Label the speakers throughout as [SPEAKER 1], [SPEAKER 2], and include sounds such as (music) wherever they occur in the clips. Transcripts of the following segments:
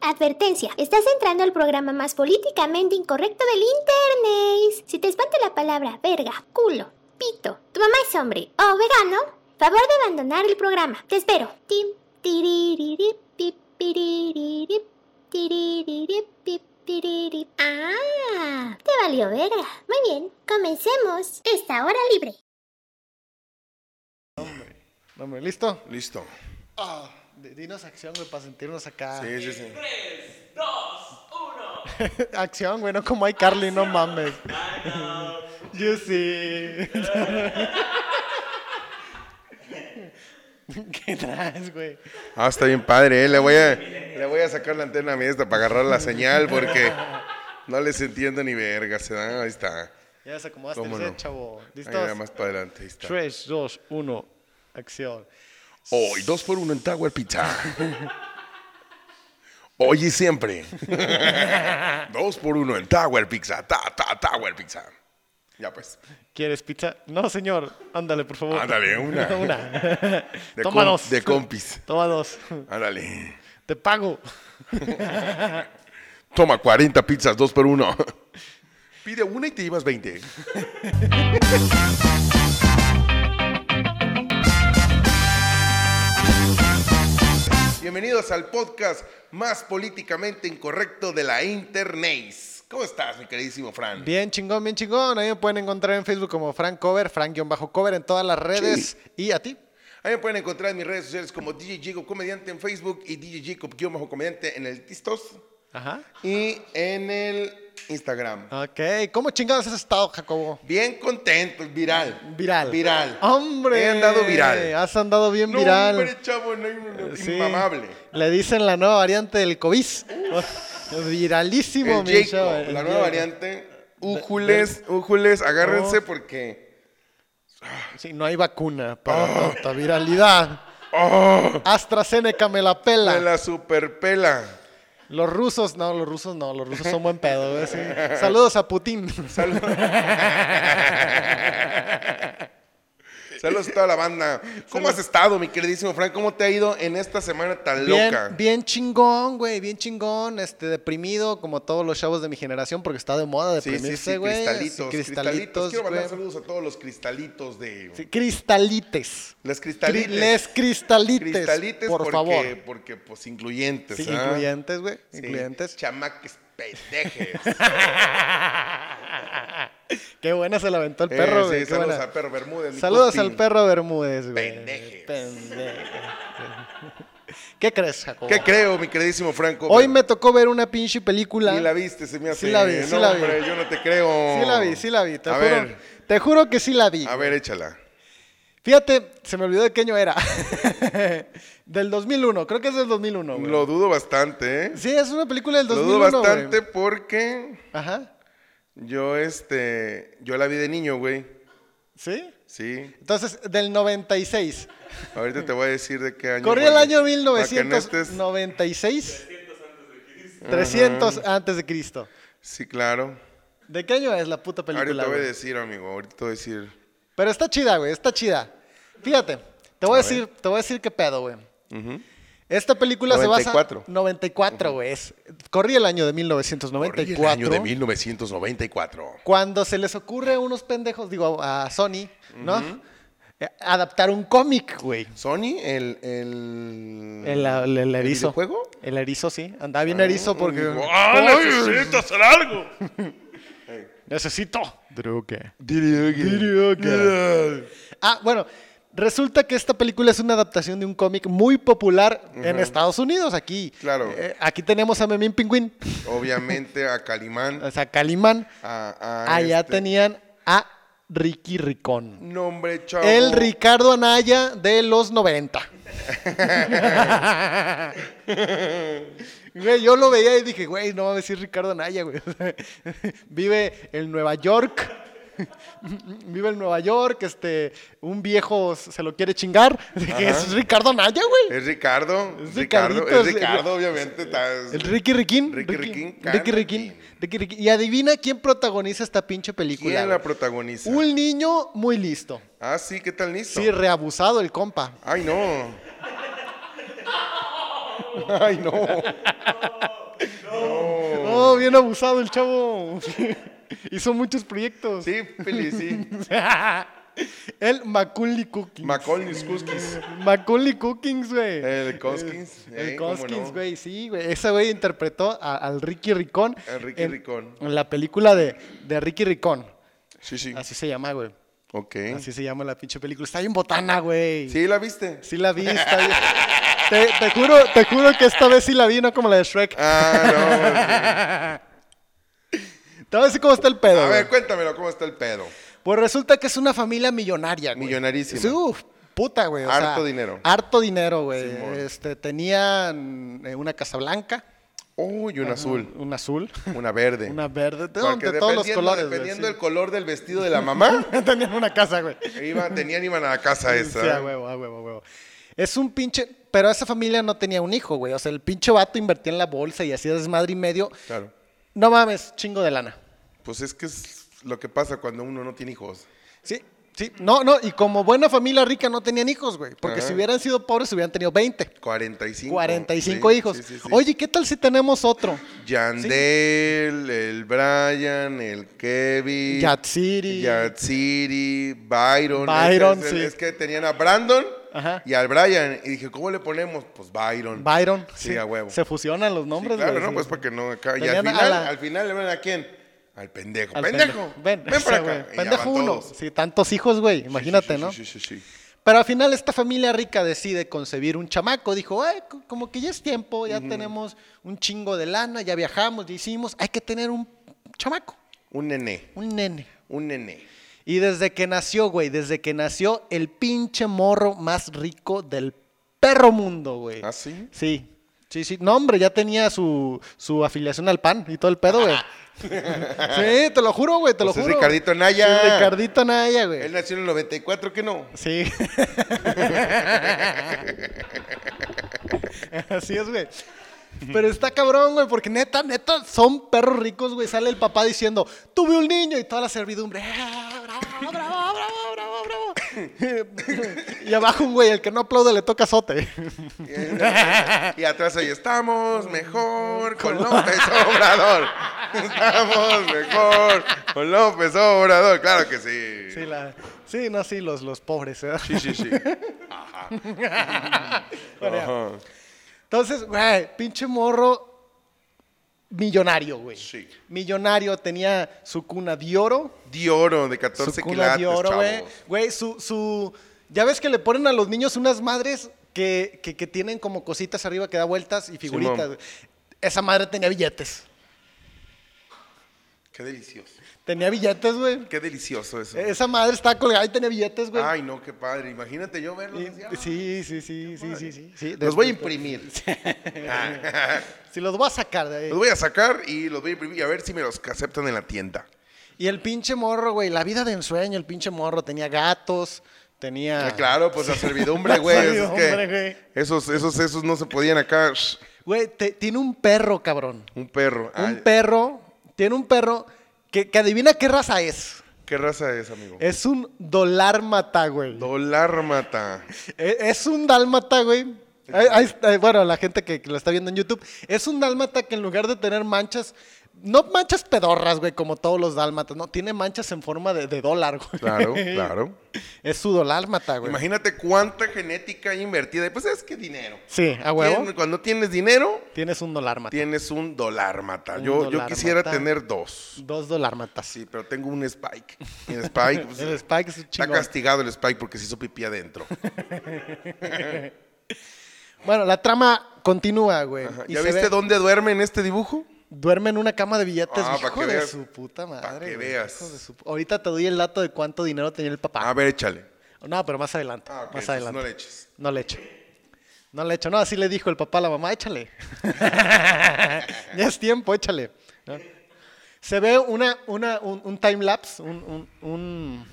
[SPEAKER 1] Advertencia, estás entrando al programa más políticamente incorrecto del internet. Si te espanta la palabra verga, culo, pito, tu mamá es hombre o vegano, favor de abandonar el programa. Te espero. Tim, tiririri, pip, piririri, tiririri, pip, tiririri. Ah, te valió verga. Muy bien, comencemos. Esta hora libre.
[SPEAKER 2] No, hombre, ¿listo?
[SPEAKER 3] Listo.
[SPEAKER 2] Ah, di- dinos acción, güey, para sentirnos acá.
[SPEAKER 3] Sí, sí, sí.
[SPEAKER 2] (laughs) acción, güey, no como hay Carly, no (laughs) mames. Yo (laughs) sí. ¿Qué traes, güey?
[SPEAKER 3] Ah, está bien padre, ¿eh? Le voy a, le voy a sacar la antena a mi esta para agarrar la señal porque no les entiendo ni verga, ¿se dan? Ahí está.
[SPEAKER 2] Ya desacomodaste el
[SPEAKER 3] ¿Cómo
[SPEAKER 2] set,
[SPEAKER 3] no?
[SPEAKER 2] chavo.
[SPEAKER 3] Ahí
[SPEAKER 2] ¿Listos?
[SPEAKER 3] nada más para adelante, ahí está.
[SPEAKER 2] 3, 2, 1, acción.
[SPEAKER 3] Hoy, dos por uno en Tower Pizza. Hoy y siempre. dos por uno en Tower Pizza. Ta, ta, Tower Pizza. Ya pues.
[SPEAKER 2] ¿Quieres pizza? No, señor. Ándale, por favor.
[SPEAKER 3] Ándale, una.
[SPEAKER 2] (laughs) una.
[SPEAKER 3] De,
[SPEAKER 2] Toma
[SPEAKER 3] com-
[SPEAKER 2] dos.
[SPEAKER 3] de compis.
[SPEAKER 2] Toma dos.
[SPEAKER 3] Ándale.
[SPEAKER 2] Te pago.
[SPEAKER 3] Toma 40 pizzas, dos por uno. (laughs) Pide una y te llevas 20. (laughs) Bienvenidos al podcast más políticamente incorrecto de la internet. ¿Cómo estás, mi queridísimo Fran?
[SPEAKER 2] Bien chingón, bien chingón. Ahí me pueden encontrar en Facebook como Frank Cover, Frank-Cover en todas las redes. Y a ti.
[SPEAKER 3] Ahí me pueden encontrar en mis redes sociales como DJ Jacob Comediante en Facebook y DJ Jacob Comediante en el Tistos
[SPEAKER 2] Ajá.
[SPEAKER 3] y en el Instagram.
[SPEAKER 2] Ok. ¿Cómo chingados has estado, Jacobo?
[SPEAKER 3] Bien contento, viral.
[SPEAKER 2] Viral.
[SPEAKER 3] Viral.
[SPEAKER 2] Hombre.
[SPEAKER 3] He andado viral.
[SPEAKER 2] Has andado bien
[SPEAKER 3] No,
[SPEAKER 2] viral.
[SPEAKER 3] hombre, chavo, no, no, no,
[SPEAKER 2] Sí.
[SPEAKER 3] inmamable.
[SPEAKER 2] Le dicen la nueva variante del COVID. Viralísimo,
[SPEAKER 3] El
[SPEAKER 2] mi
[SPEAKER 3] Jacob,
[SPEAKER 2] chavo, el
[SPEAKER 3] la nueva
[SPEAKER 2] Jacob.
[SPEAKER 3] variante. Újules, újules,
[SPEAKER 2] Oh.
[SPEAKER 3] agárrense porque.
[SPEAKER 2] Sí, no hay vacuna para
[SPEAKER 3] Ah.
[SPEAKER 2] tanta viralidad. AstraZeneca me la pela.
[SPEAKER 3] Me la superpela.
[SPEAKER 2] Los rusos, no, los rusos no, los rusos son buen pedo. güey, sí.
[SPEAKER 3] (laughs)
[SPEAKER 2] Saludos a Putin.
[SPEAKER 3] Salud.
[SPEAKER 2] (laughs)
[SPEAKER 3] Saludos a toda la banda. ¿Cómo has estado, mi queridísimo Frank? ¿Cómo te ha ido en esta semana tan
[SPEAKER 2] Bien,
[SPEAKER 3] loca?
[SPEAKER 2] bien chingón, güey, bien chingón, este, deprimido, como todos los chavos de mi generación, porque está de moda
[SPEAKER 3] Sí, sí, sí,
[SPEAKER 2] deprimirse, güey.
[SPEAKER 3] cristalitos,
[SPEAKER 2] así,
[SPEAKER 3] cristalitos.
[SPEAKER 2] cristalitos,
[SPEAKER 3] Quiero mandar
[SPEAKER 2] güey.
[SPEAKER 3] saludos a todos los cristalitos de...
[SPEAKER 2] Sí, cristalites.
[SPEAKER 3] Las
[SPEAKER 2] Cri-
[SPEAKER 3] cristalites.
[SPEAKER 2] Les cristalites,
[SPEAKER 3] cristalites
[SPEAKER 2] por
[SPEAKER 3] porque,
[SPEAKER 2] favor.
[SPEAKER 3] Porque, pues, incluyentes.
[SPEAKER 2] Sí,
[SPEAKER 3] ¿ah?
[SPEAKER 2] incluyentes, güey,
[SPEAKER 3] Sí,
[SPEAKER 2] incluyentes.
[SPEAKER 3] Chamaques pendejes.
[SPEAKER 2] (laughs) Qué buena se la aventó (laughs) el
[SPEAKER 3] Eh,
[SPEAKER 2] perro,
[SPEAKER 3] sí,
[SPEAKER 2] güey, qué
[SPEAKER 3] saludos
[SPEAKER 2] buena.
[SPEAKER 3] al perro Bermúdez. mi
[SPEAKER 2] Saludos al
[SPEAKER 3] Justin.
[SPEAKER 2] perro Bermúdez, güey.
[SPEAKER 3] Pendejes.
[SPEAKER 2] Pendejes. ¿Qué crees, Jacobo?
[SPEAKER 3] ¿Qué creo, mi queridísimo Franco?
[SPEAKER 2] Hoy me tocó ver una pinche película.
[SPEAKER 3] Ni la viste, se me hace.
[SPEAKER 2] Sí la vi,
[SPEAKER 3] no,
[SPEAKER 2] sí la vi.
[SPEAKER 3] hombre, yo no te creo.
[SPEAKER 2] Sí la vi, sí la vi. Te,
[SPEAKER 3] Oh. a
[SPEAKER 2] juro,
[SPEAKER 3] ver,
[SPEAKER 2] te juro que sí la vi.
[SPEAKER 3] a ver, échala.
[SPEAKER 2] Fíjate, se me olvidó de qué año era. (laughs) del 2001, creo que es del 2001, güey.
[SPEAKER 3] Lo dudo bastante, ¿eh?
[SPEAKER 2] Sí, es una película del
[SPEAKER 3] Lo
[SPEAKER 2] 2001,
[SPEAKER 3] dudo bastante
[SPEAKER 2] güey.
[SPEAKER 3] porque
[SPEAKER 2] Ajá,
[SPEAKER 3] yo, este, yo la vi de niño, güey.
[SPEAKER 2] ¿sí?
[SPEAKER 3] Sí.
[SPEAKER 2] Entonces, del 96.
[SPEAKER 3] Ahorita te voy a decir de qué año.
[SPEAKER 2] Corría el
[SPEAKER 3] porque-
[SPEAKER 2] año
[SPEAKER 3] para que este no estés-
[SPEAKER 2] 1996. 300 antes de Cristo.
[SPEAKER 3] Sí, claro.
[SPEAKER 2] ¿De qué año es la puta película?
[SPEAKER 3] Ahorita te voy a
[SPEAKER 2] güey?
[SPEAKER 3] decir, amigo. Ahorita te voy a decir.
[SPEAKER 2] Pero está chida, güey, está chida. Fíjate, te voy a,
[SPEAKER 3] A
[SPEAKER 2] decir, te voy a decir qué pedo, güey.
[SPEAKER 3] Ujú.
[SPEAKER 2] Esta película se
[SPEAKER 3] 94.
[SPEAKER 2] basa 94, güey. es- Corría el año de
[SPEAKER 3] Corría
[SPEAKER 2] 1994.
[SPEAKER 3] El año de 1994.
[SPEAKER 2] Cuando se les ocurre a unos pendejos, digo, a Sony, ¿no? Eh, Adaptar un cómic, güey.
[SPEAKER 3] Sony, el. El,
[SPEAKER 2] El, el- el erizo.
[SPEAKER 3] videojuego?
[SPEAKER 2] El erizo, sí. Andaba bien erizo porque. (laughs)
[SPEAKER 3] ¡Ah, necesito hacer algo!
[SPEAKER 2] Necesito. Droga.
[SPEAKER 3] Diría
[SPEAKER 2] Ah, bueno. Resulta que esta película es una adaptación de un cómic muy popular en Estados Unidos. Aquí.
[SPEAKER 3] Claro.
[SPEAKER 2] eh, aquí tenemos a Memín Pingüín.
[SPEAKER 3] (laughs)
[SPEAKER 2] (laughs)
[SPEAKER 3] Obviamente a Calimán.
[SPEAKER 2] O sea, Calimán.
[SPEAKER 3] A, a
[SPEAKER 2] Allá
[SPEAKER 3] este-
[SPEAKER 2] tenían a Ricky Ricón.
[SPEAKER 3] Nombre, chavo.
[SPEAKER 2] El Ricardo Anaya de los 90. Güey, yo lo veía y dije, güey, no va a decir Ricardo Anaya, güey. (laughs) Vive en Nueva York. (laughs) Vive en Nueva York, este, un viejo se lo quiere chingar. (laughs) Dije, es Ricardo Anaya, güey.
[SPEAKER 3] Es Ricardo.
[SPEAKER 2] Es
[SPEAKER 3] Ricardo.
[SPEAKER 2] Ricardito,
[SPEAKER 3] Es
[SPEAKER 2] es-
[SPEAKER 3] Ricardo, obviamente. está-
[SPEAKER 2] El Ricky Riquín.
[SPEAKER 3] Ricky Riquín, Can
[SPEAKER 2] Ricky Riquín.
[SPEAKER 3] Riquín.
[SPEAKER 2] Ricky Riquín. Y adivina quién protagoniza esta pinche película.
[SPEAKER 3] ¿Quién la
[SPEAKER 2] güey?
[SPEAKER 3] protagoniza?
[SPEAKER 2] Un niño muy listo.
[SPEAKER 3] Ah, sí, ¿qué tal listo?
[SPEAKER 2] Sí, reabusado el compa. (laughs)
[SPEAKER 3] Ay, no. Ay, no.
[SPEAKER 2] No, Oh, bien abusado el chavo. (laughs) Hizo muchos proyectos.
[SPEAKER 3] Sí, Pili, sí.
[SPEAKER 2] (laughs) el Macaulay Cooking.
[SPEAKER 3] Macaulay Cuskis.
[SPEAKER 2] Macaulay Cookings, güey.
[SPEAKER 3] El Coskins,
[SPEAKER 2] El,
[SPEAKER 3] eh, cómo
[SPEAKER 2] Coskins,
[SPEAKER 3] no.
[SPEAKER 2] güey, sí, güey. Ese güey interpretó a- al Ricky Ricón.
[SPEAKER 3] Al Ricky
[SPEAKER 2] en,
[SPEAKER 3] Ricón.
[SPEAKER 2] En la película de, de Ricky Ricón.
[SPEAKER 3] Sí, sí.
[SPEAKER 2] Así se llama, güey.
[SPEAKER 3] Ok.
[SPEAKER 2] Así se llama la pinche película. Está bien botana, güey.
[SPEAKER 3] ¿Sí la viste?
[SPEAKER 2] Sí la vi, está bien. Te, te juro, te juro que esta vez sí la vi, no como la de Shrek.
[SPEAKER 3] Ah,
[SPEAKER 2] Te voy a decir cómo está el
[SPEAKER 3] no.
[SPEAKER 2] pedo.
[SPEAKER 3] (laughs) A
[SPEAKER 2] güey.
[SPEAKER 3] ver, cuéntamelo, ¿cómo está el pedo?
[SPEAKER 2] Pues resulta que es una familia millonaria, güey.
[SPEAKER 3] Millonarísima.
[SPEAKER 2] Sí, uf, puta, güey. o
[SPEAKER 3] Harto
[SPEAKER 2] sea,
[SPEAKER 3] dinero.
[SPEAKER 2] Harto dinero, güey.
[SPEAKER 3] Simón.
[SPEAKER 2] Este, tenían eh, una casa blanca,
[SPEAKER 3] Oh, y un azul,
[SPEAKER 2] un azul,
[SPEAKER 3] una verde.
[SPEAKER 2] una verde, de,
[SPEAKER 3] Porque
[SPEAKER 2] de todos los
[SPEAKER 3] dependiendo-
[SPEAKER 2] colores, güey.
[SPEAKER 3] Dependiendo
[SPEAKER 2] sí.
[SPEAKER 3] del color del vestido de la (laughs) mamá,
[SPEAKER 2] (laughs) tenían una casa, güey.
[SPEAKER 3] iba, tenían, iban a la casa esa.
[SPEAKER 2] Sí, a huevo, a huevo, a huevo. Es un pinche. Pero esa familia no tenía un hijo, güey. O sea, el pinche vato invertía en la bolsa y hacía desmadre y medio.
[SPEAKER 3] Claro.
[SPEAKER 2] No mames, chingo de lana.
[SPEAKER 3] Pues es que es lo que pasa cuando uno no tiene hijos.
[SPEAKER 2] Sí, sí. No, no. Y como buena familia rica no tenían hijos, güey. Porque
[SPEAKER 3] Ajá.
[SPEAKER 2] si hubieran sido pobres, hubieran tenido 20.
[SPEAKER 3] 45.
[SPEAKER 2] 45
[SPEAKER 3] Sí,
[SPEAKER 2] hijos.
[SPEAKER 3] sí, sí, sí.
[SPEAKER 2] Oye, ¿qué tal si tenemos otro?
[SPEAKER 3] Yandel, el Brian, el Kevin.
[SPEAKER 2] Yatsiri.
[SPEAKER 3] Yatsiri, Byron.
[SPEAKER 2] Byron,
[SPEAKER 3] Este es, el-
[SPEAKER 2] sí.
[SPEAKER 3] es que tenían a Brandon
[SPEAKER 2] Ajá.
[SPEAKER 3] y al Brian. Y dije, ¿cómo le ponemos? Pues Byron.
[SPEAKER 2] Byron.
[SPEAKER 3] Sí, a huevo.
[SPEAKER 2] Se fusionan los
[SPEAKER 3] Sí,
[SPEAKER 2] nombres,
[SPEAKER 3] claro,
[SPEAKER 2] güey,
[SPEAKER 3] ¿no?
[SPEAKER 2] sí.
[SPEAKER 3] Pues para que no acá. Y al
[SPEAKER 2] Tenían a
[SPEAKER 3] final,
[SPEAKER 2] la-
[SPEAKER 3] al final le ven a quién? Al pendejo.
[SPEAKER 2] Al
[SPEAKER 3] ¡Pendejo!
[SPEAKER 2] Ven,
[SPEAKER 3] ven para
[SPEAKER 2] sí, güey.
[SPEAKER 3] acá. Y ya
[SPEAKER 2] Pendejo
[SPEAKER 3] van
[SPEAKER 2] uno.
[SPEAKER 3] todos. Sí,
[SPEAKER 2] Sí, tantos hijos, güey. Imagínate,
[SPEAKER 3] sí,
[SPEAKER 2] ¿no?
[SPEAKER 3] Sí, sí, sí.
[SPEAKER 2] Pero al final esta familia rica decide concebir un chamaco. Dijo, "Ay, co- como que ya es tiempo, ya tenemos un chingo de lana, ya viajamos, ya hicimos, hay que tener un chamaco,
[SPEAKER 3] Un nené.
[SPEAKER 2] un nene.
[SPEAKER 3] Un nené.
[SPEAKER 2] Y desde que nació, güey, desde que nació el pinche morro más rico del perro mundo, güey.
[SPEAKER 3] ¿Ah, sí?
[SPEAKER 2] Sí, sí, sí. No, hombre, ya tenía su, su afiliación al PAN y todo el pedo,
[SPEAKER 3] (laughs)
[SPEAKER 2] güey. sí, te lo juro, güey, te lo
[SPEAKER 3] Pues es
[SPEAKER 2] juro.
[SPEAKER 3] Ricardito Anaya.
[SPEAKER 2] Sí, Ricardito Naya, güey.
[SPEAKER 3] Él nació en el 94,
[SPEAKER 2] (laughs)
[SPEAKER 3] ¿qué no?
[SPEAKER 2] Sí. Así es, güey. Pero está cabrón, güey, porque neta, neta, son perros ricos, güey. Sale el papá diciendo, tuve un niño y toda la servidumbre. "Ah, Bravo, bravo, bravo, bravo, bravo. (laughs) y abajo un güey, el que no aplaude le toca azote.
[SPEAKER 3] Y atrás ahí estamos mejor con López
[SPEAKER 2] (laughs)
[SPEAKER 3] Obrador. Estamos mejor con López Obrador. Claro que sí.
[SPEAKER 2] Sí, la- sí, no, sí, los, los pobres. ¿eh?
[SPEAKER 3] Sí, sí, sí. (laughs)
[SPEAKER 2] Bueno, ya.
[SPEAKER 3] Ajá.
[SPEAKER 2] Entonces, güey, pinche morro millonario, güey.
[SPEAKER 3] Sí.
[SPEAKER 2] Millonario, tenía su cuna de oro.
[SPEAKER 3] Di oro de
[SPEAKER 2] Su
[SPEAKER 3] 14
[SPEAKER 2] cuna
[SPEAKER 3] quilates,
[SPEAKER 2] de oro, güey.
[SPEAKER 3] chavos.
[SPEAKER 2] Güey, su, su... Ya ves que le ponen a los niños unas madres que, que, que tienen como cositas arriba que da vueltas y figuritas.
[SPEAKER 3] Simón.
[SPEAKER 2] güey. Esa madre tenía billetes.
[SPEAKER 3] Qué delicioso.
[SPEAKER 2] Tenía billetes, güey.
[SPEAKER 3] Qué delicioso eso.
[SPEAKER 2] Esa madre estaba colgada y tenía billetes, güey.
[SPEAKER 3] Ay, no, qué padre. Imagínate yo verlo.
[SPEAKER 2] Y-
[SPEAKER 3] decía, ah,
[SPEAKER 2] Sí, sí, sí, sí, sí, sí, sí.
[SPEAKER 3] Los voy a
[SPEAKER 2] (laughs)
[SPEAKER 3] imprimir.
[SPEAKER 2] Si los voy a sacar de ahí.
[SPEAKER 3] Ah. (laughs) Los voy a sacar y los voy a imprimir y a ver si me los aceptan en la tienda.
[SPEAKER 2] Y el pinche morro, güey, la vida de ensueño, el pinche morro tenía gatos, tenía...
[SPEAKER 3] Ah, claro, pues la
[SPEAKER 2] (laughs)
[SPEAKER 3] servidumbre,
[SPEAKER 2] La
[SPEAKER 3] güey. eso es
[SPEAKER 2] servidumbre,
[SPEAKER 3] que
[SPEAKER 2] güey.
[SPEAKER 3] Esos, esos, esos no se podían acá. Shh.
[SPEAKER 2] Güey, te- tiene un perro, cabrón.
[SPEAKER 3] Un perro. Ay,
[SPEAKER 2] Un perro, tiene un perro que, que adivina qué raza es.
[SPEAKER 3] ¿Qué raza es, amigo?
[SPEAKER 2] Es un dolármata, güey.
[SPEAKER 3] Dólar mata.
[SPEAKER 2] E- es un dálmata, güey. Ahí- ahí está, eh, bueno, la gente que, que lo está viendo en YouTube. Es un dálmata que en lugar de tener manchas, no manchas pedorras, güey, como todos los dálmatas, no. Tiene manchas en forma de, de dólar, güey. (laughs)
[SPEAKER 3] Claro, claro.
[SPEAKER 2] Es su dolármata, güey.
[SPEAKER 3] Imagínate cuánta genética hay invertida. Y Pues es que dinero.
[SPEAKER 2] Sí, a huevo.
[SPEAKER 3] Tien- Cuando tienes dinero,
[SPEAKER 2] Tienes un dolármata.
[SPEAKER 3] tienes un dólar mata.
[SPEAKER 2] Un
[SPEAKER 3] Yo, yo
[SPEAKER 2] dólar
[SPEAKER 3] quisiera
[SPEAKER 2] mata.
[SPEAKER 3] tener dos.
[SPEAKER 2] Dos dolármatas.
[SPEAKER 3] Sí, pero tengo un Spike. Y el
[SPEAKER 2] (laughs)
[SPEAKER 3] Spike, pues,
[SPEAKER 2] El Spike es un
[SPEAKER 3] está
[SPEAKER 2] chingón.
[SPEAKER 3] castigado el Spike porque se hizo
[SPEAKER 2] (laughs)
[SPEAKER 3] pipí adentro.
[SPEAKER 2] Bueno, la trama continúa, güey.
[SPEAKER 3] Ajá.
[SPEAKER 2] Y
[SPEAKER 3] ¿Ya
[SPEAKER 2] se
[SPEAKER 3] viste
[SPEAKER 2] ve-
[SPEAKER 3] dónde duerme en este dibujo?
[SPEAKER 2] Duerme en una cama de billetes,
[SPEAKER 3] Ah, pa'
[SPEAKER 2] hijo
[SPEAKER 3] que
[SPEAKER 2] de
[SPEAKER 3] veas.
[SPEAKER 2] su puta madre.
[SPEAKER 3] que
[SPEAKER 2] güey,
[SPEAKER 3] veas.
[SPEAKER 2] hijo de su- Ahorita te doy el dato de cuánto dinero tenía el papá.
[SPEAKER 3] A ver, échale.
[SPEAKER 2] No, pero más adelante.
[SPEAKER 3] Ah, ok,
[SPEAKER 2] Más
[SPEAKER 3] pues
[SPEAKER 2] adelante.
[SPEAKER 3] no le eches.
[SPEAKER 2] No le echo. No le echo. No, así le dijo el papá a la mamá,
[SPEAKER 3] (laughs)
[SPEAKER 2] échale. ya es tiempo, échale. ¿No? Se ve una, una, un, un time lapse, un, un, un,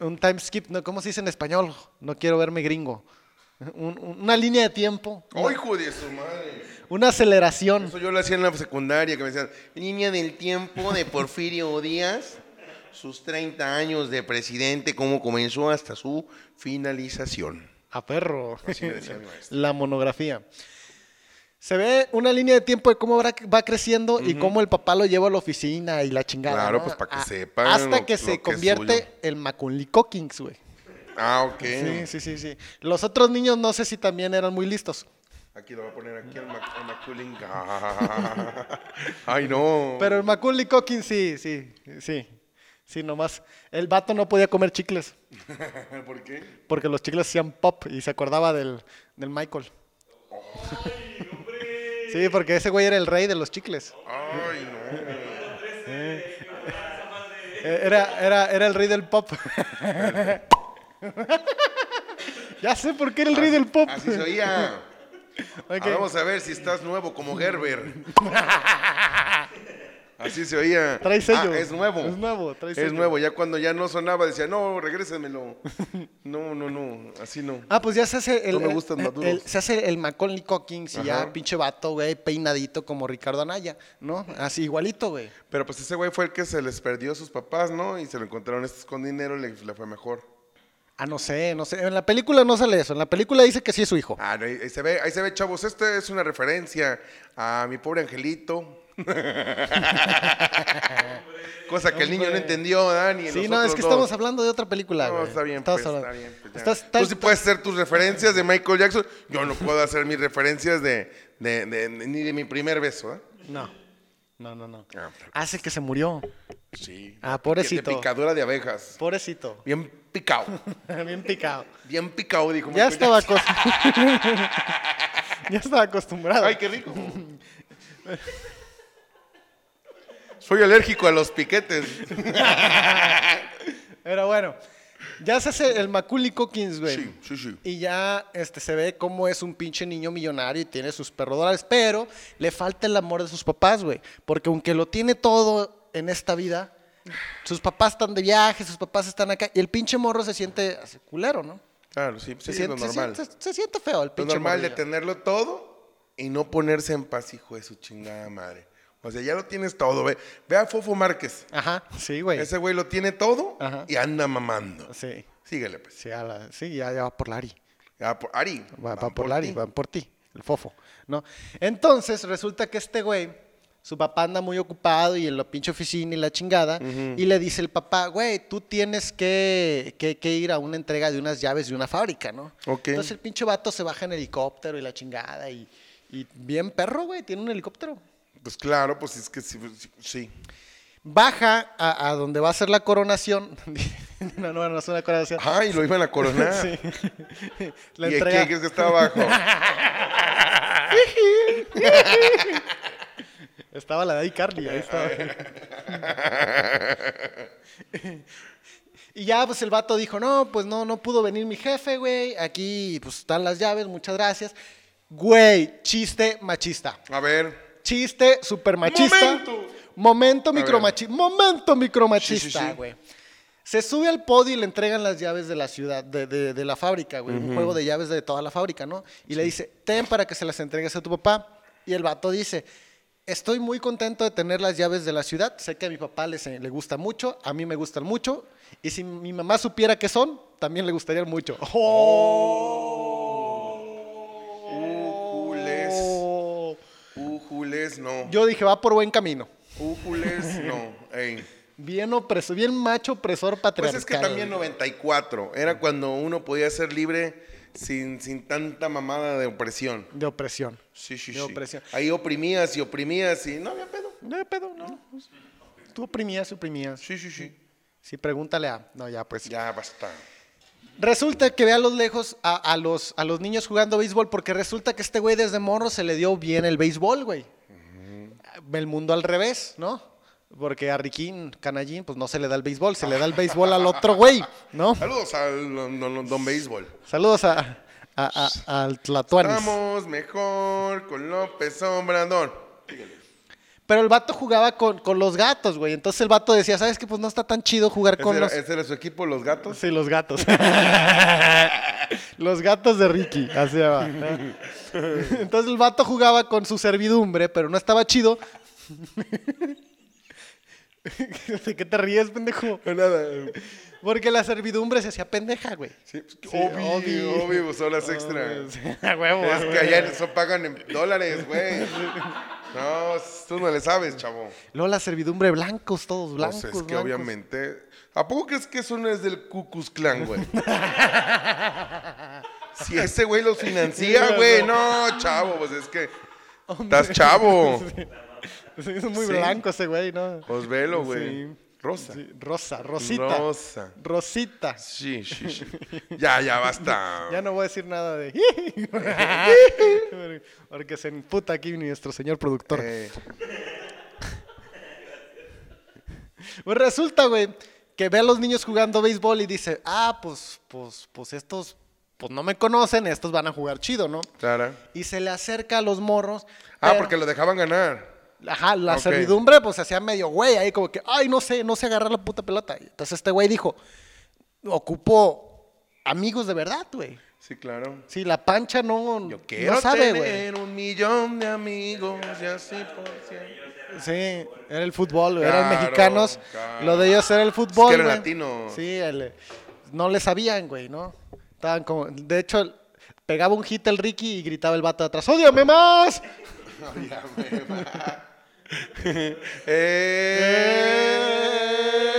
[SPEAKER 2] un time skip. ¿no? ¿Cómo se dice en español? No quiero verme gringo. Un- un- una línea de tiempo,
[SPEAKER 3] ¡Ay, hijo de su madre!
[SPEAKER 2] una aceleración.
[SPEAKER 3] Eso yo lo hacía en la secundaria, que me decían, línea del tiempo de Porfirio Díaz, sus 30 años de presidente, cómo comenzó hasta su finalización.
[SPEAKER 2] A Ah, perro.
[SPEAKER 3] Así me decía mi maestro.
[SPEAKER 2] La monografía. Se ve una línea de tiempo de cómo va, va creciendo y cómo el papá lo lleva a la oficina y la chingada.
[SPEAKER 3] Claro,
[SPEAKER 2] ¿no?
[SPEAKER 3] pues, para que
[SPEAKER 2] A-
[SPEAKER 3] sepan
[SPEAKER 2] Hasta
[SPEAKER 3] lo-
[SPEAKER 2] que
[SPEAKER 3] lo que
[SPEAKER 2] se
[SPEAKER 3] es suyo.
[SPEAKER 2] convierte en Maculico Kings, güey.
[SPEAKER 3] Ah, ok.
[SPEAKER 2] Sí, sí, sí, sí. Los otros niños no sé si también eran muy listos.
[SPEAKER 3] Aquí lo voy a poner aquí al Mac- al Maculín. Ah. (laughs) Ay, no.
[SPEAKER 2] Pero el Macaulay Culkin sí, sí, sí. Sí, nomás. El vato no podía comer chicles
[SPEAKER 3] (laughs) ¿Por qué?
[SPEAKER 2] porque los chicles hacían pop y se acordaba del, del Michael. Sí, porque ese güey era el rey de los chicles.
[SPEAKER 3] Ay, no.
[SPEAKER 2] Eh, Era, era, era el rey del pop. (laughs) ya sé por qué era el rey del pop.
[SPEAKER 3] Así se oía.
[SPEAKER 2] (laughs) Ok.
[SPEAKER 3] Ah, vamos a ver si estás nuevo como
[SPEAKER 2] (laughs)
[SPEAKER 3] Gerber. Así se oía.
[SPEAKER 2] Trae sello.
[SPEAKER 3] Ah, es nuevo.
[SPEAKER 2] Es nuevo, trae
[SPEAKER 3] Es
[SPEAKER 2] sello.
[SPEAKER 3] nuevo. Ya cuando ya no sonaba decía, no, regrésemelo. (laughs) No, no, no. Así no.
[SPEAKER 2] Ah, pues ya se hace el.
[SPEAKER 3] No me gustan
[SPEAKER 2] el-
[SPEAKER 3] maduros.
[SPEAKER 2] el- se hace el Macaulay Culkin, si
[SPEAKER 3] Ajá.
[SPEAKER 2] ya pinche vato, güey, peinadito como Ricardo Anaya, ¿no? Así igualito, güey.
[SPEAKER 3] Pero pues ese güey fue el que se les perdió a sus papás, ¿no? Y se lo encontraron estos con dinero y le, le fue mejor.
[SPEAKER 2] Ah, no sé, no sé. En la película no sale eso. En la película dice que sí es su hijo.
[SPEAKER 3] Ah, no, ahí, ahí se ve, ahí se ve, chavos. Esta es una referencia a mi pobre angelito. (laughs) Cosa que el niño no
[SPEAKER 2] Hombre.
[SPEAKER 3] entendió, Dani.
[SPEAKER 2] sí, no, es que estamos hablando de otra película,
[SPEAKER 3] No,
[SPEAKER 2] güey.
[SPEAKER 3] está bien,
[SPEAKER 2] Estamos
[SPEAKER 3] pues,
[SPEAKER 2] hablando-
[SPEAKER 3] está bien. pues, ya.
[SPEAKER 2] Estás-
[SPEAKER 3] Tú
[SPEAKER 2] estás-
[SPEAKER 3] sí puedes hacer tus referencias de Michael Jackson. Yo no puedo hacer mis referencias de, de- de- ni de mi primer beso, ¿eh?
[SPEAKER 2] No, no, no, no.
[SPEAKER 3] Ah, pues,
[SPEAKER 2] Hace que se murió.
[SPEAKER 3] Sí.
[SPEAKER 2] Ah, pobrecito.
[SPEAKER 3] De picadura de abejas.
[SPEAKER 2] Pobrecito. (laughs)
[SPEAKER 3] Bien picado.
[SPEAKER 2] Bien picado.
[SPEAKER 3] Bien picado, dijo
[SPEAKER 2] Ya
[SPEAKER 3] Michael
[SPEAKER 2] estaba
[SPEAKER 3] Jackson.
[SPEAKER 2] acostumbrado. (laughs) ya estaba acostumbrado.
[SPEAKER 3] Ay, qué rico. Soy alérgico a los piquetes.
[SPEAKER 2] Pero bueno, ya se hace el Macaulay Culkin, güey.
[SPEAKER 3] Sí, sí, sí.
[SPEAKER 2] Y ya este, se ve cómo es un pinche niño millonario y tiene sus perros dólares, pero le falta el amor de sus papás, güey. Porque aunque lo tiene todo en esta vida, sus papás están de viaje, sus papás están acá, y el pinche morro se siente así, culero, ¿no?
[SPEAKER 3] Claro, sí,
[SPEAKER 2] Se,
[SPEAKER 3] sí,
[SPEAKER 2] siente,
[SPEAKER 3] es
[SPEAKER 2] se
[SPEAKER 3] lo normal.
[SPEAKER 2] siente- se siente feo el
[SPEAKER 3] Lo
[SPEAKER 2] pinche
[SPEAKER 3] normal de
[SPEAKER 2] morrillo.
[SPEAKER 3] tenerlo todo y no ponerse en paz, hijo de su chingada madre. O sea, ya lo tienes todo. Ve, ve a Fofo Márquez.
[SPEAKER 2] Ajá, sí, güey.
[SPEAKER 3] Ese güey lo tiene todo
[SPEAKER 2] Ajá.
[SPEAKER 3] y anda mamando.
[SPEAKER 2] Sí,
[SPEAKER 3] Síguele, pues.
[SPEAKER 2] sí, a la- sí, ya, ya va por Lari.
[SPEAKER 3] Ya por- Ari.
[SPEAKER 2] Va,
[SPEAKER 3] van
[SPEAKER 2] va por Lari,
[SPEAKER 3] ti.
[SPEAKER 2] van por ti, el fofo, ¿no? Entonces, resulta que este güey, su papá anda muy ocupado y en la pinche oficina y la chingada, y le dice el papá, güey, tú tienes que, que- que ir a una entrega de unas llaves de una fábrica, ¿no?
[SPEAKER 3] Ok.
[SPEAKER 2] Entonces el pinche vato se baja en helicóptero y la chingada, y, y bien perro, güey, tiene un helicóptero.
[SPEAKER 3] Pues claro, pues es que sí. pues, sí, sí.
[SPEAKER 2] Baja a, a donde va a ser la coronación. (laughs) no, no, no es una coronación.
[SPEAKER 3] Ay, lo iban a Ah,
[SPEAKER 2] (laughs)
[SPEAKER 3] coronar. (laughs)
[SPEAKER 2] Sí. La
[SPEAKER 3] ¿Y
[SPEAKER 2] entrega-
[SPEAKER 3] quién es que
[SPEAKER 2] (laughs)
[SPEAKER 3] está abajo?
[SPEAKER 2] Estaba la de iCarly, ahí estaba. (laughs) y ya, pues el vato dijo, no, pues no, no pudo venir mi jefe, güey. Aquí, pues están las llaves, muchas gracias. Güey, chiste machista.
[SPEAKER 3] A ver.
[SPEAKER 2] Chiste super machista.
[SPEAKER 3] Momento.
[SPEAKER 2] Momento
[SPEAKER 3] ver.
[SPEAKER 2] micromachista. Momento
[SPEAKER 3] Sí, sí,
[SPEAKER 2] micromachista,
[SPEAKER 3] sí.
[SPEAKER 2] güey. Se sube al podio y le entregan las llaves de la ciudad, de, de- de la fábrica, güey. Un juego de llaves de toda la fábrica, ¿no? Y le dice, ten para que se las entregues a tu papá. Y el vato dice, estoy muy contento de tener las llaves de la ciudad. Sé que a mi papá les- le gusta mucho, a mí me gustan mucho. Y si mi mamá supiera qué son, también le gustarían mucho.
[SPEAKER 3] Oh. Ujules. Ujules, no.
[SPEAKER 2] Yo dije, va por buen camino.
[SPEAKER 3] Ujules, no. Ey.
[SPEAKER 2] Bien opresor, bien macho opresor
[SPEAKER 3] Pues
[SPEAKER 2] patriarcal.
[SPEAKER 3] es que también 94. Era cuando uno podía ser libre sin, sin tanta mamada de opresión.
[SPEAKER 2] De opresión.
[SPEAKER 3] Sí, sí,
[SPEAKER 2] De
[SPEAKER 3] sí.
[SPEAKER 2] opresión.
[SPEAKER 3] Ahí oprimías y oprimías y no había pedo.
[SPEAKER 2] No hay pedo, no. Tú oprimías, oprimías.
[SPEAKER 3] Sí, sí, sí.
[SPEAKER 2] Sí, pregúntale a. No, ya, pues.
[SPEAKER 3] Ya basta.
[SPEAKER 2] Resulta que ve a los lejos a, a los, a los niños jugando béisbol, porque resulta que este güey desde morro se le dio bien el béisbol, güey. El mundo al revés, ¿no? Porque a Riquín, Canallín, pues no se le da el béisbol, se le da el béisbol al otro güey, ¿no?
[SPEAKER 3] Saludos al don, don- don Béisbol.
[SPEAKER 2] Saludos a, a- a- al Tlatuanis.
[SPEAKER 3] Estamos mejor con López Obrador.
[SPEAKER 2] Pero el vato jugaba con, con los gatos, güey. Entonces el vato decía, ¿sabes qué? Pues no está tan chido jugar
[SPEAKER 3] ¿Ese
[SPEAKER 2] con
[SPEAKER 3] era,
[SPEAKER 2] los...
[SPEAKER 3] ese era su equipo, los
[SPEAKER 2] (laughs)
[SPEAKER 3] gatos?
[SPEAKER 2] Sí, los gatos. los gatos de Ricky, así va. ¿no? Entonces el vato jugaba con su servidumbre, pero no estaba chido. (laughs) ¿De qué te ríes, pendejo?
[SPEAKER 3] Nada.
[SPEAKER 2] Porque la servidumbre se hacía pendeja, güey.
[SPEAKER 3] Sí, pues,
[SPEAKER 2] Sí,
[SPEAKER 3] obvio,
[SPEAKER 2] obvio.
[SPEAKER 3] obvio, pues,
[SPEAKER 2] (laughs)
[SPEAKER 3] horas extra.
[SPEAKER 2] Sí, a huevo. a
[SPEAKER 3] Es que
[SPEAKER 2] huevo.
[SPEAKER 3] allá eso pagan en dólares, güey. No, tú no le sabes, chavo.
[SPEAKER 2] Luego la servidumbre blancos, todos blancos.
[SPEAKER 3] Pues es que
[SPEAKER 2] blancos.
[SPEAKER 3] obviamente. ¿A poco crees que eso no es del Cucus Clan, güey?
[SPEAKER 2] (laughs)
[SPEAKER 3] si ese güey los financia, güey. No, chavo, pues es que. Estás chavo.
[SPEAKER 2] (laughs) Sí, es muy
[SPEAKER 3] Sí.
[SPEAKER 2] blanco ese güey, ¿no?
[SPEAKER 3] Pues velo,
[SPEAKER 2] Sí.
[SPEAKER 3] güey. Rosa.
[SPEAKER 2] Sí, rosa, rosita.
[SPEAKER 3] Rosa.
[SPEAKER 2] Rosita.
[SPEAKER 3] Sí, sí, sí. Ya, ya basta.
[SPEAKER 2] Ya no voy a decir nada de.
[SPEAKER 3] (laughs)
[SPEAKER 2] Porque se emputa aquí nuestro señor productor.
[SPEAKER 3] Eh,
[SPEAKER 2] Pues resulta, güey, que ve a los niños jugando béisbol y dice, ah, pues, pues, pues estos, pues no me conocen, estos van a jugar chido, ¿no?
[SPEAKER 3] Clara.
[SPEAKER 2] Y se le acerca a los morros.
[SPEAKER 3] Ah,
[SPEAKER 2] pero-
[SPEAKER 3] porque lo dejaban ganar.
[SPEAKER 2] Ajá, la
[SPEAKER 3] Ok.
[SPEAKER 2] servidumbre pues se hacía medio güey ahí como que, ay, no sé, no sé agarrar la puta pelota. Y Entonces este güey dijo, ocupo amigos de verdad, güey.
[SPEAKER 3] Sí, claro.
[SPEAKER 2] Sí, la pancha no,
[SPEAKER 3] Yo quiero
[SPEAKER 2] no sabe, güey.
[SPEAKER 3] tener un millón de amigos y así por siempre.
[SPEAKER 2] Sí, era el fútbol, güey, eran
[SPEAKER 3] Claro,
[SPEAKER 2] mexicanos.
[SPEAKER 3] claro.
[SPEAKER 2] Lo de ellos era el fútbol.
[SPEAKER 3] que eran
[SPEAKER 2] güey.
[SPEAKER 3] latinos.
[SPEAKER 2] Sí, el- no le sabían, güey, ¿no? Estaban como. De hecho, pegaba un hit el Ricky y gritaba el vato de atrás: ¡Ódiame más!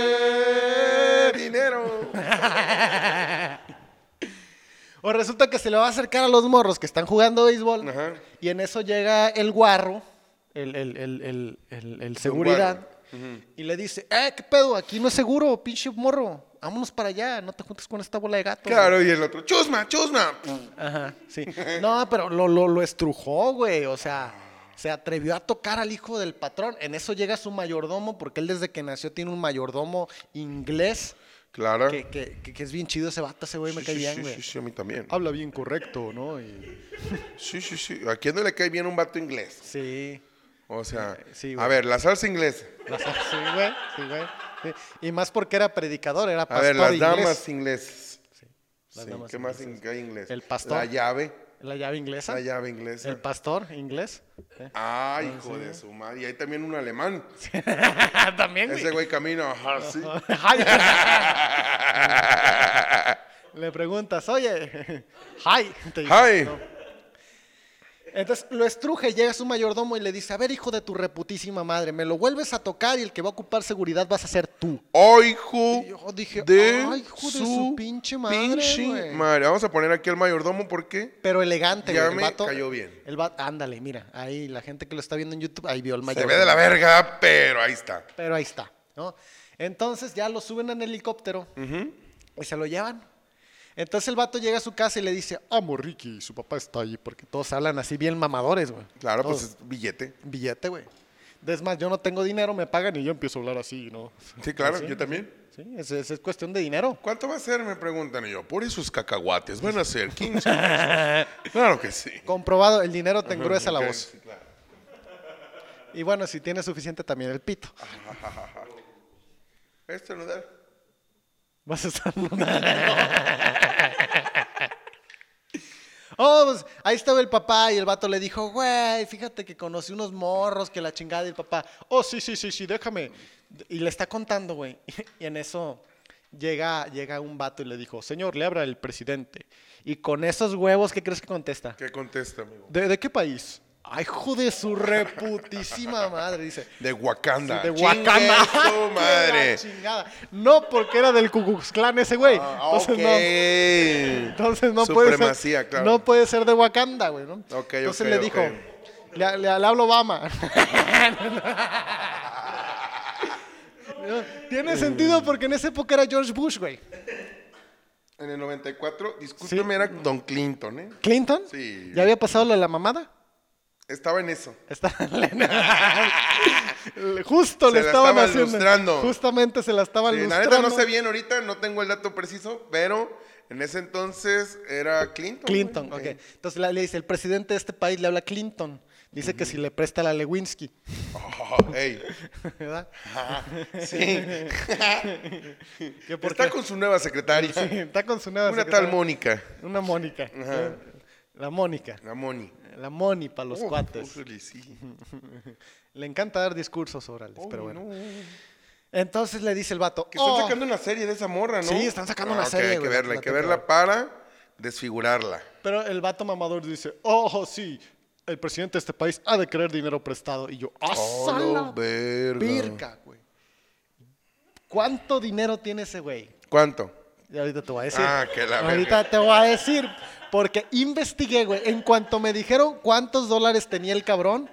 [SPEAKER 3] Eh, dinero.
[SPEAKER 2] O resulta que se le va a acercar a los morros que están jugando béisbol.
[SPEAKER 3] Ajá.
[SPEAKER 2] Y en eso llega el guarro, el, el- el- el- el- el seguridad,
[SPEAKER 3] guarro.
[SPEAKER 2] y le dice: ¡Eh, qué pedo! Aquí no es seguro, pinche morro. Vámonos para allá, no te juntes con esta bola de gatos. güey".
[SPEAKER 3] Claro, y el otro, chusma, chusma.
[SPEAKER 2] Ajá, sí. No, pero lo, lo, lo estrujó, güey. O sea, se atrevió a tocar al hijo del patrón. En eso llega su mayordomo, porque él desde que nació tiene un mayordomo inglés,
[SPEAKER 3] Claro.
[SPEAKER 2] que, que, que- que es bien chido ese vato, ese güey me
[SPEAKER 3] Sí,
[SPEAKER 2] cae
[SPEAKER 3] sí,
[SPEAKER 2] bien,
[SPEAKER 3] sí,
[SPEAKER 2] güey.
[SPEAKER 3] sí, sí, a mí también.
[SPEAKER 2] Habla bien correcto, ¿no? Y-
[SPEAKER 3] Sí, sí, sí. ¿A quién no le cae bien un vato inglés?
[SPEAKER 2] Sí.
[SPEAKER 3] O sea,
[SPEAKER 2] Sí, güey.
[SPEAKER 3] a ver, la salsa inglesa.
[SPEAKER 2] Las- sí, güey, sí, güey. Sí. Y más porque era predicador, era
[SPEAKER 3] A
[SPEAKER 2] pastor
[SPEAKER 3] ver, las
[SPEAKER 2] inglés.
[SPEAKER 3] damas inglesas.
[SPEAKER 2] las
[SPEAKER 3] Sí,
[SPEAKER 2] damas
[SPEAKER 3] ¿Qué más
[SPEAKER 2] inglesas.
[SPEAKER 3] in- qué hay inglés?
[SPEAKER 2] El pastor. ¿Ah?
[SPEAKER 3] La llave.
[SPEAKER 2] La llave inglesa.
[SPEAKER 3] La llave inglesa.
[SPEAKER 2] El pastor inglés.
[SPEAKER 3] Ah, hijo de su madre. Y hay también un alemán.
[SPEAKER 2] (laughs) También,
[SPEAKER 3] Ese güey camina así. (laughs)
[SPEAKER 2] Le preguntas, oye, hi. te dice,
[SPEAKER 3] ¡Hi!
[SPEAKER 2] ¿no? Entonces lo estruje, llega su mayordomo y le dice, a ver, hijo de tu reputísima madre, me lo vuelves a tocar y el que va a ocupar seguridad vas a ser tú.
[SPEAKER 3] ¡Oh, hijo!
[SPEAKER 2] Y yo dije,
[SPEAKER 3] de
[SPEAKER 2] "Ay, hijo de su pinche madre, güey".
[SPEAKER 3] madre. Vamos a poner aquí al mayordomo porque
[SPEAKER 2] Pero elegante,
[SPEAKER 3] Ya
[SPEAKER 2] güey, el
[SPEAKER 3] me
[SPEAKER 2] vato-
[SPEAKER 3] cayó bien.
[SPEAKER 2] El vato, ándale, mira, ahí la gente que lo está viendo en YouTube, ahí vio el
[SPEAKER 3] se
[SPEAKER 2] mayordomo.
[SPEAKER 3] ve de la verga, pero ahí está.
[SPEAKER 2] Pero ahí está, ¿no? Entonces ya lo suben en helicóptero y se lo llevan. Entonces el vato llega a su casa y le dice, amo Ricky, su papá está allí, porque todos hablan así bien mamadores, güey.
[SPEAKER 3] Claro,
[SPEAKER 2] Todos.
[SPEAKER 3] pues es billete.
[SPEAKER 2] Billete, güey. Es más, yo no tengo dinero, me pagan y yo empiezo a hablar así, ¿no?
[SPEAKER 3] Sí, claro, yo también.
[SPEAKER 2] Sí, es, es- es cuestión de dinero.
[SPEAKER 3] ¿Cuánto va a ser? Me preguntan y yo. Por esos cacahuates van a ser 15.
[SPEAKER 2] (laughs)
[SPEAKER 3] pesos. claro que sí.
[SPEAKER 2] Comprobado, el dinero te engruesa la
[SPEAKER 3] Ok,
[SPEAKER 2] voz.
[SPEAKER 3] sí, claro.
[SPEAKER 2] Y bueno, si tienes suficiente también el pito.
[SPEAKER 3] Esto Este no da.
[SPEAKER 2] Vas a estar (laughs) Oh, pues ahí estaba el papá y el vato le dijo, güey, fíjate que conocí unos morros que la chingada y el papá, oh, sí, sí, sí, sí, déjame. Y le está contando, güey. (laughs) Y en eso llega, llega un vato y le dijo, señor, le habla el presidente. Y con esos huevos, ¿qué crees que contesta?
[SPEAKER 3] ¿Qué contesta, amigo?
[SPEAKER 2] ¿De, de qué país? Ay, hijo de su reputísima madre, dice.
[SPEAKER 3] De Wakanda.
[SPEAKER 2] De
[SPEAKER 3] Chingue
[SPEAKER 2] Wakanda. (laughs)
[SPEAKER 3] su madre.
[SPEAKER 2] La chingada. No, porque era del Ku Klux Klan ese güey.
[SPEAKER 3] Ah,
[SPEAKER 2] Entonces no.
[SPEAKER 3] ok.
[SPEAKER 2] Entonces no puede
[SPEAKER 3] Supremacía,
[SPEAKER 2] ser.
[SPEAKER 3] claro.
[SPEAKER 2] No puede ser de Wakanda, güey, ¿no?
[SPEAKER 3] Ok,
[SPEAKER 2] Entonces
[SPEAKER 3] ok,
[SPEAKER 2] le
[SPEAKER 3] ok.
[SPEAKER 2] dijo, le, le- le hablo Obama. (laughs) Tiene
[SPEAKER 3] Mm.
[SPEAKER 2] sentido porque en esa época era George Bush, güey.
[SPEAKER 3] En el 94, discúlpeme, era Don Clinton, ¿eh?
[SPEAKER 2] ¿Clinton?
[SPEAKER 3] Sí.
[SPEAKER 2] ¿Ya había pasado lo de la mamada?
[SPEAKER 3] Estaba en eso.
[SPEAKER 2] Está- (laughs)
[SPEAKER 3] (laughs)
[SPEAKER 2] Justo
[SPEAKER 3] Se
[SPEAKER 2] le
[SPEAKER 3] la
[SPEAKER 2] estaban
[SPEAKER 3] estaban
[SPEAKER 2] haciendo.
[SPEAKER 3] lustrando.
[SPEAKER 2] Justamente se la estaban
[SPEAKER 3] Sí, la
[SPEAKER 2] lustrando.
[SPEAKER 3] neta no sé bien ahorita, no tengo el dato preciso, pero en ese entonces era Clinton.
[SPEAKER 2] Clinton, ok.
[SPEAKER 3] güey.
[SPEAKER 2] Entonces la- le dice, el presidente de este país le habla a Clinton. Dice que si le presta la Lewinsky, (laughs)
[SPEAKER 3] Oh, ey. Ah,
[SPEAKER 2] ¿verdad? (laughs)
[SPEAKER 3] Sí.
[SPEAKER 2] Que porque-
[SPEAKER 3] Está con su nueva secretaria.
[SPEAKER 2] Sí, (laughs) está con su nueva
[SPEAKER 3] Una
[SPEAKER 2] secretaria.
[SPEAKER 3] tal Mónica.
[SPEAKER 2] Una Mónica.
[SPEAKER 3] Ajá.
[SPEAKER 2] La Mónica.
[SPEAKER 3] La Moni.
[SPEAKER 2] La Moni para los
[SPEAKER 3] Oh,
[SPEAKER 2] cuates.
[SPEAKER 3] ujule, sí.
[SPEAKER 2] Le encanta dar discursos orales, pero bueno. Entonces le dice el vato.
[SPEAKER 3] Oh, Que están
[SPEAKER 2] "Oh".
[SPEAKER 3] sacando una serie de esa morra, ¿no? Ah,
[SPEAKER 2] Sí, están sacando una
[SPEAKER 3] ok,
[SPEAKER 2] serie,
[SPEAKER 3] Hay que
[SPEAKER 2] güey,
[SPEAKER 3] verla, hay
[SPEAKER 2] la
[SPEAKER 3] que
[SPEAKER 2] tengo.
[SPEAKER 3] verla para desfigurarla.
[SPEAKER 2] Pero el vato mamador dice, oh, sí, el presidente de este país ha de querer dinero prestado. Y yo, ¡ah,
[SPEAKER 3] Oh,
[SPEAKER 2] sala
[SPEAKER 3] no, verga.
[SPEAKER 2] Virga, güey. ¿Cuánto dinero tiene ese güey?
[SPEAKER 3] ¿Cuánto?
[SPEAKER 2] Y ahorita te voy a decir.
[SPEAKER 3] Ah, que la
[SPEAKER 2] Ahorita te voy a decir. Porque investigué, güey. En cuanto me dijeron cuántos dólares tenía el cabrón,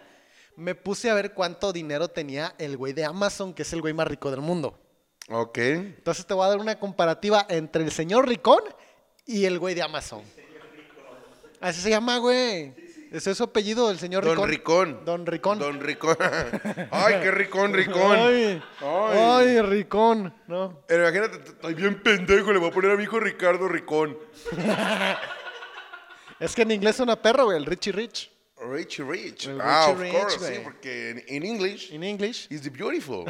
[SPEAKER 2] me puse a ver cuánto dinero tenía el güey de Amazon, que es el güey más rico del mundo.
[SPEAKER 3] Ok.
[SPEAKER 2] Entonces te voy a dar una comparativa entre el señor Ricón y el güey de Amazon. Así se llama, güey. Ese es su apellido, el señor
[SPEAKER 3] Don Ricón.
[SPEAKER 2] Don Ricón.
[SPEAKER 3] Don Ricón. (laughs) Ay, qué Ricón, Ricón.
[SPEAKER 2] Ay,
[SPEAKER 3] Ay.
[SPEAKER 2] ay, Ricón. No.
[SPEAKER 3] Pero imagínate, t- estoy bien pendejo, le voy a poner a mi hijo Ricardo Ricón.
[SPEAKER 2] Es que en inglés es una perra, güey, el Richie Rich.
[SPEAKER 3] Richie Rich.
[SPEAKER 2] El
[SPEAKER 3] ah,
[SPEAKER 2] Richie
[SPEAKER 3] of
[SPEAKER 2] Rich,
[SPEAKER 3] course, sí,
[SPEAKER 2] güey.
[SPEAKER 3] porque en en English
[SPEAKER 2] In English.
[SPEAKER 3] is
[SPEAKER 2] (laughs)
[SPEAKER 3] the beautiful.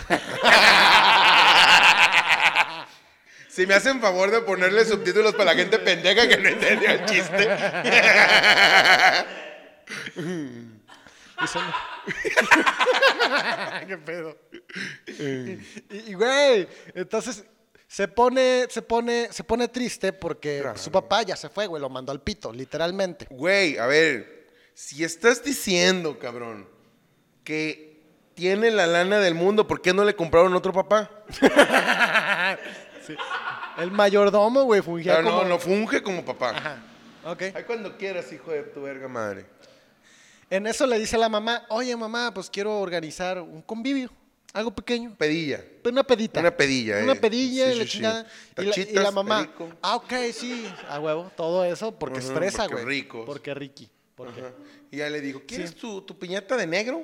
[SPEAKER 3] si me hacen favor de ponerle subtítulos para la gente pendeja que no entendió el chiste.
[SPEAKER 2] Y son- (laughs) Qué pedo. Y, y, güey, entonces se pone, se pone, se pone triste porque su papá ya se fue, güey, lo mandó al pito, literalmente.
[SPEAKER 3] Güey, a ver, si estás diciendo, cabrón, que tiene la lana del mundo, ¿por qué no le compraron otro papá?
[SPEAKER 2] El mayordomo, güey, fungía
[SPEAKER 3] Claro, no,
[SPEAKER 2] como...
[SPEAKER 3] no funge como papá.
[SPEAKER 2] Ok.
[SPEAKER 3] Ay, cuando quieras, hijo de tu verga madre.
[SPEAKER 2] En eso le dice la mamá, oye mamá, pues quiero organizar un convivio, algo pequeño,
[SPEAKER 3] Pedilla.
[SPEAKER 2] pero una pedita.
[SPEAKER 3] Una pedilla,
[SPEAKER 2] Una
[SPEAKER 3] eh.
[SPEAKER 2] pedilla
[SPEAKER 3] Sí,
[SPEAKER 2] y
[SPEAKER 3] sí,
[SPEAKER 2] la
[SPEAKER 3] sí.
[SPEAKER 2] chingada. Y la- y, la,
[SPEAKER 3] Tachitas,
[SPEAKER 2] mamá,
[SPEAKER 3] perico.
[SPEAKER 2] ah, ok, sí, a huevo, todo eso porque
[SPEAKER 3] Ujú,
[SPEAKER 2] estresa,
[SPEAKER 3] porque
[SPEAKER 2] güey.
[SPEAKER 3] ricos.
[SPEAKER 2] Porque Ricky. Porque...
[SPEAKER 3] Ajá. Y ya le digo, ¿quieres tu, tu piñata de negro?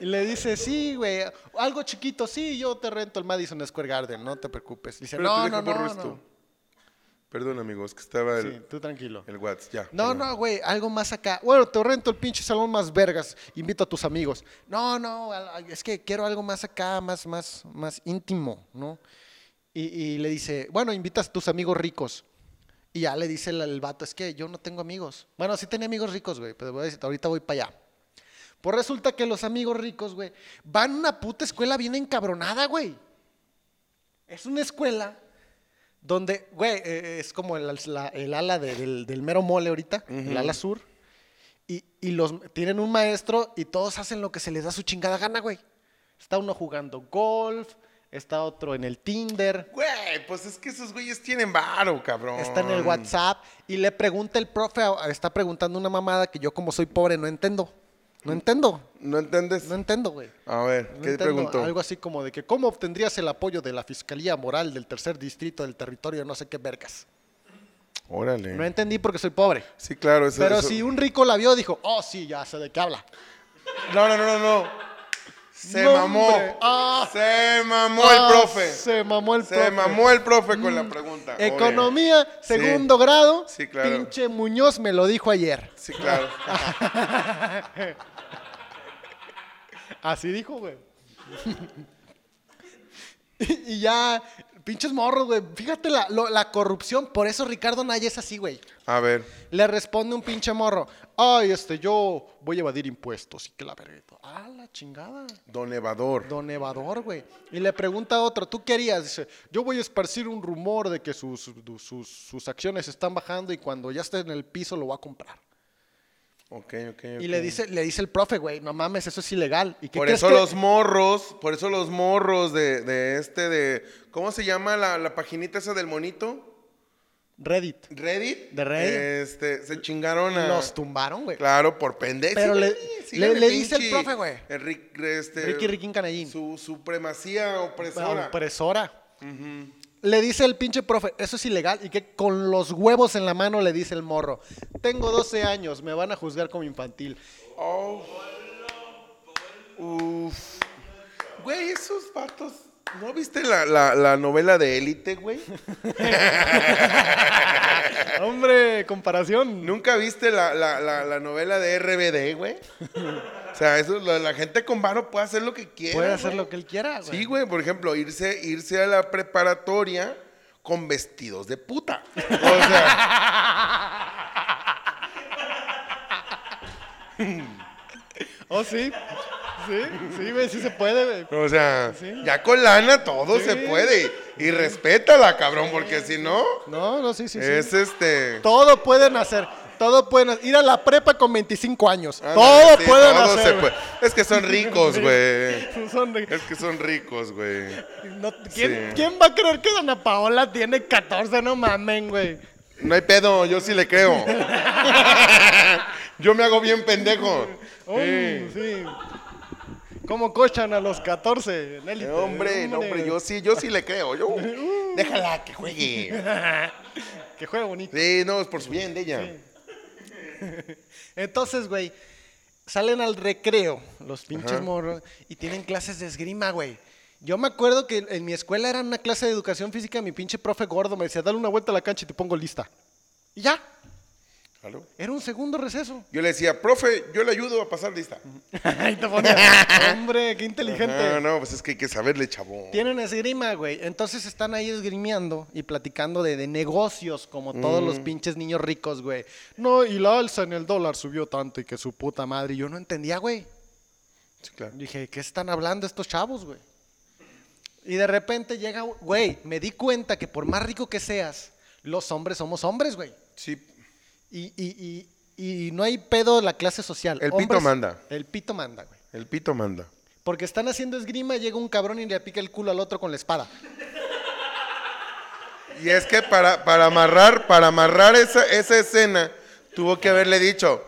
[SPEAKER 2] Y le dice, sí, güey, algo chiquito, sí, yo te rento el Madison Square Garden, no te preocupes. Dice,
[SPEAKER 3] (laughs) Pero te
[SPEAKER 2] no,
[SPEAKER 3] dejo
[SPEAKER 2] no, no,
[SPEAKER 3] borro
[SPEAKER 2] no.
[SPEAKER 3] esto. Perdón, amigos, que estaba el,
[SPEAKER 2] Sí, tú tranquilo.
[SPEAKER 3] el WhatsApp. Ya.
[SPEAKER 2] No,
[SPEAKER 3] perdón.
[SPEAKER 2] no, güey, algo más acá. Bueno, te rento el pinche salón más vergas. Invito a tus amigos. No, no, al- al- es que quiero algo más acá, más, más, más íntimo, ¿no? Y, y le dice, bueno, invitas a tus amigos ricos. Y ya le dice el, el vato, es que yo no tengo amigos. Bueno, sí tenía amigos ricos, güey, pero voy a decir, ahorita voy para allá. Pues resulta que los amigos ricos, güey, van a una puta escuela bien encabronada, güey. Es una escuela donde, güey, eh, es como el, la- el ala de- del, del mero mole ahorita, el ala sur. Y, y los tienen un maestro y todos hacen lo que se les da su chingada gana, güey. Está uno jugando golf, está otro en el Tinder,
[SPEAKER 3] Güey, pues es que esos güeyes tienen varo, cabrón.
[SPEAKER 2] está en el WhatsApp y le pregunta el profe, a- está preguntando una mamada que yo como soy pobre no entiendo. No entiendo,
[SPEAKER 3] ¿No entiendes?
[SPEAKER 2] no entiendo, güey.
[SPEAKER 3] A
[SPEAKER 2] No
[SPEAKER 3] ver, ¿qué te
[SPEAKER 2] Pues, entiendo,
[SPEAKER 3] preguntó?
[SPEAKER 2] Algo así como de que cómo obtendrías el apoyo de la Fiscalía Moral del Tercer Distrito del Territorio, no sé qué vergas.
[SPEAKER 3] Órale.
[SPEAKER 2] No entendí porque soy pobre.
[SPEAKER 3] Sí, claro, eso
[SPEAKER 2] Pero
[SPEAKER 3] eso-
[SPEAKER 2] si un rico la vio, dijo, oh, sí, ya sé de qué habla.
[SPEAKER 3] No, no, no, no, no. Se
[SPEAKER 2] No, hombre.
[SPEAKER 3] mamó.
[SPEAKER 2] Ah.
[SPEAKER 3] se mamó
[SPEAKER 2] Ah,
[SPEAKER 3] el profe. Se,
[SPEAKER 2] Se mamó el profe. Mm.
[SPEAKER 3] mamó el profe con la pregunta. Ole.
[SPEAKER 2] Economía, segundo grado.
[SPEAKER 3] Sí, claro.
[SPEAKER 2] Pinche Muñoz me lo dijo ayer. (laughs)
[SPEAKER 3] Sí, claro.
[SPEAKER 2] Así dijo, güey. (laughs) y y ya, pinches morros, güey. Fíjate la, lo- la corrupción. Por eso Ricardo Naya es así, güey.
[SPEAKER 3] A ver.
[SPEAKER 2] Le responde un pinche morro. Ay, este, yo voy a evadir impuestos y que la verga. Ah, la chingada.
[SPEAKER 3] Don Evador.
[SPEAKER 2] Don Evador, güey. Y le pregunta a otro, ¿tú querías? Dice, yo voy a esparcir un rumor de que sus, sus- sus- sus acciones están bajando y cuando ya esté en el piso lo voy a comprar.
[SPEAKER 3] Ok, ok,
[SPEAKER 2] Y le
[SPEAKER 3] ok.
[SPEAKER 2] dice, le dice el profe, güey, no mames, eso es ilegal. ¿Y qué
[SPEAKER 3] Por
[SPEAKER 2] crees
[SPEAKER 3] eso
[SPEAKER 2] que-
[SPEAKER 3] los morros, por eso los morros de, de este, de... ¿Cómo se llama la, la paginita esa del monito?
[SPEAKER 2] Reddit.
[SPEAKER 3] ¿Reddit?
[SPEAKER 2] De Reddit.
[SPEAKER 3] Este, se chingaron a...
[SPEAKER 2] Los tumbaron, güey.
[SPEAKER 3] Claro, por pendejo.
[SPEAKER 2] Pero le-
[SPEAKER 3] síganle,
[SPEAKER 2] le- le dice el
[SPEAKER 3] pinche,
[SPEAKER 2] profe, güey.
[SPEAKER 3] el Rick- este,
[SPEAKER 2] Ricky Riquín Canallín.
[SPEAKER 3] Su supremacía
[SPEAKER 2] La
[SPEAKER 3] opresora.
[SPEAKER 2] Opresora. Le dice el pinche profe, eso es ilegal. Y que con los huevos en la mano le dice el morro, tengo 12 años, me van a juzgar como infantil.
[SPEAKER 3] (laughs) Oh. Uf. Güey, esos vatos. ¿No viste la, la- la novela de Élite, güey?
[SPEAKER 2] Hombre, comparación.
[SPEAKER 3] ¿Nunca viste la, la- la- la novela de RBD, güey? O sea, eso, la, la gente con varo puede hacer lo que quiera.
[SPEAKER 2] Puede hacer
[SPEAKER 3] güey.
[SPEAKER 2] lo que él quiera, güey.
[SPEAKER 3] Sí, güey, por ejemplo, irse, irse a la preparatoria con vestidos de puta. O sea.
[SPEAKER 2] Oh, sí. Sí, sí, güey, sí se puede, güey.
[SPEAKER 3] O sea,
[SPEAKER 2] Sí.
[SPEAKER 3] ya con lana todo
[SPEAKER 2] Sí.
[SPEAKER 3] se puede. Y respétala, cabrón, porque si no,
[SPEAKER 2] No, no, sí, sí, sí.
[SPEAKER 3] es este.
[SPEAKER 2] Todo pueden hacer. Todo pueden hacer. Ir a la prepa con 25 años.
[SPEAKER 3] ándale,
[SPEAKER 2] todo
[SPEAKER 3] sí,
[SPEAKER 2] pueden
[SPEAKER 3] todo se
[SPEAKER 2] hacer. güey.
[SPEAKER 3] puede. Es que son ricos, güey.
[SPEAKER 2] (laughs) Son de-
[SPEAKER 3] Es que son ricos, güey.
[SPEAKER 2] no- ¿quién,
[SPEAKER 3] Sí.
[SPEAKER 2] quién va a creer que Dana Paola tiene 14? No mamen, güey.
[SPEAKER 3] No hay pedo, yo sí le (laughs) creo. yo me hago bien pendejo. Eh,
[SPEAKER 2] Uy, sí. ¿Cómo cochan a los 14? en élite?
[SPEAKER 3] Eh, hombre, no, hombre, yo sí, yo sí le creo. Yo,
[SPEAKER 2] Uh.
[SPEAKER 3] déjala que juegue.
[SPEAKER 2] (laughs) Que juega bonito.
[SPEAKER 3] Sí, no, es por su bien de ella.
[SPEAKER 2] Entonces, güey, salen al recreo los pinches morros y tienen clases de esgrima, güey. Yo me acuerdo que en mi escuela era una clase de educación física, mi pinche profe gordo me decía, dale una vuelta a la cancha y te pongo lista. Y ya,
[SPEAKER 3] ¿Aló?
[SPEAKER 2] era un segundo
[SPEAKER 3] (laughs)
[SPEAKER 2] receso.
[SPEAKER 3] Yo le decía, profe, yo le ayudo a pasar lista.
[SPEAKER 2] Ahí (laughs) te ponía, hombre, qué inteligente.
[SPEAKER 3] No, no, pues es que hay que saberle, chavo.
[SPEAKER 2] Tienen esgrima, güey. Entonces están ahí esgrimeando y platicando de, de negocios, como todos
[SPEAKER 3] Mm.
[SPEAKER 2] los pinches niños ricos, güey. No, y la alza en el dólar subió tanto y que su puta madre. Yo no entendía, güey.
[SPEAKER 3] Sí, claro.
[SPEAKER 2] Dije, ¿qué están hablando estos chavos, güey? Y de repente llega, un- güey, me di cuenta que por más rico que seas, los hombres somos hombres, güey.
[SPEAKER 3] Sí,
[SPEAKER 2] Y, y- y- y no hay pedo la clase social.
[SPEAKER 3] El pito
[SPEAKER 2] Hombres-
[SPEAKER 3] manda.
[SPEAKER 2] El pito manda, güey.
[SPEAKER 3] el pito manda.
[SPEAKER 2] Porque están haciendo esgrima, llega un cabrón y le pica el culo al otro con la espada.
[SPEAKER 3] Y es que para, para amarrar, para amarrar esa, esa escena, tuvo que haberle dicho,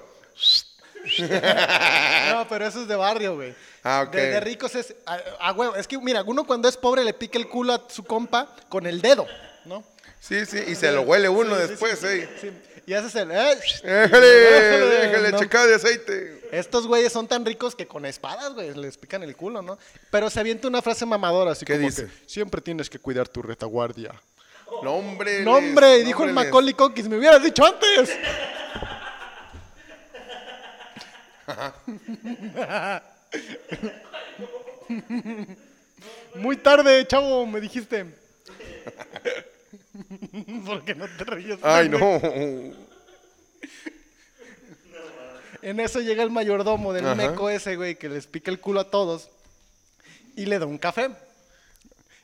[SPEAKER 2] No, pero eso es de barrio, güey.
[SPEAKER 3] Ah, ok.
[SPEAKER 2] De, de ricos es. A, a huevo. Es que, mira, uno cuando es pobre le pica el culo a su compa con el dedo, ¿no?
[SPEAKER 3] sí, sí, y se lo huele uno
[SPEAKER 2] Sí, sí,
[SPEAKER 3] después,
[SPEAKER 2] sí,
[SPEAKER 3] ¿eh?
[SPEAKER 2] sí. Y haces el. eh, (laughs)
[SPEAKER 3] Déjale, déjale,
[SPEAKER 2] No.
[SPEAKER 3] checada de aceite.
[SPEAKER 2] Estos güeyes son tan ricos que con espadas, güey, les pican el culo, ¿no? Pero se avienta una frase mamadora, así
[SPEAKER 3] ¿Qué
[SPEAKER 2] como
[SPEAKER 3] dice?
[SPEAKER 2] que siempre tienes que cuidar tu retaguardia.
[SPEAKER 3] No, hombre.
[SPEAKER 2] No, hombre, y dijo el Macaulay Culkin, me hubieras dicho antes. Muy tarde, chavo, me dijiste. Porque no te ríes.
[SPEAKER 3] Ay,
[SPEAKER 2] pendejo?
[SPEAKER 3] no.
[SPEAKER 2] En eso llega el mayordomo del
[SPEAKER 3] Ajá.
[SPEAKER 2] meco ese, güey, que les pica el culo a todos y le da un café.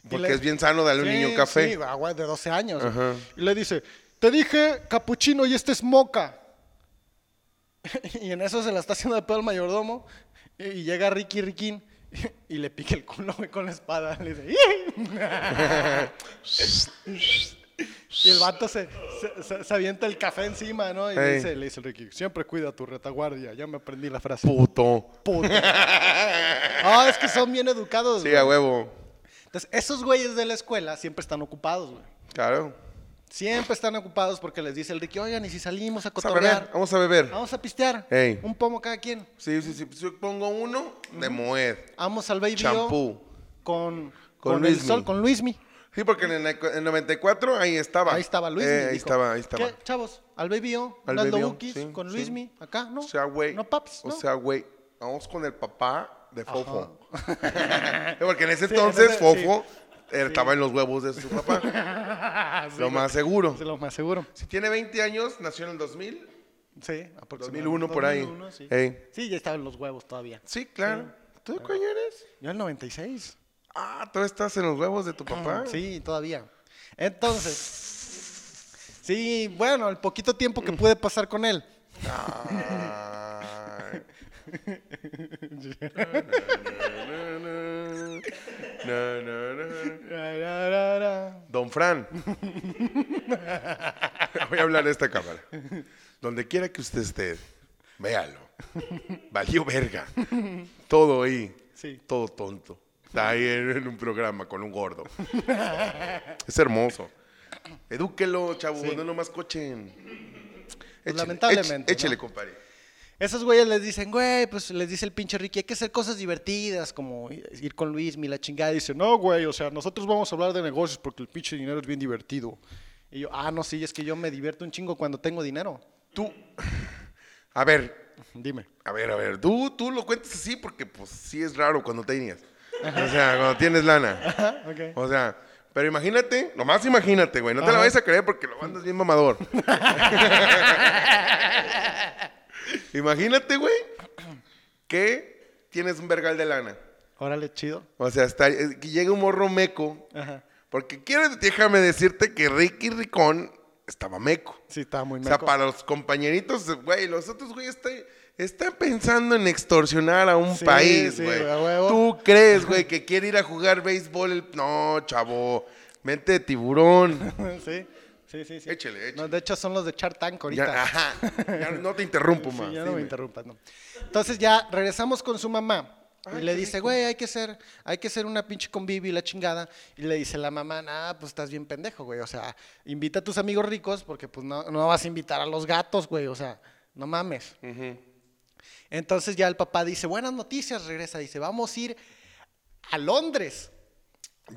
[SPEAKER 2] Y
[SPEAKER 3] Porque
[SPEAKER 2] le-
[SPEAKER 3] es bien sano darle a un niño
[SPEAKER 2] Sí,
[SPEAKER 3] un café.
[SPEAKER 2] Sí, agua de 12 años.
[SPEAKER 3] Ajá.
[SPEAKER 2] Y le dice, te dije capuchino y este es moca. (laughs) y en eso se la está haciendo de pedo al mayordomo. Y- Y llega Ricky Riquín (laughs) y le pica el culo güey, con la espada. Le dice, "Ih". (laughs) Y el vato se, se- se- se avienta el café encima, ¿no? Y le,
[SPEAKER 3] Ey.
[SPEAKER 2] dice, le dice el Ricky, siempre cuida tu retaguardia. Ya me aprendí la frase. (laughs)
[SPEAKER 3] Puto.
[SPEAKER 2] Puto. Ah, es que son bien educados.
[SPEAKER 3] Sí,
[SPEAKER 2] güey.
[SPEAKER 3] a huevo.
[SPEAKER 2] Entonces, esos güeyes de la escuela siempre están ocupados, güey.
[SPEAKER 3] Claro.
[SPEAKER 2] Siempre están ocupados porque les dice el Ricky, oigan, y si salimos a
[SPEAKER 3] Vamos a beber.
[SPEAKER 2] cotorrear,
[SPEAKER 3] Vamos a beber.
[SPEAKER 2] vamos a pistear,
[SPEAKER 3] Ey.
[SPEAKER 2] un pomo cada quien.
[SPEAKER 3] Sí, sí, sí. Yo pongo uno de Moed.
[SPEAKER 2] Vamos al Baby O
[SPEAKER 3] Champú.
[SPEAKER 2] con,
[SPEAKER 3] Con
[SPEAKER 2] con, el
[SPEAKER 3] Luismi.
[SPEAKER 2] sol, con Luismi.
[SPEAKER 3] Sí, porque en el, en el 94 ahí estaba.
[SPEAKER 2] Ahí estaba Luismi.
[SPEAKER 3] Eh, ahí
[SPEAKER 2] dijo.
[SPEAKER 3] estaba, ahí estaba.
[SPEAKER 2] ¿Qué, chavos? Al Baby O,
[SPEAKER 3] Al
[SPEAKER 2] dando
[SPEAKER 3] Baby O,
[SPEAKER 2] bookies
[SPEAKER 3] sí,
[SPEAKER 2] con
[SPEAKER 3] sí.
[SPEAKER 2] Luismi, acá, ¿no?
[SPEAKER 3] O sea, güey.
[SPEAKER 2] No, paps,
[SPEAKER 3] O
[SPEAKER 2] no.
[SPEAKER 3] sea, güey. Vamos con el papá de Fofo.
[SPEAKER 2] (laughs)
[SPEAKER 3] porque en ese
[SPEAKER 2] Sí,
[SPEAKER 3] entonces
[SPEAKER 2] entonces,
[SPEAKER 3] Fofo estaba en los huevos de su papá. lo más seguro.
[SPEAKER 2] Se Ah, lo más seguro.
[SPEAKER 3] Si tiene 20 años, nació en el 2000.
[SPEAKER 2] Sí, aproximadamente.
[SPEAKER 3] 2001 por ahí.
[SPEAKER 2] 2001, sí.
[SPEAKER 3] Ey.
[SPEAKER 2] Sí, ya estaban los huevos todavía.
[SPEAKER 3] Sí, claro. ¿Tú de qué año eres?
[SPEAKER 2] Yo el 96.
[SPEAKER 3] Ah, tú estás en los huevos de tu papá.
[SPEAKER 2] Sí, todavía. Entonces, sí, bueno, el poquito tiempo que pude pasar con él.
[SPEAKER 3] Ay. (laughs) Na, na, na. Don Fran. (laughs) Voy a hablar a esta cámara. Donde quiera que usted esté, véalo. Valió verga. Todo ahí.
[SPEAKER 2] Sí.
[SPEAKER 3] Todo tonto. Está ahí en en un programa con un gordo. Es hermoso. Edúquelo, chavos. No nomás cochen. Échele,
[SPEAKER 2] Pues lamentablemente,
[SPEAKER 3] éch- Échele,
[SPEAKER 2] ¿no?
[SPEAKER 3] compadre.
[SPEAKER 2] Esos güeyes les dicen, güey, pues les dice el pinche Ricky, hay que hacer cosas divertidas, como ir con Luis, mi la chingada. Y dice, no, güey, o sea, nosotros vamos a hablar de negocios porque el pinche dinero es bien divertido. Y yo, ah, no, sí, es que yo me divierto un chingo cuando tengo dinero.
[SPEAKER 3] Tú. A ver,
[SPEAKER 2] Dime.
[SPEAKER 3] A ver, a ver, tú, tú lo cuentas así porque pues sí es raro cuando tenías. O sea, cuando tienes lana.
[SPEAKER 2] ok.
[SPEAKER 3] O sea, pero imagínate, nomás imagínate, güey. No te la
[SPEAKER 2] Ajá.
[SPEAKER 3] vayas a creer porque lo andas bien mamador. imagínate, güey, que tienes un vergal de lana.
[SPEAKER 2] Órale, chido.
[SPEAKER 3] O sea, está, es que llega un morro meco.
[SPEAKER 2] Ajá.
[SPEAKER 3] Porque quiero, déjame decirte que Ricky Ricón estaba meco.
[SPEAKER 2] Sí, estaba muy
[SPEAKER 3] O sea,
[SPEAKER 2] meco.
[SPEAKER 3] para los compañeritos, güey, los otros, güey, está- están pensando en extorsionar a un
[SPEAKER 2] Sí,
[SPEAKER 3] país,
[SPEAKER 2] sí,
[SPEAKER 3] güey.
[SPEAKER 2] güey, a huevo.
[SPEAKER 3] ¿Tú crees, güey, que quiere ir a jugar béisbol? el- No, chavo. Mente de tiburón.
[SPEAKER 2] (laughs) sí, sí, sí, sí.
[SPEAKER 3] Échele, échele.
[SPEAKER 2] No, de hecho, son los de Shark Tank ahorita.
[SPEAKER 3] Ya, ajá.
[SPEAKER 2] (laughs)
[SPEAKER 3] Ya no te interrumpo,
[SPEAKER 2] Sí,
[SPEAKER 3] más.
[SPEAKER 2] ya no me interrumpas, no. Entonces ya regresamos con su mamá.
[SPEAKER 3] Ay,
[SPEAKER 2] y le
[SPEAKER 3] qué
[SPEAKER 2] dice, güey, hay que ser, hay que ser una pinche convivio y la chingada. Y le dice la mamá, nah, pues estás bien pendejo, güey. O sea, invita a tus amigos ricos porque pues no, no vas a invitar a los gatos, güey. O sea, no mames. Entonces ya el papá dice, buenas noticias, regresa. Dice, vamos a ir a Londres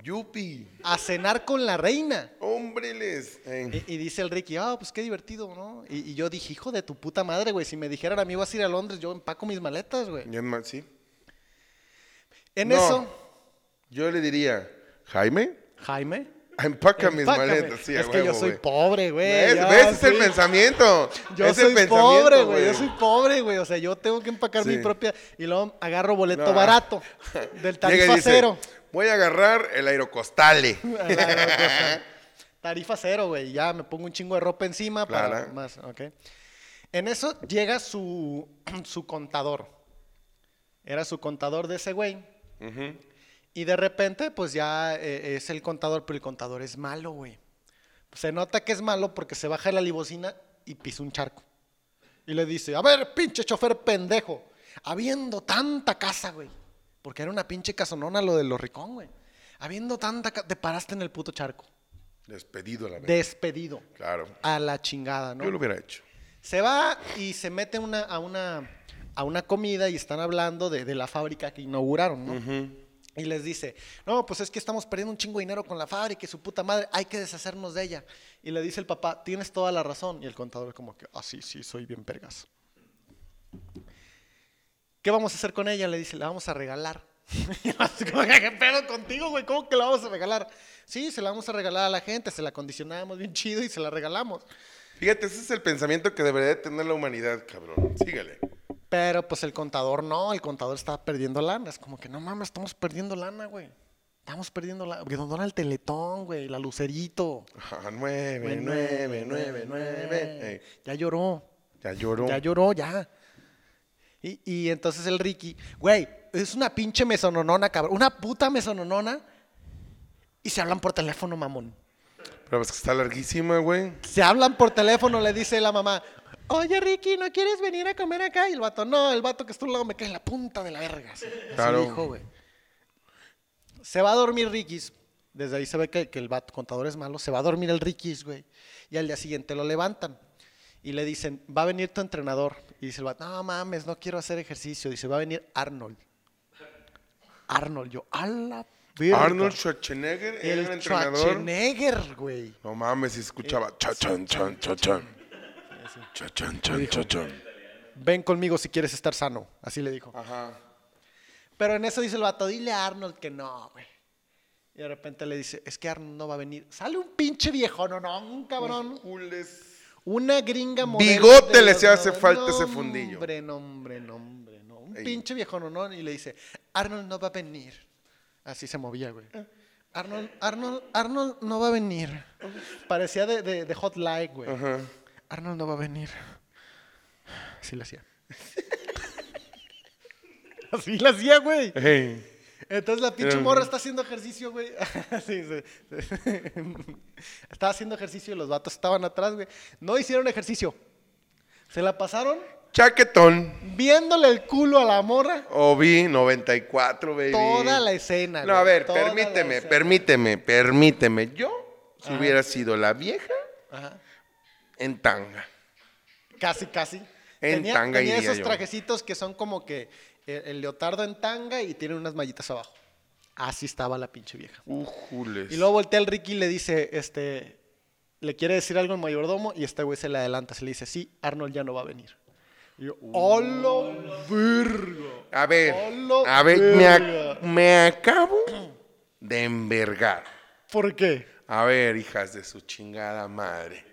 [SPEAKER 3] Yupi.
[SPEAKER 2] a cenar con la reina.
[SPEAKER 3] Hombreles. Eh,
[SPEAKER 2] Y, y dice el Ricky, ah, pues qué divertido, ¿no? Y, y yo dije, hijo de tu puta madre, güey, si me dijeran a mí vas a ir a Londres, yo empaco mis maletas, güey.
[SPEAKER 3] ya no- sí.
[SPEAKER 2] En
[SPEAKER 3] No.
[SPEAKER 2] eso,
[SPEAKER 3] Yo le diría, Jaime,
[SPEAKER 2] Jaime.
[SPEAKER 3] empaca mis
[SPEAKER 2] empácame.
[SPEAKER 3] maletas. Sí, a
[SPEAKER 2] es que yo
[SPEAKER 3] huevo,
[SPEAKER 2] soy
[SPEAKER 3] güey.
[SPEAKER 2] pobre, güey.
[SPEAKER 3] ¿Ves?
[SPEAKER 2] ya,
[SPEAKER 3] ¿Ves? Es el
[SPEAKER 2] sí.
[SPEAKER 3] pensamiento.
[SPEAKER 2] Yo
[SPEAKER 3] es el
[SPEAKER 2] soy
[SPEAKER 3] pensamiento,
[SPEAKER 2] pobre, güey. Yo soy pobre, güey. O sea, yo tengo que empacar
[SPEAKER 3] Sí.
[SPEAKER 2] mi propia. Y luego agarro boleto
[SPEAKER 3] No. (laughs)
[SPEAKER 2] barato del
[SPEAKER 3] Llega y
[SPEAKER 2] tarifa
[SPEAKER 3] dice,
[SPEAKER 2] cero.
[SPEAKER 3] Voy a agarrar el aerocostale. (laughs)
[SPEAKER 2] Tarifa cero, güey. Ya me pongo un chingo de ropa encima para
[SPEAKER 3] Claro.
[SPEAKER 2] más, ¿ok? En eso llega su, (clears throat) su contador. Era su contador de ese güey. Y de repente, pues ya eh, es el contador, pero el contador es malo, güey. Se nota que es malo porque se baja de la libocina y pisa un charco. Y le dice, a ver, pinche chofer pendejo, habiendo tanta casa, güey. Porque era una pinche casonona lo de los ricón, güey. Habiendo tanta casa, te paraste en el puto charco
[SPEAKER 3] Despedido a la vez.
[SPEAKER 2] despedido
[SPEAKER 3] Claro.
[SPEAKER 2] a la chingada, ¿no?
[SPEAKER 3] Yo lo hubiera hecho.
[SPEAKER 2] Se va y se mete una- a, una, a una comida y están hablando de, de la fábrica que inauguraron, ¿no? Y les dice, no, pues es que estamos perdiendo un chingo de dinero con la fábrica y su puta madre, hay que deshacernos de ella. Y le dice el papá, tienes toda la razón. Y el contador como que, ah, sí, sí, soy bien vergas. ¿Qué vamos a hacer con ella? Le dice, la vamos a regalar. (laughs) Y así como que, ¿Qué pedo contigo, güey? ¿Cómo que la vamos a regalar? Sí, se la vamos a regalar a la gente, se la condicionamos bien chido y se la regalamos.
[SPEAKER 3] Fíjate, ese es el pensamiento que debería de tener la humanidad, cabrón. Sígale.
[SPEAKER 2] Pero pues el contador no, el contador está perdiendo lana. Es como que no mames, estamos perdiendo lana, güey. Estamos perdiendo lana. Porque nos dona el teletón, güey, la lucerito.
[SPEAKER 3] Ah, nueve, nueve, nueve, nueve. Ey,
[SPEAKER 2] Ya lloró.
[SPEAKER 3] ya lloró.
[SPEAKER 2] Ya lloró, ya. Y, y entonces el Ricky, güey, es una pinche mesononona, cabrón. Una puta mesononona. Y se hablan por teléfono, mamón.
[SPEAKER 3] Pero es que está larguísima, güey.
[SPEAKER 2] Se hablan por teléfono, le dice la mamá. Oye, Ricky, ¿no quieres venir a comer acá? Y el vato, no, el vato que está a un lado me cae en la punta de la verga. así. Así
[SPEAKER 3] Claro.
[SPEAKER 2] dijo, güey. Se va a dormir Rikis. Desde ahí se ve que, que el vato contador es malo. Se va a dormir el Rikis, güey. Y al día siguiente lo levantan. Y le dicen, va a venir tu entrenador. Y dice el vato, no mames, no quiero hacer ejercicio. Dice, va a venir Arnold. Arnold, yo, a la verga".
[SPEAKER 3] Arnold Schwarzenegger era el
[SPEAKER 2] El
[SPEAKER 3] entrenador.
[SPEAKER 2] Schwarzenegger, güey.
[SPEAKER 3] No mames, si escuchaba. Cha chan chan cha chan. Cha chan chan cha chan.
[SPEAKER 2] Ven conmigo si quieres estar sano. Así le dijo.
[SPEAKER 3] Ajá.
[SPEAKER 2] Pero en eso dice el vato, dile a Arnold que no, güey. Y de repente le dice, es que Arnold no va a venir. Sale un pinche viejo, no, no, un cabrón.
[SPEAKER 3] Cules.
[SPEAKER 2] Una gringa modelo
[SPEAKER 3] Bigote
[SPEAKER 2] de
[SPEAKER 3] le
[SPEAKER 2] los
[SPEAKER 3] se hace
[SPEAKER 2] noven-
[SPEAKER 3] falta ese fundillo.
[SPEAKER 2] Hombre, no, hombre, no, hombre, no. Un
[SPEAKER 3] Ey.
[SPEAKER 2] pinche viejo, no, no. Y le dice, Arnold no va a venir. Así se movía, güey.
[SPEAKER 3] Ah.
[SPEAKER 2] Arnold, Arnold, Arnold no va a venir. Parecía de, de, de Hot Like, güey.
[SPEAKER 3] Ajá.
[SPEAKER 2] Arnold no va a venir. Así lo
[SPEAKER 3] (laughs)
[SPEAKER 2] hacía. Así lo hacía, güey.
[SPEAKER 3] Ey.
[SPEAKER 2] Entonces la pinche
[SPEAKER 3] Era un-
[SPEAKER 2] morra está haciendo ejercicio, güey. (laughs) Sí, sí, sí. (laughs) Estaba haciendo ejercicio y los vatos estaban atrás, güey. No hicieron ejercicio. Se la pasaron
[SPEAKER 3] Chaquetón.
[SPEAKER 2] viéndole el culo a la morra
[SPEAKER 3] Obi 94, baby.
[SPEAKER 2] toda la escena.
[SPEAKER 3] No,
[SPEAKER 2] güey.
[SPEAKER 3] a ver,
[SPEAKER 2] Toda la
[SPEAKER 3] permíteme,
[SPEAKER 2] escena.
[SPEAKER 3] permíteme, permíteme. Yo, si hubiera sido la vieja,
[SPEAKER 2] Ajá.
[SPEAKER 3] en tanga.
[SPEAKER 2] Casi, casi.
[SPEAKER 3] En
[SPEAKER 2] tenía
[SPEAKER 3] tanga
[SPEAKER 2] tenía
[SPEAKER 3] iría
[SPEAKER 2] esos
[SPEAKER 3] yo.
[SPEAKER 2] trajecitos que son como que el, el leotardo en tanga y tienen unas mallitas abajo. Así estaba la pinche vieja.
[SPEAKER 3] Ujules.
[SPEAKER 2] Y luego voltea al Ricky y le dice, este, le quiere decir algo al mayordomo y este güey se le adelanta, se le dice, sí, Arnold ya no va a venir. Y yo,
[SPEAKER 3] Uh.
[SPEAKER 2] ¡hola, verga!
[SPEAKER 3] A ver,
[SPEAKER 2] Hola,
[SPEAKER 3] a ver, me, ac-
[SPEAKER 2] verga.
[SPEAKER 3] me acabo de envergar.
[SPEAKER 2] ¿Por qué?
[SPEAKER 3] A ver, hijas de su chingada madre.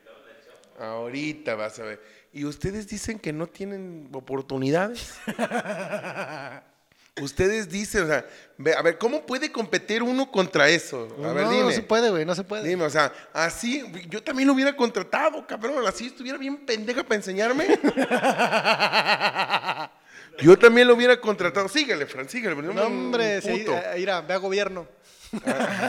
[SPEAKER 3] Ahorita vas a ver.
[SPEAKER 2] (laughs)
[SPEAKER 3] ¿Y ustedes dicen que no tienen oportunidades? Ustedes dicen, o sea, ve- a ver, ¿cómo puede competir uno contra eso? A ver,
[SPEAKER 2] no,
[SPEAKER 3] dime.
[SPEAKER 2] no se puede, güey, no se puede.
[SPEAKER 3] Dime, o sea, así, yo también lo hubiera contratado, cabrón. Así estuviera bien pendeja
[SPEAKER 2] (laughs)
[SPEAKER 3] para enseñarme. Yo también lo hubiera contratado. Síguele, Fran, síguele. pero
[SPEAKER 2] No, hombre, sí,
[SPEAKER 3] puto.
[SPEAKER 2] eh, mira, ve a gobierno.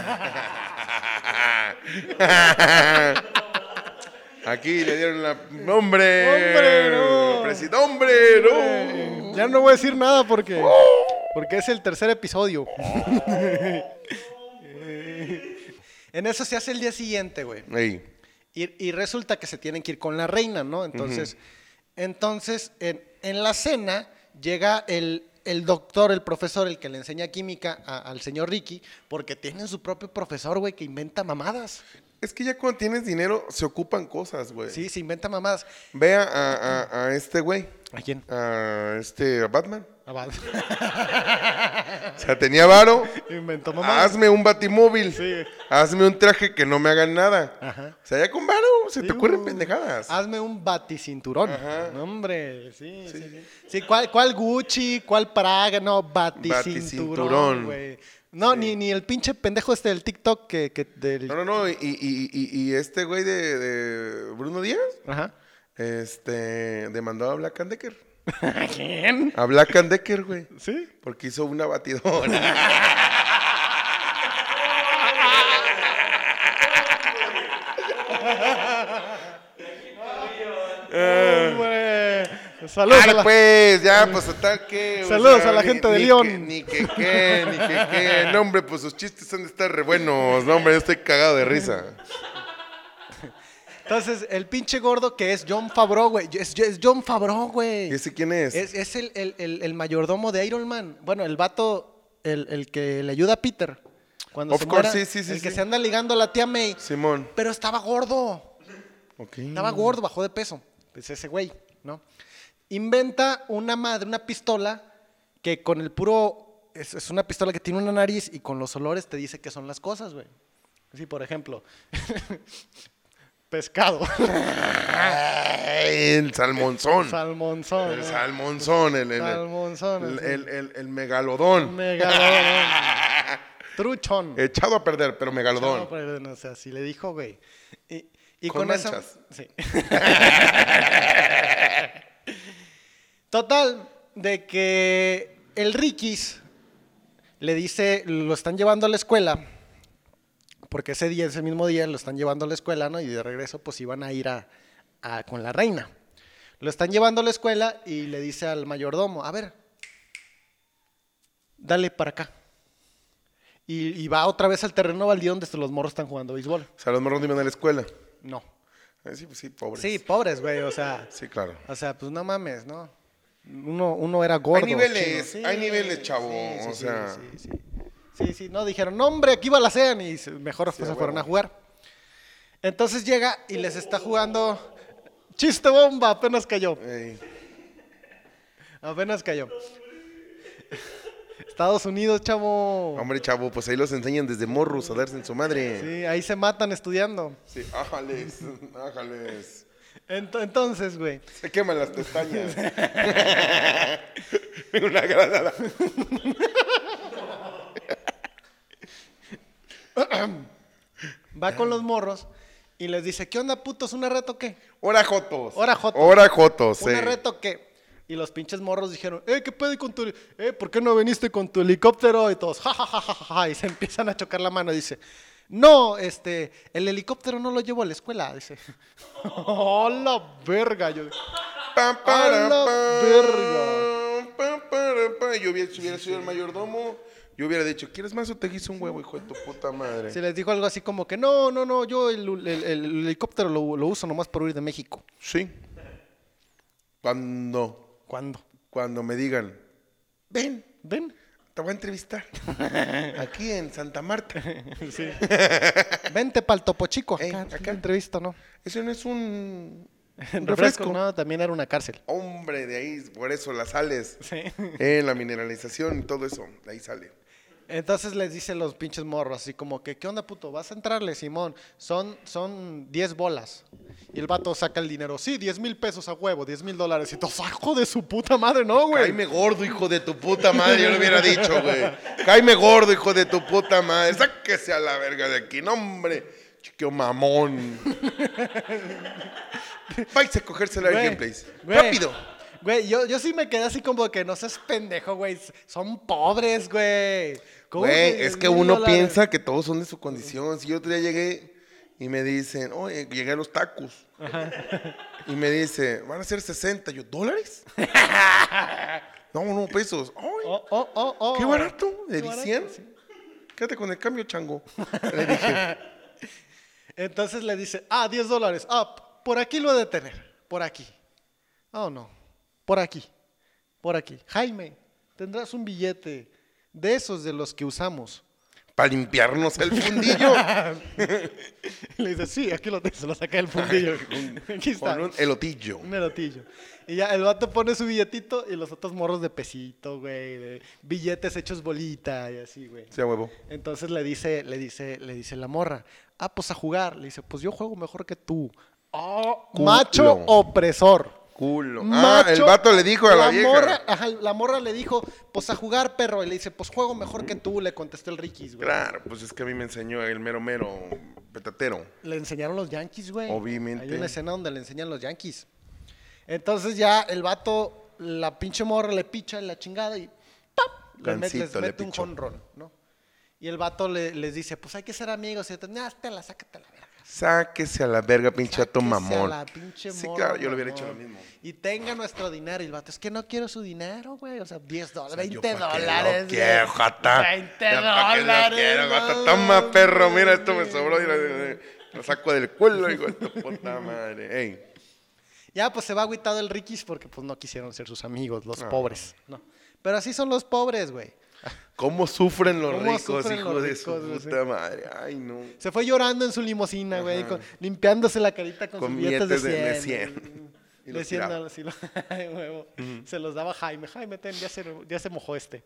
[SPEAKER 3] (laughs) Aquí le dieron la. ¡Hombre!
[SPEAKER 2] Hombre, no.
[SPEAKER 3] Presi- ¡Hombre, no!
[SPEAKER 2] Eh, Ya no voy a decir nada porque, porque es el tercer episodio. (laughs) Eh, en eso se hace el día siguiente, güey.
[SPEAKER 3] Ey,
[SPEAKER 2] Y, y resulta que se tienen que ir con la reina, ¿no? Entonces, entonces en, en la cena llega el, el doctor, el profesor, el que le enseña química a- al señor Ricky, porque tienen su propio profesor, güey, que inventa mamadas.
[SPEAKER 3] Es que ya cuando tienes dinero se ocupan cosas, güey.
[SPEAKER 2] Sí, se inventa mamadas.
[SPEAKER 3] Ve a, a- a- a este güey,
[SPEAKER 2] ¿A quién?
[SPEAKER 3] a este a Batman.
[SPEAKER 2] Abad. (laughs)
[SPEAKER 3] O sea, tenía varo.
[SPEAKER 2] Inventó mamadas.
[SPEAKER 3] Hazme un batimóvil.
[SPEAKER 2] Sí.
[SPEAKER 3] Hazme un traje que no me hagan nada.
[SPEAKER 2] Ajá.
[SPEAKER 3] O sea, ya con varo se te
[SPEAKER 2] Sí, Ah,
[SPEAKER 3] ocurren
[SPEAKER 2] güey.
[SPEAKER 3] pendejadas.
[SPEAKER 2] Hazme un baticinturón.
[SPEAKER 3] Ajá.
[SPEAKER 2] No, hombre, sí. Sí, Sí, ¿cuál, ¿cuál Gucci? ¿Cuál Praga? No,
[SPEAKER 3] Baticinturón.
[SPEAKER 2] baticinturón, güey. No, ni, ni el pinche pendejo este del TikTok que, que del...
[SPEAKER 3] No, no, no. Y, y- y- y este güey de, de Bruno Díaz (laughs)
[SPEAKER 2] Ajá.
[SPEAKER 3] este, demandó a Black and Decker.
[SPEAKER 2] ¿A quién?
[SPEAKER 3] A Black and Decker, güey.
[SPEAKER 2] Sí.
[SPEAKER 3] Porque hizo una batidora.
[SPEAKER 2] Hombre. (laughs) Saludos. a
[SPEAKER 3] Dale,
[SPEAKER 2] la-
[SPEAKER 3] Ah. pues, ya, pues total que. o
[SPEAKER 2] Saludos a la gente de
[SPEAKER 3] ni
[SPEAKER 2] León.
[SPEAKER 3] que- Ni que qué, ni que qué. No, hombre, pues sus chistes han de estar re buenos. No, hombre, yo estoy cagado de risa.
[SPEAKER 2] Entonces, el pinche gordo que es John Favreau, güey. Es, es John Favreau, güey.
[SPEAKER 3] ¿Y ese quién es?
[SPEAKER 2] Es, es el, el- el- el mayordomo de Iron Man. Bueno, el vato, el, el que le ayuda a Peter. Cuando
[SPEAKER 3] Of
[SPEAKER 2] se
[SPEAKER 3] course,
[SPEAKER 2] muera,
[SPEAKER 3] sí, sí, sí,
[SPEAKER 2] El que
[SPEAKER 3] sí.
[SPEAKER 2] se anda ligando a la tía May.
[SPEAKER 3] Simón.
[SPEAKER 2] Pero estaba gordo.
[SPEAKER 3] Ok.
[SPEAKER 2] Estaba gordo, bajó de peso. Pues ese güey, ¿no? Inventa una madre, una pistola que con el puro. Es, es una pistola que tiene una nariz y con los olores te dice qué son las cosas, güey. Sí, por ejemplo, (laughs) pescado,
[SPEAKER 3] Ay, el
[SPEAKER 2] (laughs)
[SPEAKER 3] salmonzón.
[SPEAKER 2] salmonzón.
[SPEAKER 3] el
[SPEAKER 2] ¿no?
[SPEAKER 3] salmonzón, el, el, el-
[SPEAKER 2] Salmonzón,
[SPEAKER 3] el-
[SPEAKER 2] sí.
[SPEAKER 3] el- el- el megalodón. (laughs)
[SPEAKER 2] Megalodón. Truchón.
[SPEAKER 3] Echado a perder, pero megalodón.
[SPEAKER 2] No, pero no, o sea, sí le dijo, güey. Y, y
[SPEAKER 3] Con
[SPEAKER 2] con, eso.
[SPEAKER 3] manchas.
[SPEAKER 2] Sí. (laughs) Total, de que el Rikis le dice, lo están llevando a la escuela, porque ese día, ese mismo día, lo están llevando a la escuela, ¿no? Y de regreso, pues iban a ir a, a- con la reina. Lo están llevando a la escuela y le dice al mayordomo, a ver, dale para acá. Y, y va otra vez al terreno baldío donde los morros están jugando béisbol.
[SPEAKER 3] O sea, los morros iban a la escuela.
[SPEAKER 2] No.
[SPEAKER 3] Ay, sí, pues sí, pobres.
[SPEAKER 2] Sí, pobres, güey, o sea,
[SPEAKER 3] Sí, claro.
[SPEAKER 2] o sea, pues no mames, ¿no? Uno, uno era gordo.
[SPEAKER 3] Hay niveles,
[SPEAKER 2] chino.
[SPEAKER 3] hay niveles, chavo, o sea.
[SPEAKER 2] Sí, sí. Sí, sí, no, dijeron, no, hombre, aquí balacean y se- mejor pues,
[SPEAKER 3] a
[SPEAKER 2] se fueron
[SPEAKER 3] huevo.
[SPEAKER 2] a jugar. Entonces llega y les está jugando chiste bomba, apenas cayó,
[SPEAKER 3] Ey.
[SPEAKER 2] apenas cayó. Estados Unidos, chavo.
[SPEAKER 3] Hombre, chavo, pues ahí los enseñan desde morros a darse en su madre.
[SPEAKER 2] Sí, ahí se matan estudiando.
[SPEAKER 3] Sí, ájales, ájales.
[SPEAKER 2] Ent- entonces, güey.
[SPEAKER 3] Se queman las pestañas. Una granada.
[SPEAKER 2] Va
[SPEAKER 3] Ah.
[SPEAKER 2] con los morros y les dice, ¿qué onda, putos? ¿Una reta o qué?
[SPEAKER 3] Hora Jotos.
[SPEAKER 2] Hora jotos.
[SPEAKER 3] Hora Jotos, eh.
[SPEAKER 2] ¿Una
[SPEAKER 3] sí.
[SPEAKER 2] reta o qué? Y los pinches morros dijeron, eh, ¿qué pedo con tu... heli- Eh, ¿por qué no viniste con tu helicóptero? Y todos, ja, ja, ja, ja, ja, ja", y se (laughs) empiezan a chocar la mano. Dice, no, este, el helicóptero no lo llevo a la escuela. Dice, (laughs) hola, verga. Yo,
[SPEAKER 3] Pam, para,
[SPEAKER 2] A la
[SPEAKER 3] pam,
[SPEAKER 2] verga.
[SPEAKER 3] pam, para, pam. Yo hubiera, si hubiera sido el mayordomo, yo hubiera dicho, ¿quieres más o te hice un huevo, hijo de tu puta madre?
[SPEAKER 2] se les dijo algo así como que, no, no, no, yo el, el- el helicóptero lo, lo uso nomás por huir de México.
[SPEAKER 3] Sí. Cuando,
[SPEAKER 2] ¿Cuándo?
[SPEAKER 3] cuando me digan, ven,
[SPEAKER 2] (laughs) Ven.
[SPEAKER 3] te voy
[SPEAKER 2] (laughs)
[SPEAKER 3] a entrevistar. Aquí en Santa Marta.
[SPEAKER 2] Vente pa'l Topo Chico. Acá,
[SPEAKER 3] Ey, acá.
[SPEAKER 2] acá. entrevista, (laughs) ¿no?
[SPEAKER 3] Eso no es un
[SPEAKER 2] En (laughs)
[SPEAKER 3] un
[SPEAKER 2] refresco.
[SPEAKER 3] refresco.
[SPEAKER 2] No, también era una cárcel.
[SPEAKER 3] Hombre, de ahí, por eso las sales. (laughs) Eh,
[SPEAKER 2] Sí.
[SPEAKER 3] En la mineralización y todo eso, de ahí sale.
[SPEAKER 2] Entonces les dicen los pinches morros, así como que, ¿qué onda, puto? ¿Vas a entrarle, Simón? Son, son 10 bolas. Y el vato saca el dinero. Sí, 10 mil pesos a huevo, 10 mil dólares. Y todo, ¡hijo de su puta madre, no, güey!
[SPEAKER 3] Caime gordo, hijo de tu puta madre, yo lo hubiera dicho, güey. Caime gordo, hijo de tu puta madre. Sáquese a la verga de aquí, no, hombre.
[SPEAKER 2] (laughs)
[SPEAKER 3] Chiquio mamón. Vais a cogérsela
[SPEAKER 2] Güey,
[SPEAKER 3] al gameplays.
[SPEAKER 2] güey.
[SPEAKER 3] Rápido.
[SPEAKER 2] Güey, yo, yo sí me quedé así como que no seas pendejo, güey. Son pobres, güey. ¿Cómo
[SPEAKER 3] Güey,
[SPEAKER 2] que
[SPEAKER 3] es
[SPEAKER 2] 10,000
[SPEAKER 3] que uno
[SPEAKER 2] dólares?
[SPEAKER 3] piensa que todos son de su condición. Si yo otro día llegué y me dicen, oye, llegué a los tacos. Y me dice, van a ser 60.
[SPEAKER 2] (laughs)
[SPEAKER 3] Yo, ¿dólares? no, no, pesos. Ay,
[SPEAKER 2] Oh, oh, oh, oh.
[SPEAKER 3] qué barato. ¿De
[SPEAKER 2] Qué barato,
[SPEAKER 3] 100?
[SPEAKER 2] sí.
[SPEAKER 3] Quédate con el cambio, chango. Le dije,
[SPEAKER 2] Entonces le dice, ah, 10 dólares. Ah, p- por aquí lo he de tener. Por aquí. Oh, no. Por aquí. Por aquí. Jaime, tendrás un billete de esos de los que usamos. (laughs)
[SPEAKER 3] para limpiarnos el fundillo.
[SPEAKER 2] Le dice, sí, aquí lo tengo. Se lo saca del fundillo. (laughs) aquí (laughs) está.
[SPEAKER 3] (laughs) Con un elotillo.
[SPEAKER 2] Un elotillo. Y ya el vato pone su billetito y los otros morros de pesito, güey. de billetes hechos bolita y así, güey.
[SPEAKER 3] Sí, a huevo.
[SPEAKER 2] Entonces le dice, le dice, le dice la morra, ah, pues a jugar. Le dice, pues yo juego mejor que tú. Oh,
[SPEAKER 3] Culo.
[SPEAKER 2] macho opresor.
[SPEAKER 3] Culo. ah,
[SPEAKER 2] Macho-
[SPEAKER 3] el vato le dijo a la, vieja.
[SPEAKER 2] Morra, ajá, la morra le dijo, pues a jugar, perro. Y le dice, pues juego mejor que tú, le contestó el Ricky, güey.
[SPEAKER 3] Claro, pues es que a mí me enseñó el mero mero petatero.
[SPEAKER 2] Le enseñaron los Yankees, güey.
[SPEAKER 3] Obviamente.
[SPEAKER 2] Hay una escena donde le enseñan los Yankees. Entonces ya el vato, la pinche morra le picha en la chingada y ¡pap! Le mete, les
[SPEAKER 3] Gancito le
[SPEAKER 2] mete un
[SPEAKER 3] pichó.
[SPEAKER 2] jonrón, ¿no? Y el vato le- les dice, pues hay que ser amigos. Y te, "Nah, la sácate a la verga.
[SPEAKER 3] Sáquese a la verga, pinche vato
[SPEAKER 2] Sáquese a
[SPEAKER 3] mamón.
[SPEAKER 2] la pinche
[SPEAKER 3] sí,
[SPEAKER 2] morra,
[SPEAKER 3] claro, yo lo hubiera
[SPEAKER 2] mamón.
[SPEAKER 3] hecho lo mismo.
[SPEAKER 2] Y tenga nuestro dinero. Y el vato, es que no quiero su dinero, güey. O sea, 10 dólares,
[SPEAKER 3] sea,
[SPEAKER 2] 20
[SPEAKER 3] yo pa' qué lo
[SPEAKER 2] dólares. güey.
[SPEAKER 3] quiero, jata.
[SPEAKER 2] 20
[SPEAKER 3] Ya pa' qué lo
[SPEAKER 2] dólares.
[SPEAKER 3] quiero,
[SPEAKER 2] no
[SPEAKER 3] jata. Toma, perro, mira, esto me
[SPEAKER 2] mames,
[SPEAKER 3] sobró. Y lo, lo saco del culo, hijo de tu puta madre. Ey,
[SPEAKER 2] Ya, pues se va agüitado el Rikis porque pues no quisieron ser sus amigos, los
[SPEAKER 3] Ah.
[SPEAKER 2] pobres. No. Pero así son los pobres, güey.
[SPEAKER 3] ¿Cómo sufren los
[SPEAKER 2] ¿Cómo
[SPEAKER 3] ricos,
[SPEAKER 2] sufren
[SPEAKER 3] hijo
[SPEAKER 2] los
[SPEAKER 3] de
[SPEAKER 2] ricos, güey?
[SPEAKER 3] su puta madre? Ay, no. (laughs)
[SPEAKER 2] Se fue llorando en su limusina, güey, con- limpiándose la carita con,
[SPEAKER 3] Con
[SPEAKER 2] sus billetes,
[SPEAKER 3] billetes de- de
[SPEAKER 2] de 100.
[SPEAKER 3] 100. Y
[SPEAKER 2] De
[SPEAKER 3] los
[SPEAKER 2] 100
[SPEAKER 3] tiraba.
[SPEAKER 2] dólares, sí, lo- (laughs) ay, huevo. Se los daba Jaime. Jaime, ten, ya se, ya se mojó este.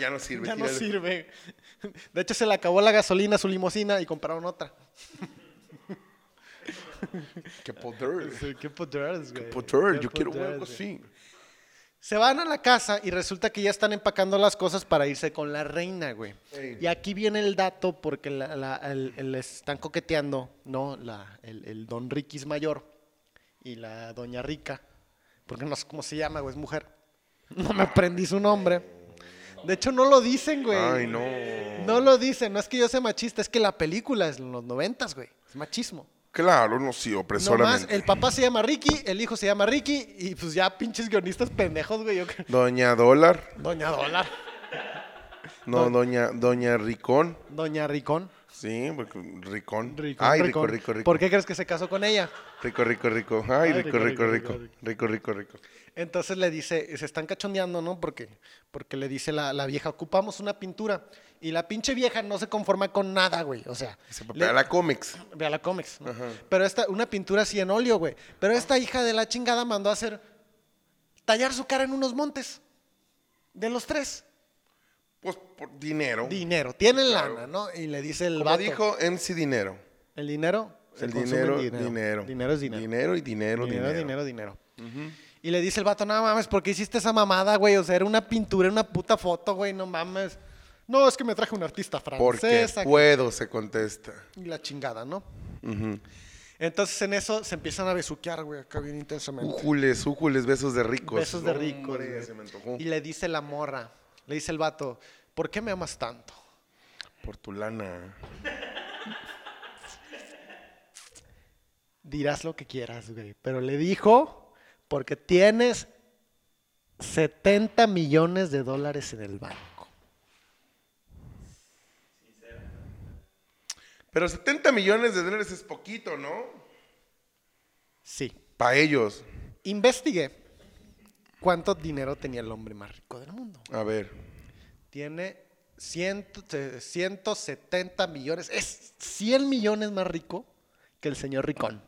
[SPEAKER 3] ya no sirve.
[SPEAKER 2] Ya no
[SPEAKER 3] tírale.
[SPEAKER 2] sirve. De hecho, se le acabó la gasolina a su limusina y compraron otra.
[SPEAKER 3] Qué poder.
[SPEAKER 2] Sí, Qué poderes, güey.
[SPEAKER 3] Poder,
[SPEAKER 2] Qué
[SPEAKER 3] yo quiero
[SPEAKER 2] poderes,
[SPEAKER 3] algo
[SPEAKER 2] güey.
[SPEAKER 3] así.
[SPEAKER 2] Se van a la casa y resulta que ya están empacando las cosas para irse con la reina, güey.
[SPEAKER 3] Ey.
[SPEAKER 2] Y aquí viene el dato porque la- la- el- el- les están coqueteando, ¿no? La- el, el don Riquis mayor y la doña Rica. Porque no sé cómo se llama, güey, es mujer. (laughs) No me aprendí su nombre. De hecho, no lo dicen, güey.
[SPEAKER 3] Ay, no.
[SPEAKER 2] No lo dicen. No es que yo sea machista, es que la película es en los noventas, güey. Es machismo.
[SPEAKER 3] Claro, no, sí,
[SPEAKER 2] Nomás,
[SPEAKER 3] opresoramente.
[SPEAKER 2] el papá se llama Ricky, el hijo se llama Ricky y pues ya pinches guionistas pendejos, güey. Yo creo-
[SPEAKER 3] Doña Dólar.
[SPEAKER 2] Doña Dólar.
[SPEAKER 3] No, doña, doña Ricón.
[SPEAKER 2] Doña Ricón.
[SPEAKER 3] Sí, porque Ricón.
[SPEAKER 2] Ricón,
[SPEAKER 3] Ay, rico,
[SPEAKER 2] Ricón.
[SPEAKER 3] rico, rico.
[SPEAKER 2] ¿Por qué crees que se casó con ella?
[SPEAKER 3] Rico, rico, rico. Ay, rico, rico, rico. Rico, rico, rico.
[SPEAKER 2] Entonces le dice, se están cachondeando, ¿no? Porque, porque le dice la, la vieja, ocupamos una pintura. Y la pinche vieja no se conforma con nada, güey. O sea,
[SPEAKER 3] Se
[SPEAKER 2] le-
[SPEAKER 3] papea la cómics.
[SPEAKER 2] ve a la cómics. ¿no? Pero esta, una pintura así en óleo, güey. Pero esta hija de la chingada mandó a hacer, tallar su cara en unos montes. De los tres.
[SPEAKER 3] Pues por dinero.
[SPEAKER 2] Dinero. Tienen
[SPEAKER 3] Claro.
[SPEAKER 2] lana, ¿no? Y le dice el
[SPEAKER 3] Como
[SPEAKER 2] vato.
[SPEAKER 3] dijo MC Dinero.
[SPEAKER 2] el dinero. se
[SPEAKER 3] el
[SPEAKER 2] consume en
[SPEAKER 3] dinero,
[SPEAKER 2] dinero.
[SPEAKER 3] dinero.
[SPEAKER 2] Dinero es dinero.
[SPEAKER 3] Dinero y dinero, dinero.
[SPEAKER 2] Dinero, dinero, dinero. Y le dice el vato, no mames, ¿por qué hiciste esa mamada, güey? O sea, era una pintura, era una puta foto, güey, no mames. No, es que me traje un artista
[SPEAKER 3] Porque
[SPEAKER 2] francés. aquí",
[SPEAKER 3] puedo, se contesta.
[SPEAKER 2] Y la chingada, ¿no? Entonces en eso se empiezan a besuquear, güey, acá bien intensamente.
[SPEAKER 3] Újules, újules, besos de ricos.
[SPEAKER 2] Besos de
[SPEAKER 3] No,
[SPEAKER 2] ricos.
[SPEAKER 3] Uh, hombre,
[SPEAKER 2] güey.
[SPEAKER 3] se me antojó.
[SPEAKER 2] Y le dice la morra, le dice el vato, ¿por qué me amas tanto?
[SPEAKER 3] Por tu lana.
[SPEAKER 2] Dirás lo que quieras, güey. Pero le dijo, porque tienes 70 millones de dólares en el banco.
[SPEAKER 3] Pero 70 millones de dólares es poquito, ¿no?
[SPEAKER 2] Sí.
[SPEAKER 3] Para ellos.
[SPEAKER 2] Investigué cuánto dinero tenía el hombre más rico del mundo.
[SPEAKER 3] A ver.
[SPEAKER 2] Tiene ciento- eh, 170 millones. Es 100 millones más rico que el señor Ricón.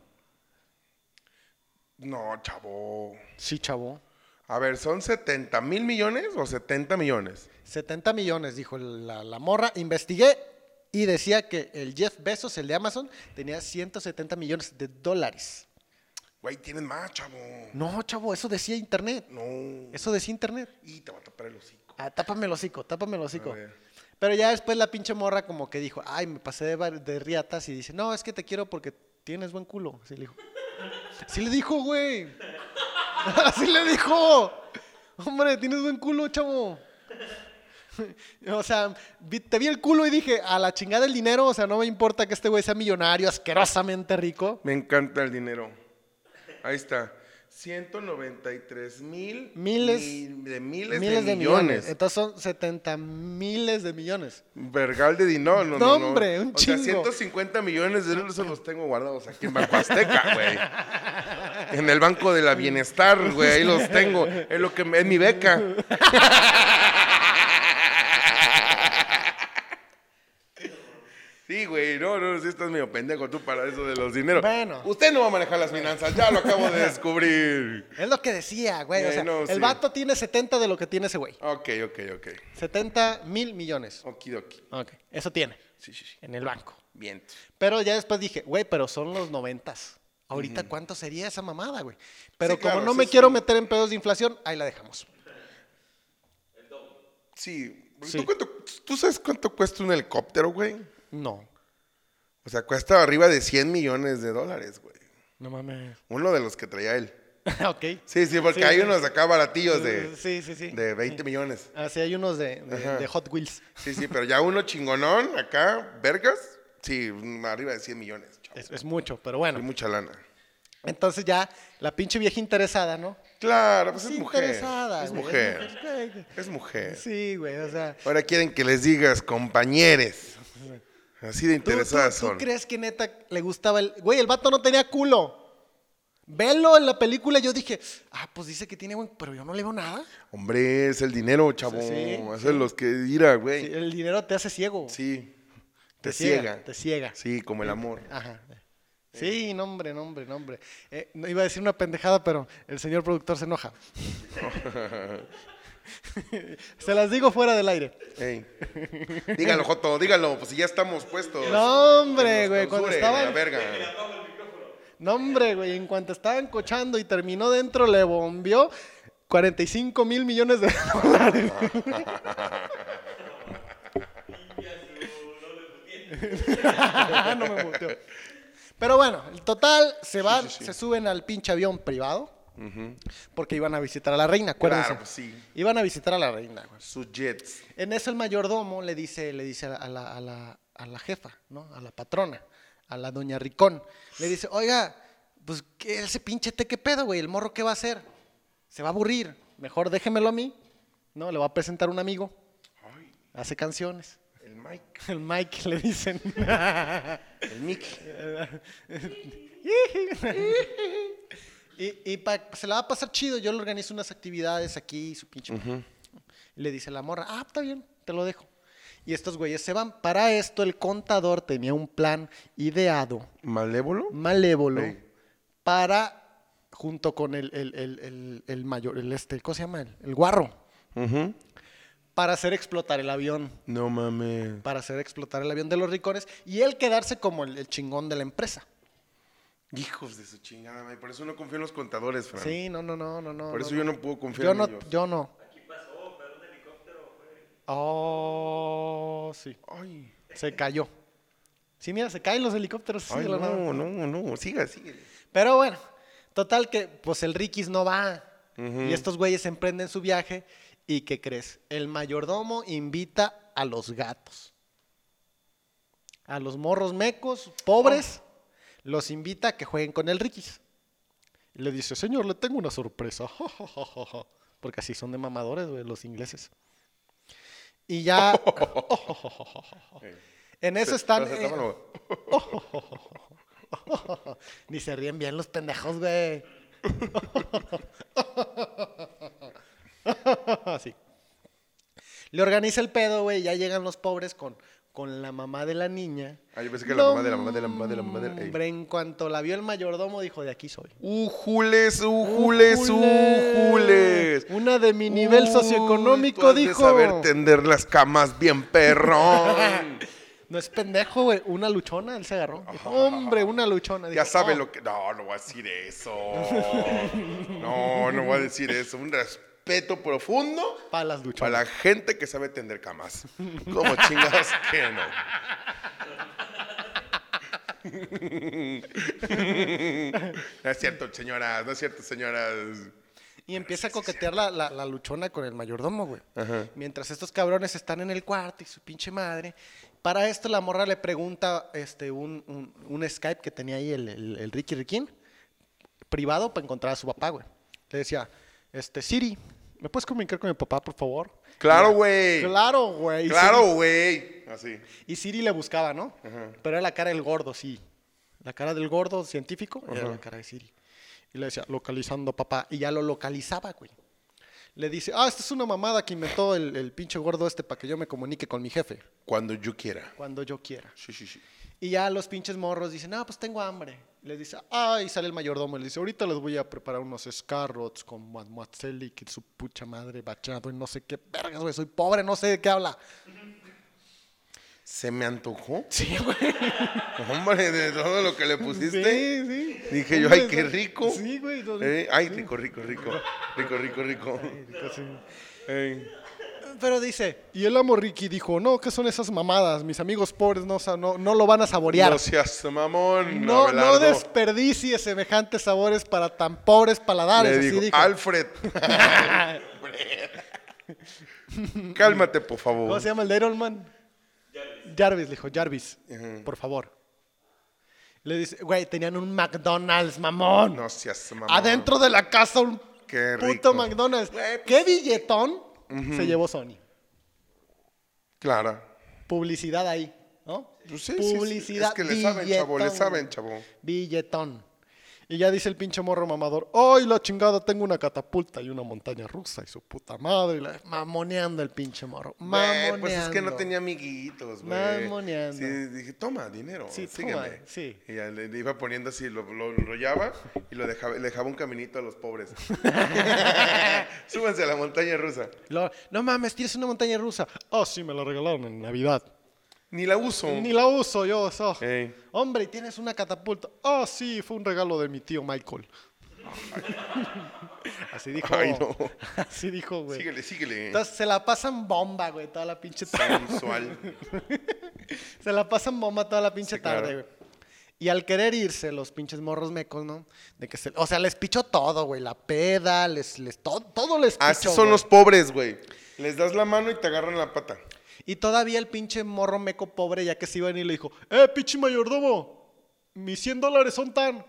[SPEAKER 3] No, chavo.
[SPEAKER 2] Sí, chavo.
[SPEAKER 3] A ver, ¿son 70 mil millones o 70 millones?
[SPEAKER 2] 70 millones, dijo la, la morra. Investigué y decía que el Jeff Bezos, el de Amazon, tenía 170 millones de dólares.
[SPEAKER 3] Güey, tienen más, chavo.
[SPEAKER 2] No, chavo, eso decía internet.
[SPEAKER 3] No.
[SPEAKER 2] Eso decía internet.
[SPEAKER 3] Y te va a tapar el hocico.
[SPEAKER 2] Ah, tápame el hocico, tápame el hocico.
[SPEAKER 3] A ver.
[SPEAKER 2] Pero ya después la pinche morra como que dijo, ay, me pasé de, bar- de riatas y dice, no, es que te quiero porque tienes buen culo. Así le dijo. Así le dijo, güey. (laughs) Así le dijo. Hombre, tienes buen culo, chavo. (laughs) O sea, vi- te vi el culo y dije, a la chingada el dinero, o sea, no me importa que este güey sea millonario, asquerosamente rico.
[SPEAKER 3] Me encanta el dinero. Ahí está. 193 mil.
[SPEAKER 2] Miles.
[SPEAKER 3] mil- de miles, de, millones.
[SPEAKER 2] Entonces son 70 miles de millones.
[SPEAKER 3] Vergal de dinero. No, no,
[SPEAKER 2] No,
[SPEAKER 3] no.
[SPEAKER 2] hombre, un
[SPEAKER 3] o sea,
[SPEAKER 2] chingo.
[SPEAKER 3] 150 millones de dólares los tengo guardados aquí en Banco Azteca, güey. En el Banco de la Bienestar, güey. Ahí los tengo. Es lo que me- es mi beca. Sí, güey, no, no, sí estás medio pendejo tú para eso de los dineros.
[SPEAKER 2] Bueno.
[SPEAKER 3] Usted no va a manejar las finanzas, ya lo acabo de descubrir.
[SPEAKER 2] Es lo que decía, güey. o sea,
[SPEAKER 3] Bueno,
[SPEAKER 2] el
[SPEAKER 3] sí.
[SPEAKER 2] vato tiene 70 de lo que tiene ese güey.
[SPEAKER 3] Ok, ok, ok.
[SPEAKER 2] 70 mil millones.
[SPEAKER 3] Okidoki.
[SPEAKER 2] Ok, eso tiene
[SPEAKER 3] Sí, sí, sí.
[SPEAKER 2] en el banco.
[SPEAKER 3] Bien.
[SPEAKER 2] Pero ya después dije, güey, pero son los noventas. Ahorita, ¿cuánto sería esa mamada, güey? Pero
[SPEAKER 3] Sí,
[SPEAKER 2] como
[SPEAKER 3] claro,
[SPEAKER 2] no
[SPEAKER 3] sí,
[SPEAKER 2] me
[SPEAKER 3] sí.
[SPEAKER 2] quiero meter en pedos de inflación, ahí la dejamos.
[SPEAKER 3] Sí.
[SPEAKER 2] Sí.
[SPEAKER 3] ¿Tú, cuánto- ¿Tú sabes cuánto cuesta un helicóptero, güey?
[SPEAKER 2] No,
[SPEAKER 3] O sea, cuesta arriba de 100 millones de dólares, güey.
[SPEAKER 2] no mames.
[SPEAKER 3] Uno de los que traía él.
[SPEAKER 2] (laughs) ok.
[SPEAKER 3] Sí, sí, porque
[SPEAKER 2] Sí,
[SPEAKER 3] hay
[SPEAKER 2] sí. Mm,
[SPEAKER 3] unos acá baratillos de,
[SPEAKER 2] Sí, sí, sí.
[SPEAKER 3] de 20 millones.
[SPEAKER 2] Ah, sí, hay unos de, de-
[SPEAKER 3] Ajá.
[SPEAKER 2] de Hot Wheels.
[SPEAKER 3] Sí, sí, pero ya uno chingonón acá, vergas. Sí, mm, arriba de 100 millones, chavo.
[SPEAKER 2] Es, es mucho, pero
[SPEAKER 3] Y
[SPEAKER 2] bueno.
[SPEAKER 3] mucha lana.
[SPEAKER 2] Entonces ya la pinche vieja interesada, ¿no?
[SPEAKER 3] Claro, pues es
[SPEAKER 2] Sí,
[SPEAKER 3] mujer.
[SPEAKER 2] interesada,
[SPEAKER 3] Es
[SPEAKER 2] güey.
[SPEAKER 3] mujer.
[SPEAKER 2] Güey,
[SPEAKER 3] Es mujer.
[SPEAKER 2] Sí, güey, o sea...
[SPEAKER 3] Ahora quieren que les digas compañeres. Así de
[SPEAKER 2] ¿Tú- tú-
[SPEAKER 3] interesadas
[SPEAKER 2] ¿Tú,
[SPEAKER 3] son.
[SPEAKER 2] crees que neta le gustaba el. Güey, el vato no tenía culo. Velo en la película, yo dije, ah, pues dice que tiene buen. Pero yo no le veo nada.
[SPEAKER 3] Hombre, es el dinero, chavo.
[SPEAKER 2] Sí, sí.
[SPEAKER 3] es de los que ira, güey.
[SPEAKER 2] Sí, El dinero te hace ciego.
[SPEAKER 3] Sí. Te, ciega.
[SPEAKER 2] Te ciega.
[SPEAKER 3] Sí, como el amor.
[SPEAKER 2] Ajá. Sí, no, hombre, no, hombre, no, hombre. Eh, no, iba a decir una pendejada, pero el señor productor se
[SPEAKER 3] (laughs)
[SPEAKER 2] enoja. (laughs) se las digo fuera del aire. (laughs)
[SPEAKER 3] Ey. Dígalo, Joto, dígalo, pues si ya estamos puestos.
[SPEAKER 2] No,
[SPEAKER 3] Que
[SPEAKER 2] hombre,
[SPEAKER 3] nos
[SPEAKER 2] güey, cuando
[SPEAKER 3] censuren, a La
[SPEAKER 2] estaban.
[SPEAKER 3] verga.
[SPEAKER 2] No, hombre, güey, en cuanto estaban cochando y terminó dentro, le bombió 45 mil millones de (laughs) dólares. no me muteó. Pero bueno, el total, se van, se suben al pinche avión privado. Porque iban a visitar a la reina, acuérdense.
[SPEAKER 3] Claro, pues sí.
[SPEAKER 2] Iban a visitar a la reina, güey.
[SPEAKER 3] Sus jets.
[SPEAKER 2] En eso el mayordomo le dice, le dice a la, a la- a la- a la jefa, ¿no? A la patrona, a la doña Ricón. Le dice, oiga, pues ¿qué- ese pinche té, ¿qué pedo, güey? ¿El morro qué va a hacer? Se va a aburrir. Mejor déjemelo a mí, ¿no? Le va a presentar un amigo.
[SPEAKER 3] Ay,
[SPEAKER 2] Hace canciones.
[SPEAKER 3] el Mike,
[SPEAKER 2] (laughs) El Mike le dicen.
[SPEAKER 3] (laughs) el Mickey.
[SPEAKER 2] y y pa- se la va a pasar chido. Yo le organizo unas actividades aquí, su pinche. madre. Y le dice la morra, ah, está bien, te lo dejo. Y estos güeyes se van. Para esto, el contador tenía un plan ideado,
[SPEAKER 3] ¿Malévolo?
[SPEAKER 2] malévolo,
[SPEAKER 3] Ey.
[SPEAKER 2] para, junto con el, el- el- el- el mayor, el este, ¿cómo se llama? El, el guarro,
[SPEAKER 3] Ujú.
[SPEAKER 2] para hacer explotar el avión.
[SPEAKER 3] No mames.
[SPEAKER 2] Para hacer explotar el avión de los ricones y él quedarse como el- el chingón de la empresa.
[SPEAKER 3] Hijos de su chingada, madre. Por eso no confío en los contadores, Fran.
[SPEAKER 2] Sí, no, no, no, no, no.
[SPEAKER 3] Por eso yo no puedo confiar
[SPEAKER 2] Yo
[SPEAKER 3] en
[SPEAKER 2] no,
[SPEAKER 3] ellos.
[SPEAKER 2] yo no. Aquí pasó, pero un helicóptero Oh, sí.
[SPEAKER 3] Ay,
[SPEAKER 2] Se cayó. Sí, mira, se caen los helicópteros. sí,
[SPEAKER 3] ay,
[SPEAKER 2] de la nada.
[SPEAKER 3] no, no, no. Siga, sigue.
[SPEAKER 2] Pero bueno, total que pues el Rikis no va. Y estos güeyes emprenden su viaje. ¿Y qué crees? El mayordomo invita a los gatos. A los morros mecos,
[SPEAKER 3] Oh.
[SPEAKER 2] pobres, los invita a que jueguen con el Rikis. Y le dice, señor, le tengo una sorpresa. (laughs) ja, ja, ja, ja, ja". Porque así son de mamadores, güey, los ingleses. Y
[SPEAKER 3] (laughs)
[SPEAKER 2] ya... (laughs) en eso están...
[SPEAKER 3] Pero se
[SPEAKER 2] eh,
[SPEAKER 3] toma lo-
[SPEAKER 2] (laughs) Ni se ríen bien los pendejos, güey. (laughs) Así. Le organiza el pedo, güey. Ya llegan los pobres con, con la mamá de la niña.
[SPEAKER 3] Ah, yo pensé que la
[SPEAKER 2] No,
[SPEAKER 3] mamá de la mamá de la mamá de la mamá de la- ey.
[SPEAKER 2] Hombre, en cuanto la vio el mayordomo, dijo, de aquí soy.
[SPEAKER 3] Ujules, ujules, ujules.
[SPEAKER 2] Ujules. Una de mi nivel
[SPEAKER 3] Uy, Uh, tú
[SPEAKER 2] socioeconómico,
[SPEAKER 3] has de
[SPEAKER 2] dijo.
[SPEAKER 3] saber tender las camas bien,
[SPEAKER 2] (laughs)
[SPEAKER 3] perrón.
[SPEAKER 2] No es pendejo, güey. Una luchona, él se agarró. Dijo, Hombre, una luchona.
[SPEAKER 3] ya
[SPEAKER 2] Dijo,
[SPEAKER 3] sabe
[SPEAKER 2] "Oh".
[SPEAKER 3] lo que. No, no voy a decir eso. No, no voy a decir eso. Un respeto profundo
[SPEAKER 2] Para las
[SPEAKER 3] para
[SPEAKER 2] luchonas.
[SPEAKER 3] la gente que sabe tender camas. Como chingados que no.
[SPEAKER 2] (laughs)
[SPEAKER 3] No es cierto, señoras, no es cierto, señoras.
[SPEAKER 2] Y empieza a coquetear la, la- la luchona con el mayordomo, güey. Mientras estos cabrones están en el cuarto y su pinche madre. Para esto la morra le pregunta este, un, un- un Skype que tenía ahí el, el- el Ricky Riquín, privado para encontrar a su papá, güey. Le decía, este, Siri, ¿me puedes comunicar con mi papá, por favor?
[SPEAKER 3] Claro, güey.
[SPEAKER 2] Claro, güey. Y
[SPEAKER 3] Claro, güey. Así.
[SPEAKER 2] Siri- Y Siri le buscaba, ¿no? Pero era la cara del gordo, sí. La cara del gordo científico era la cara de Siri. Y le decía, localizando papá. Y ya lo localizaba, güey. Le dice, ah, esta es una mamada que inventó el, el pinche gordo este para que yo me comunique con mi jefe
[SPEAKER 3] Cuando yo quiera.
[SPEAKER 2] cuando yo quiera.
[SPEAKER 3] Sí, sí, sí.
[SPEAKER 2] Y ya los pinches morros dicen, ah, pues tengo hambre. Les dice, ay, sale el mayordomo. Le dice, ahorita les voy a preparar unos escarrots con mademoiselle y que su pucha madre bachado y no sé qué vergas, güey. Soy pobre, no sé de qué habla.
[SPEAKER 3] ¿Se me antojó?
[SPEAKER 2] Sí, güey.
[SPEAKER 3] Hombre, de todo lo que le pusiste.
[SPEAKER 2] Sí, sí.
[SPEAKER 3] Dije yo,
[SPEAKER 2] Hombre,
[SPEAKER 3] ay, qué
[SPEAKER 2] sí.
[SPEAKER 3] rico.
[SPEAKER 2] Sí, güey. entonces-
[SPEAKER 3] Eh, Ay, rico, rico, rico. Rico, rico, rico.
[SPEAKER 2] sí.
[SPEAKER 3] Ey.
[SPEAKER 2] Pero dice, y el amo Ricky dijo, no, ¿qué son esas mamadas? Mis amigos pobres no, sa- no, no lo van a saborear.
[SPEAKER 3] No seas mamón.
[SPEAKER 2] No, no,
[SPEAKER 3] Abelardo.
[SPEAKER 2] desperdicie semejantes sabores para tan pobres paladares.
[SPEAKER 3] Le
[SPEAKER 2] así
[SPEAKER 3] digo,
[SPEAKER 2] dijo.
[SPEAKER 3] Alfred. (laughs) Cálmate, por
[SPEAKER 2] (laughs) ¿Cómo
[SPEAKER 3] favor.
[SPEAKER 2] se llama el de Iron Man? Jarvis. Jarvis, le dijo, Jarvis, por favor. Le dice, güey, tenían un McDonald's, mamón.
[SPEAKER 3] No seas mamón.
[SPEAKER 2] Adentro de la casa un
[SPEAKER 3] Qué rico.
[SPEAKER 2] puto McDonald's.
[SPEAKER 3] Güey, pues
[SPEAKER 2] ¿Qué billetón se llevó Sony?
[SPEAKER 3] Claro.
[SPEAKER 2] Publicidad ahí, ¿no?
[SPEAKER 3] Pues sí, sí, sí.
[SPEAKER 2] Publicidad.
[SPEAKER 3] Es que le saben, chavo, le
[SPEAKER 2] billetón,
[SPEAKER 3] saben,
[SPEAKER 2] güey.
[SPEAKER 3] chavo.
[SPEAKER 2] Billetón. Y ya dice el pinche morro mamador, ¡ay, la chingada! Tengo una catapulta y una montaña rusa y su puta madre. y la- Mamoneando el pinche morro. Mamoneando.
[SPEAKER 3] Güey, Pues es que no tenía amiguitos, güey.
[SPEAKER 2] Mamoneando.
[SPEAKER 3] Sí, dije, toma dinero,
[SPEAKER 2] Sí,
[SPEAKER 3] sígueme.
[SPEAKER 2] toma, sí.
[SPEAKER 3] Y ya le, le iba poniendo así, lo, lo enrollaba y lo dejaba, le dejaba un caminito a los
[SPEAKER 2] (laughs)
[SPEAKER 3] pobres. Súbanse a la montaña rusa.
[SPEAKER 2] Lo- no mames, tienes una montaña rusa. Oh, sí, me la regalaron en Navidad.
[SPEAKER 3] Ni la uso.
[SPEAKER 2] Ni la uso yo, so.
[SPEAKER 3] Ey.
[SPEAKER 2] Hombre, tienes una catapulta. Oh, sí, fue un regalo de mi tío
[SPEAKER 3] (laughs)
[SPEAKER 2] Michael. así dijo.
[SPEAKER 3] Ay, no.
[SPEAKER 2] (laughs) Así dijo, güey.
[SPEAKER 3] Síguele, síguele.
[SPEAKER 2] Entonces se la pasan bomba, güey, toda la pinche tarde. (laughs)
[SPEAKER 3] Sensual.
[SPEAKER 2] se la pasan bomba toda la pinche
[SPEAKER 3] Sí, claro.
[SPEAKER 2] tarde, güey. Y al querer irse, los pinches morros mecos, ¿no? De que se- o sea, les pichó todo, güey. La peda, les, les, todo, todo les pichó.
[SPEAKER 3] Así Ah, son
[SPEAKER 2] güey.
[SPEAKER 3] los pobres, güey. Les das la mano y te agarran la pata.
[SPEAKER 2] Y todavía el pinche morro meco pobre, ya que se iban y le dijo, ¡eh, pinche mayordomo! Mis 100 dólares son tan.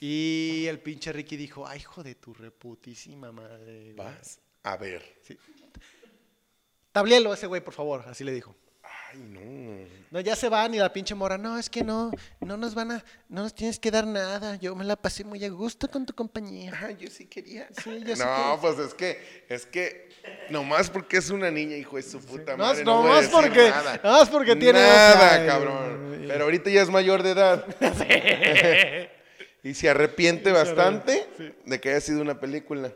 [SPEAKER 2] Y el pinche Ricky dijo, ¡ay, hijo de tu reputísima madre! güey".
[SPEAKER 3] Vas a ver.
[SPEAKER 2] Tablielo ese güey, por favor, así le dijo.
[SPEAKER 3] Ay, no.
[SPEAKER 2] No, ya se van y la pinche mora, no, es que no, no nos van a, no nos tienes que dar nada. Yo me la pasé muy a gusto con tu compañía.
[SPEAKER 3] Ah, yo sí quería.
[SPEAKER 2] Sí, yo sí
[SPEAKER 3] no,
[SPEAKER 2] quería.
[SPEAKER 3] pues es que, es que, nomás porque es una niña, hijo de su puta
[SPEAKER 2] No,
[SPEAKER 3] madre.
[SPEAKER 2] no,
[SPEAKER 3] voy a
[SPEAKER 2] más
[SPEAKER 3] decir
[SPEAKER 2] porque-
[SPEAKER 3] nada.
[SPEAKER 2] no, más porque tiene eh, dos
[SPEAKER 3] Nada,
[SPEAKER 2] años.
[SPEAKER 3] cabrón. Pero ahorita ya es mayor de edad.
[SPEAKER 2] (laughs)
[SPEAKER 3] (laughs) y se arrepiente bastante de que haya sido una película.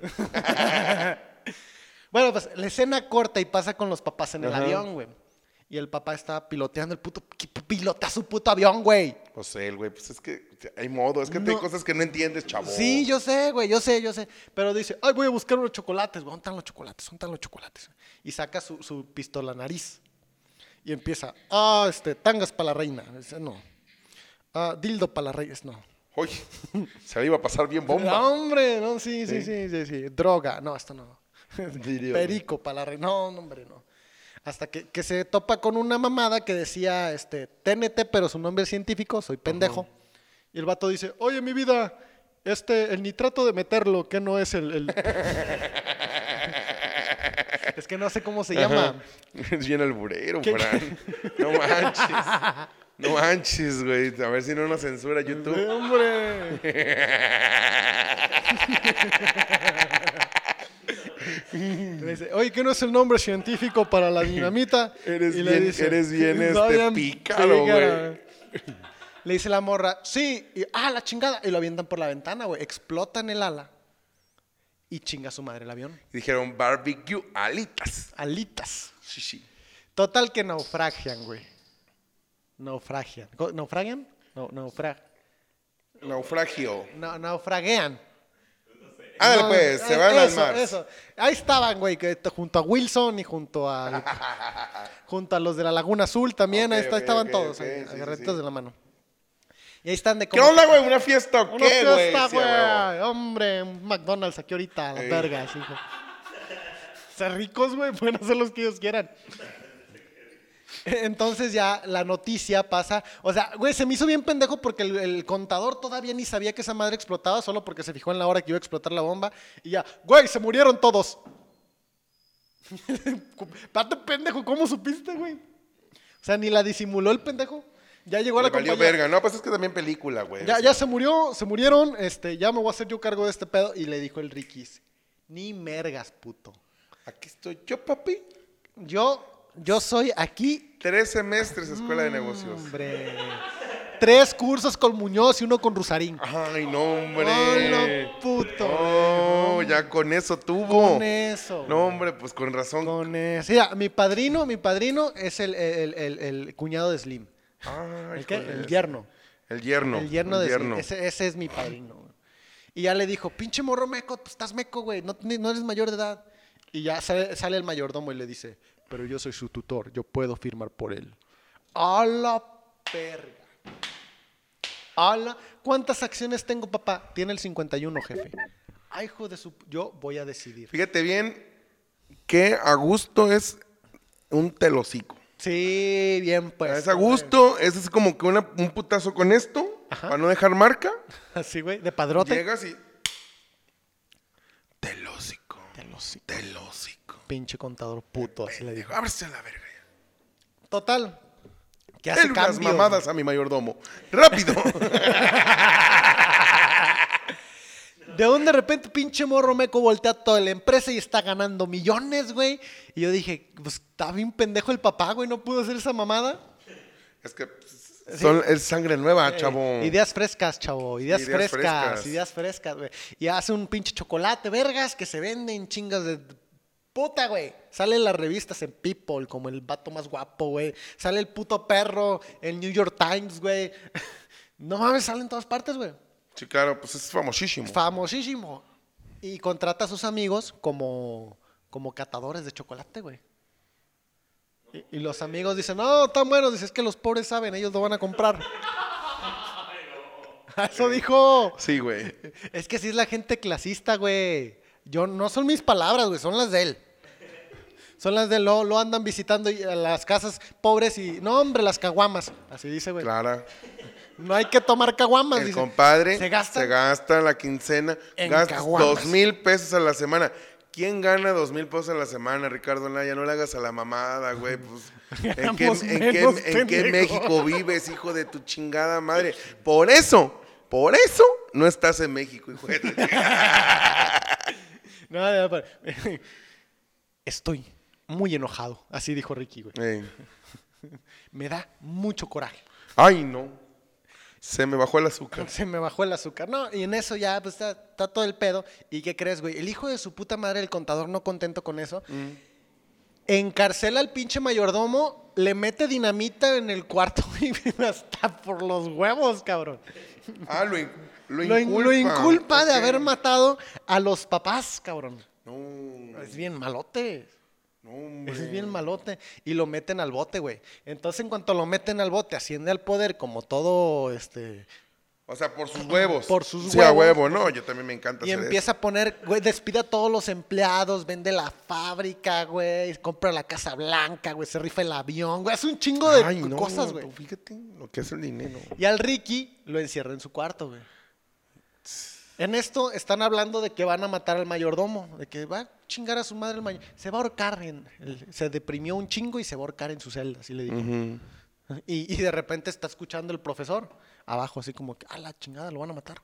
[SPEAKER 2] Bueno, pues la escena corta y pasa con los papás en el
[SPEAKER 3] Ajá.
[SPEAKER 2] avión, güey. Y el papá está piloteando el puto, pilota su puto avión, güey.
[SPEAKER 3] O sea, el güey, pues es que hay modo, es que hay
[SPEAKER 2] No.
[SPEAKER 3] cosas que no entiendes, chavo.
[SPEAKER 2] Sí, yo sé, güey, yo sé, yo sé. Pero dice, ay, voy a buscar unos chocolates, güey, ¿dónde están los chocolates? ¿Dónde están los chocolates? Y saca su, su pistola nariz. Y empieza, ah, este, tangas para la reina. Dice, no. Ah, dildo para la reina. No.
[SPEAKER 3] Uy, se le iba a pasar bien
[SPEAKER 2] No,
[SPEAKER 3] bomba.
[SPEAKER 2] hombre, no, sí, sí, sí, sí, sí. Droga, no, esto no.
[SPEAKER 3] (laughs)
[SPEAKER 2] (laughs)
[SPEAKER 3] Diría, güey.
[SPEAKER 2] Perico para la reina. No, no, hombre, no. Hasta que, que se topa con una mamada que decía, este, TNT, pero su nombre es científico, soy pendejo. Y el vato dice, oye, mi vida, este, el nitrato de meterlo, que no es el... el-" es que no sé cómo se llama.
[SPEAKER 3] (laughs) Es bien alburero,
[SPEAKER 2] Ah. ¿Qué-
[SPEAKER 3] Fran. No manches. No manches, güey. A ver si no nos censura YouTube.
[SPEAKER 2] Hombre. Le dice, oye, ¿qué no es el nombre científico para la dinamita?
[SPEAKER 3] Eres
[SPEAKER 2] Y le
[SPEAKER 3] bien- eres bien,
[SPEAKER 2] (laughs) "Está
[SPEAKER 3] este,
[SPEAKER 2] bien
[SPEAKER 3] pícaro,
[SPEAKER 2] pícaro". Le dice la morra, sí, y, ah, la chingada. Y lo avientan por la ventana, güey. Explotan el ala y chinga su madre el avión.
[SPEAKER 3] Dijeron barbecue alitas.
[SPEAKER 2] Alitas.
[SPEAKER 3] Sí, sí.
[SPEAKER 2] Total que naufragian, güey. Naufragian. Co- ¿Naufragian? No, naufra-
[SPEAKER 3] Naufragio.
[SPEAKER 2] na- naufraguean.
[SPEAKER 3] Ah,
[SPEAKER 2] No,
[SPEAKER 3] pues, se
[SPEAKER 2] eh,
[SPEAKER 3] van al
[SPEAKER 2] eso,
[SPEAKER 3] mar.
[SPEAKER 2] eso. Ahí estaban, güey, que t- junto a Wilson y junto
[SPEAKER 3] (laughs)
[SPEAKER 2] a junto a los de la Laguna Azul también, ahí
[SPEAKER 3] Ok,
[SPEAKER 2] está-
[SPEAKER 3] ok,
[SPEAKER 2] estaban
[SPEAKER 3] ok,
[SPEAKER 2] todos,
[SPEAKER 3] ok,
[SPEAKER 2] ahí,
[SPEAKER 3] sí, sí,
[SPEAKER 2] agarraditos
[SPEAKER 3] sí.
[SPEAKER 2] de la mano. Y ahí están de
[SPEAKER 3] ¿Qué
[SPEAKER 2] como-
[SPEAKER 3] onda, güey? ¿Una fiesta o
[SPEAKER 2] Una
[SPEAKER 3] qué, güey?
[SPEAKER 2] fiesta,
[SPEAKER 3] Sí, a
[SPEAKER 2] güey. Ah, Hombre, un McDonald's aquí ahorita, a la
[SPEAKER 3] Ey.
[SPEAKER 2] verga, así, güey. O sea, ricos, güey, (laughs) pueden hacer los que ellos quieran. Entonces ya la noticia pasa. O sea, güey, se me hizo bien pendejo porque el, el contador todavía ni sabía que esa madre explotaba, solo porque se fijó en la hora que iba a explotar la bomba. Y ya, güey, se murieron todos. (laughs) Pato pendejo, ¿cómo supiste, güey? O sea, ni la disimuló el pendejo. Ya llegó a
[SPEAKER 3] Le
[SPEAKER 2] la
[SPEAKER 3] valió
[SPEAKER 2] compañía.
[SPEAKER 3] verga. No, pues es que también película, güey.
[SPEAKER 2] Ya,
[SPEAKER 3] O
[SPEAKER 2] ya
[SPEAKER 3] sea,
[SPEAKER 2] se murió, se murieron, este, ya me voy a hacer yo cargo de este pedo. Y le dijo el Rikis, ni mergas, puto.
[SPEAKER 3] Aquí estoy yo, papi.
[SPEAKER 2] Yo, yo soy aquí,
[SPEAKER 3] Tres semestres de escuela de negocios.
[SPEAKER 2] hombre. Tres cursos con Muñoz y uno con Rusarín.
[SPEAKER 3] Ay, no, hombre.
[SPEAKER 2] ¡Hola, puto!
[SPEAKER 3] No, ya con eso tuvo.
[SPEAKER 2] Con eso.
[SPEAKER 3] No, hombre, pues con razón.
[SPEAKER 2] Con eso. Mira, mi padrino, mi padrino es el, el- el- el cuñado de Slim.
[SPEAKER 3] Ay,
[SPEAKER 2] ¿El qué?
[SPEAKER 3] con
[SPEAKER 2] El
[SPEAKER 3] eso.
[SPEAKER 2] yerno.
[SPEAKER 3] El yerno.
[SPEAKER 2] El yerno de Slim. Ese, ese es mi padrino. güey. Y ya le dijo, pinche morro meco, pues estás meco, güey, no, ni- no eres mayor de edad. Y ya sale, sale el mayordomo y le dice, pero yo soy su tutor, yo puedo firmar por él. A la perga. A la... ¿Cuántas acciones tengo, papá? Tiene el 51, jefe. Ay, hijo de su... Yo voy a decidir.
[SPEAKER 3] Fíjate bien que a gusto es un telocico.
[SPEAKER 2] Sí, bien, pues.
[SPEAKER 3] es a gusto, es así como que una- un putazo con esto, para no dejar marca.
[SPEAKER 2] Así, güey, de padrote.
[SPEAKER 3] Llegas y. Telocico.
[SPEAKER 2] Del hocico.
[SPEAKER 3] Telocico.
[SPEAKER 2] Pinche contador puto, así le dijo.
[SPEAKER 3] Digo, ábrese a la verga. ya.
[SPEAKER 2] Total. Que hace
[SPEAKER 3] Denle unas
[SPEAKER 2] cambios.
[SPEAKER 3] mamadas a mi mayordomo.
[SPEAKER 2] (laughs)
[SPEAKER 3] ¡Rápido!
[SPEAKER 2] De un de repente pinche morro meco voltea toda la empresa y está ganando millones, güey. Y yo dije, pues está bien pendejo el papá, güey, no pudo hacer esa mamada.
[SPEAKER 3] es que pues, son, es sangre nueva, chavo.
[SPEAKER 2] Eh, Ideas frescas, chavo, ideas, frescas,
[SPEAKER 3] Ideas frescas.
[SPEAKER 2] ideas frescas, güey. Y hace un pinche chocolate, vergas, que se venden chingas de puta, güey. Sale en las revistas en People como el vato más guapo, güey. Sale el puto perro en New York Times, güey. (laughs) No mames, sale en todas partes, güey.
[SPEAKER 3] Sí, claro, pues es famosísimo.
[SPEAKER 2] Famosísimo. Y contrata a sus amigos como, como catadores de chocolate, güey. Y, y los amigos dicen, no, tan buenos. Dice, es que los pobres saben, ellos lo van a comprar. (laughs) Eso dijo.
[SPEAKER 3] sí, güey.
[SPEAKER 2] Es que si es la gente clasista, güey. Yo, no son mis palabras, güey, son las de él. Son las de él. Lo, lo andan visitando y- a las casas pobres y, no, hombre, las caguamas. Así dice, güey.
[SPEAKER 3] Clara.
[SPEAKER 2] No hay que tomar (laughs) caguamas.
[SPEAKER 3] El
[SPEAKER 2] dice.
[SPEAKER 3] compadre
[SPEAKER 2] Se gasta.
[SPEAKER 3] gasta la quincena,
[SPEAKER 2] en
[SPEAKER 3] gasta
[SPEAKER 2] caguamas.
[SPEAKER 3] dos mil pesos a la semana. ¿Quién gana dos mil pesos a la semana, Ricardo Naya? No le hagas a la mamada,
[SPEAKER 2] (laughs)
[SPEAKER 3] güey. pues, ¿en, qué,
[SPEAKER 2] Ganamos
[SPEAKER 3] en qué-
[SPEAKER 2] menos,
[SPEAKER 3] en qué
[SPEAKER 2] pendejo.
[SPEAKER 3] México vives, hijo de tu chingada madre? Por eso, por eso no estás en México,
[SPEAKER 2] (laughs)
[SPEAKER 3] hijo de tu
[SPEAKER 2] No, no, pero- (laughs) Estoy muy enojado, así dijo Ricky, güey.
[SPEAKER 3] Ey.
[SPEAKER 2] Me da mucho coraje.
[SPEAKER 3] Ay, no. Se me bajó
[SPEAKER 2] (laughs)
[SPEAKER 3] el azúcar.
[SPEAKER 2] Se me bajó el azúcar. No, y en eso ya pues, está, está todo el pedo. ¿Y qué crees, güey? El hijo de su puta madre, el contador, no contento con eso,
[SPEAKER 3] Mm.
[SPEAKER 2] encarcela al pinche mayordomo, le mete dinamita en el cuarto (laughs) y hasta por los huevos, cabrón.
[SPEAKER 3] Ah, lo, in- lo
[SPEAKER 2] Lo, in-
[SPEAKER 3] inculpa.
[SPEAKER 2] lo inculpa de
[SPEAKER 3] Ok.
[SPEAKER 2] haber matado a los papás, cabrón.
[SPEAKER 3] No,
[SPEAKER 2] Es bien malote.
[SPEAKER 3] no, hombre.
[SPEAKER 2] Ese es bien malote. Y lo meten al bote, güey. Entonces, en cuanto lo meten al bote, asciende al poder como todo este.
[SPEAKER 3] O sea, por sus huevos.
[SPEAKER 2] Por sus
[SPEAKER 3] Sí, a
[SPEAKER 2] huevos.
[SPEAKER 3] huevo, no. Yo también me encanta
[SPEAKER 2] Y
[SPEAKER 3] hacer
[SPEAKER 2] empieza a poner, güey, despide a todos los empleados, vende la fábrica, güey, compra la Casa Blanca, güey, se rifa el avión, güey, hace un chingo de
[SPEAKER 3] Ay,
[SPEAKER 2] co-
[SPEAKER 3] no,
[SPEAKER 2] cosas, güey.
[SPEAKER 3] tú Fíjate lo que es el dinero.
[SPEAKER 2] Y al Ricky lo encierra en su cuarto, güey. En esto están hablando de que van a matar al mayordomo, de que va a chingar a su madre el mayordomo. Se va a ahorcar, en- el- se deprimió un chingo y se va a ahorcar en su celda, así le digo. Y, y de repente está escuchando el profesor abajo, así como que, a la chingada, lo van a matar.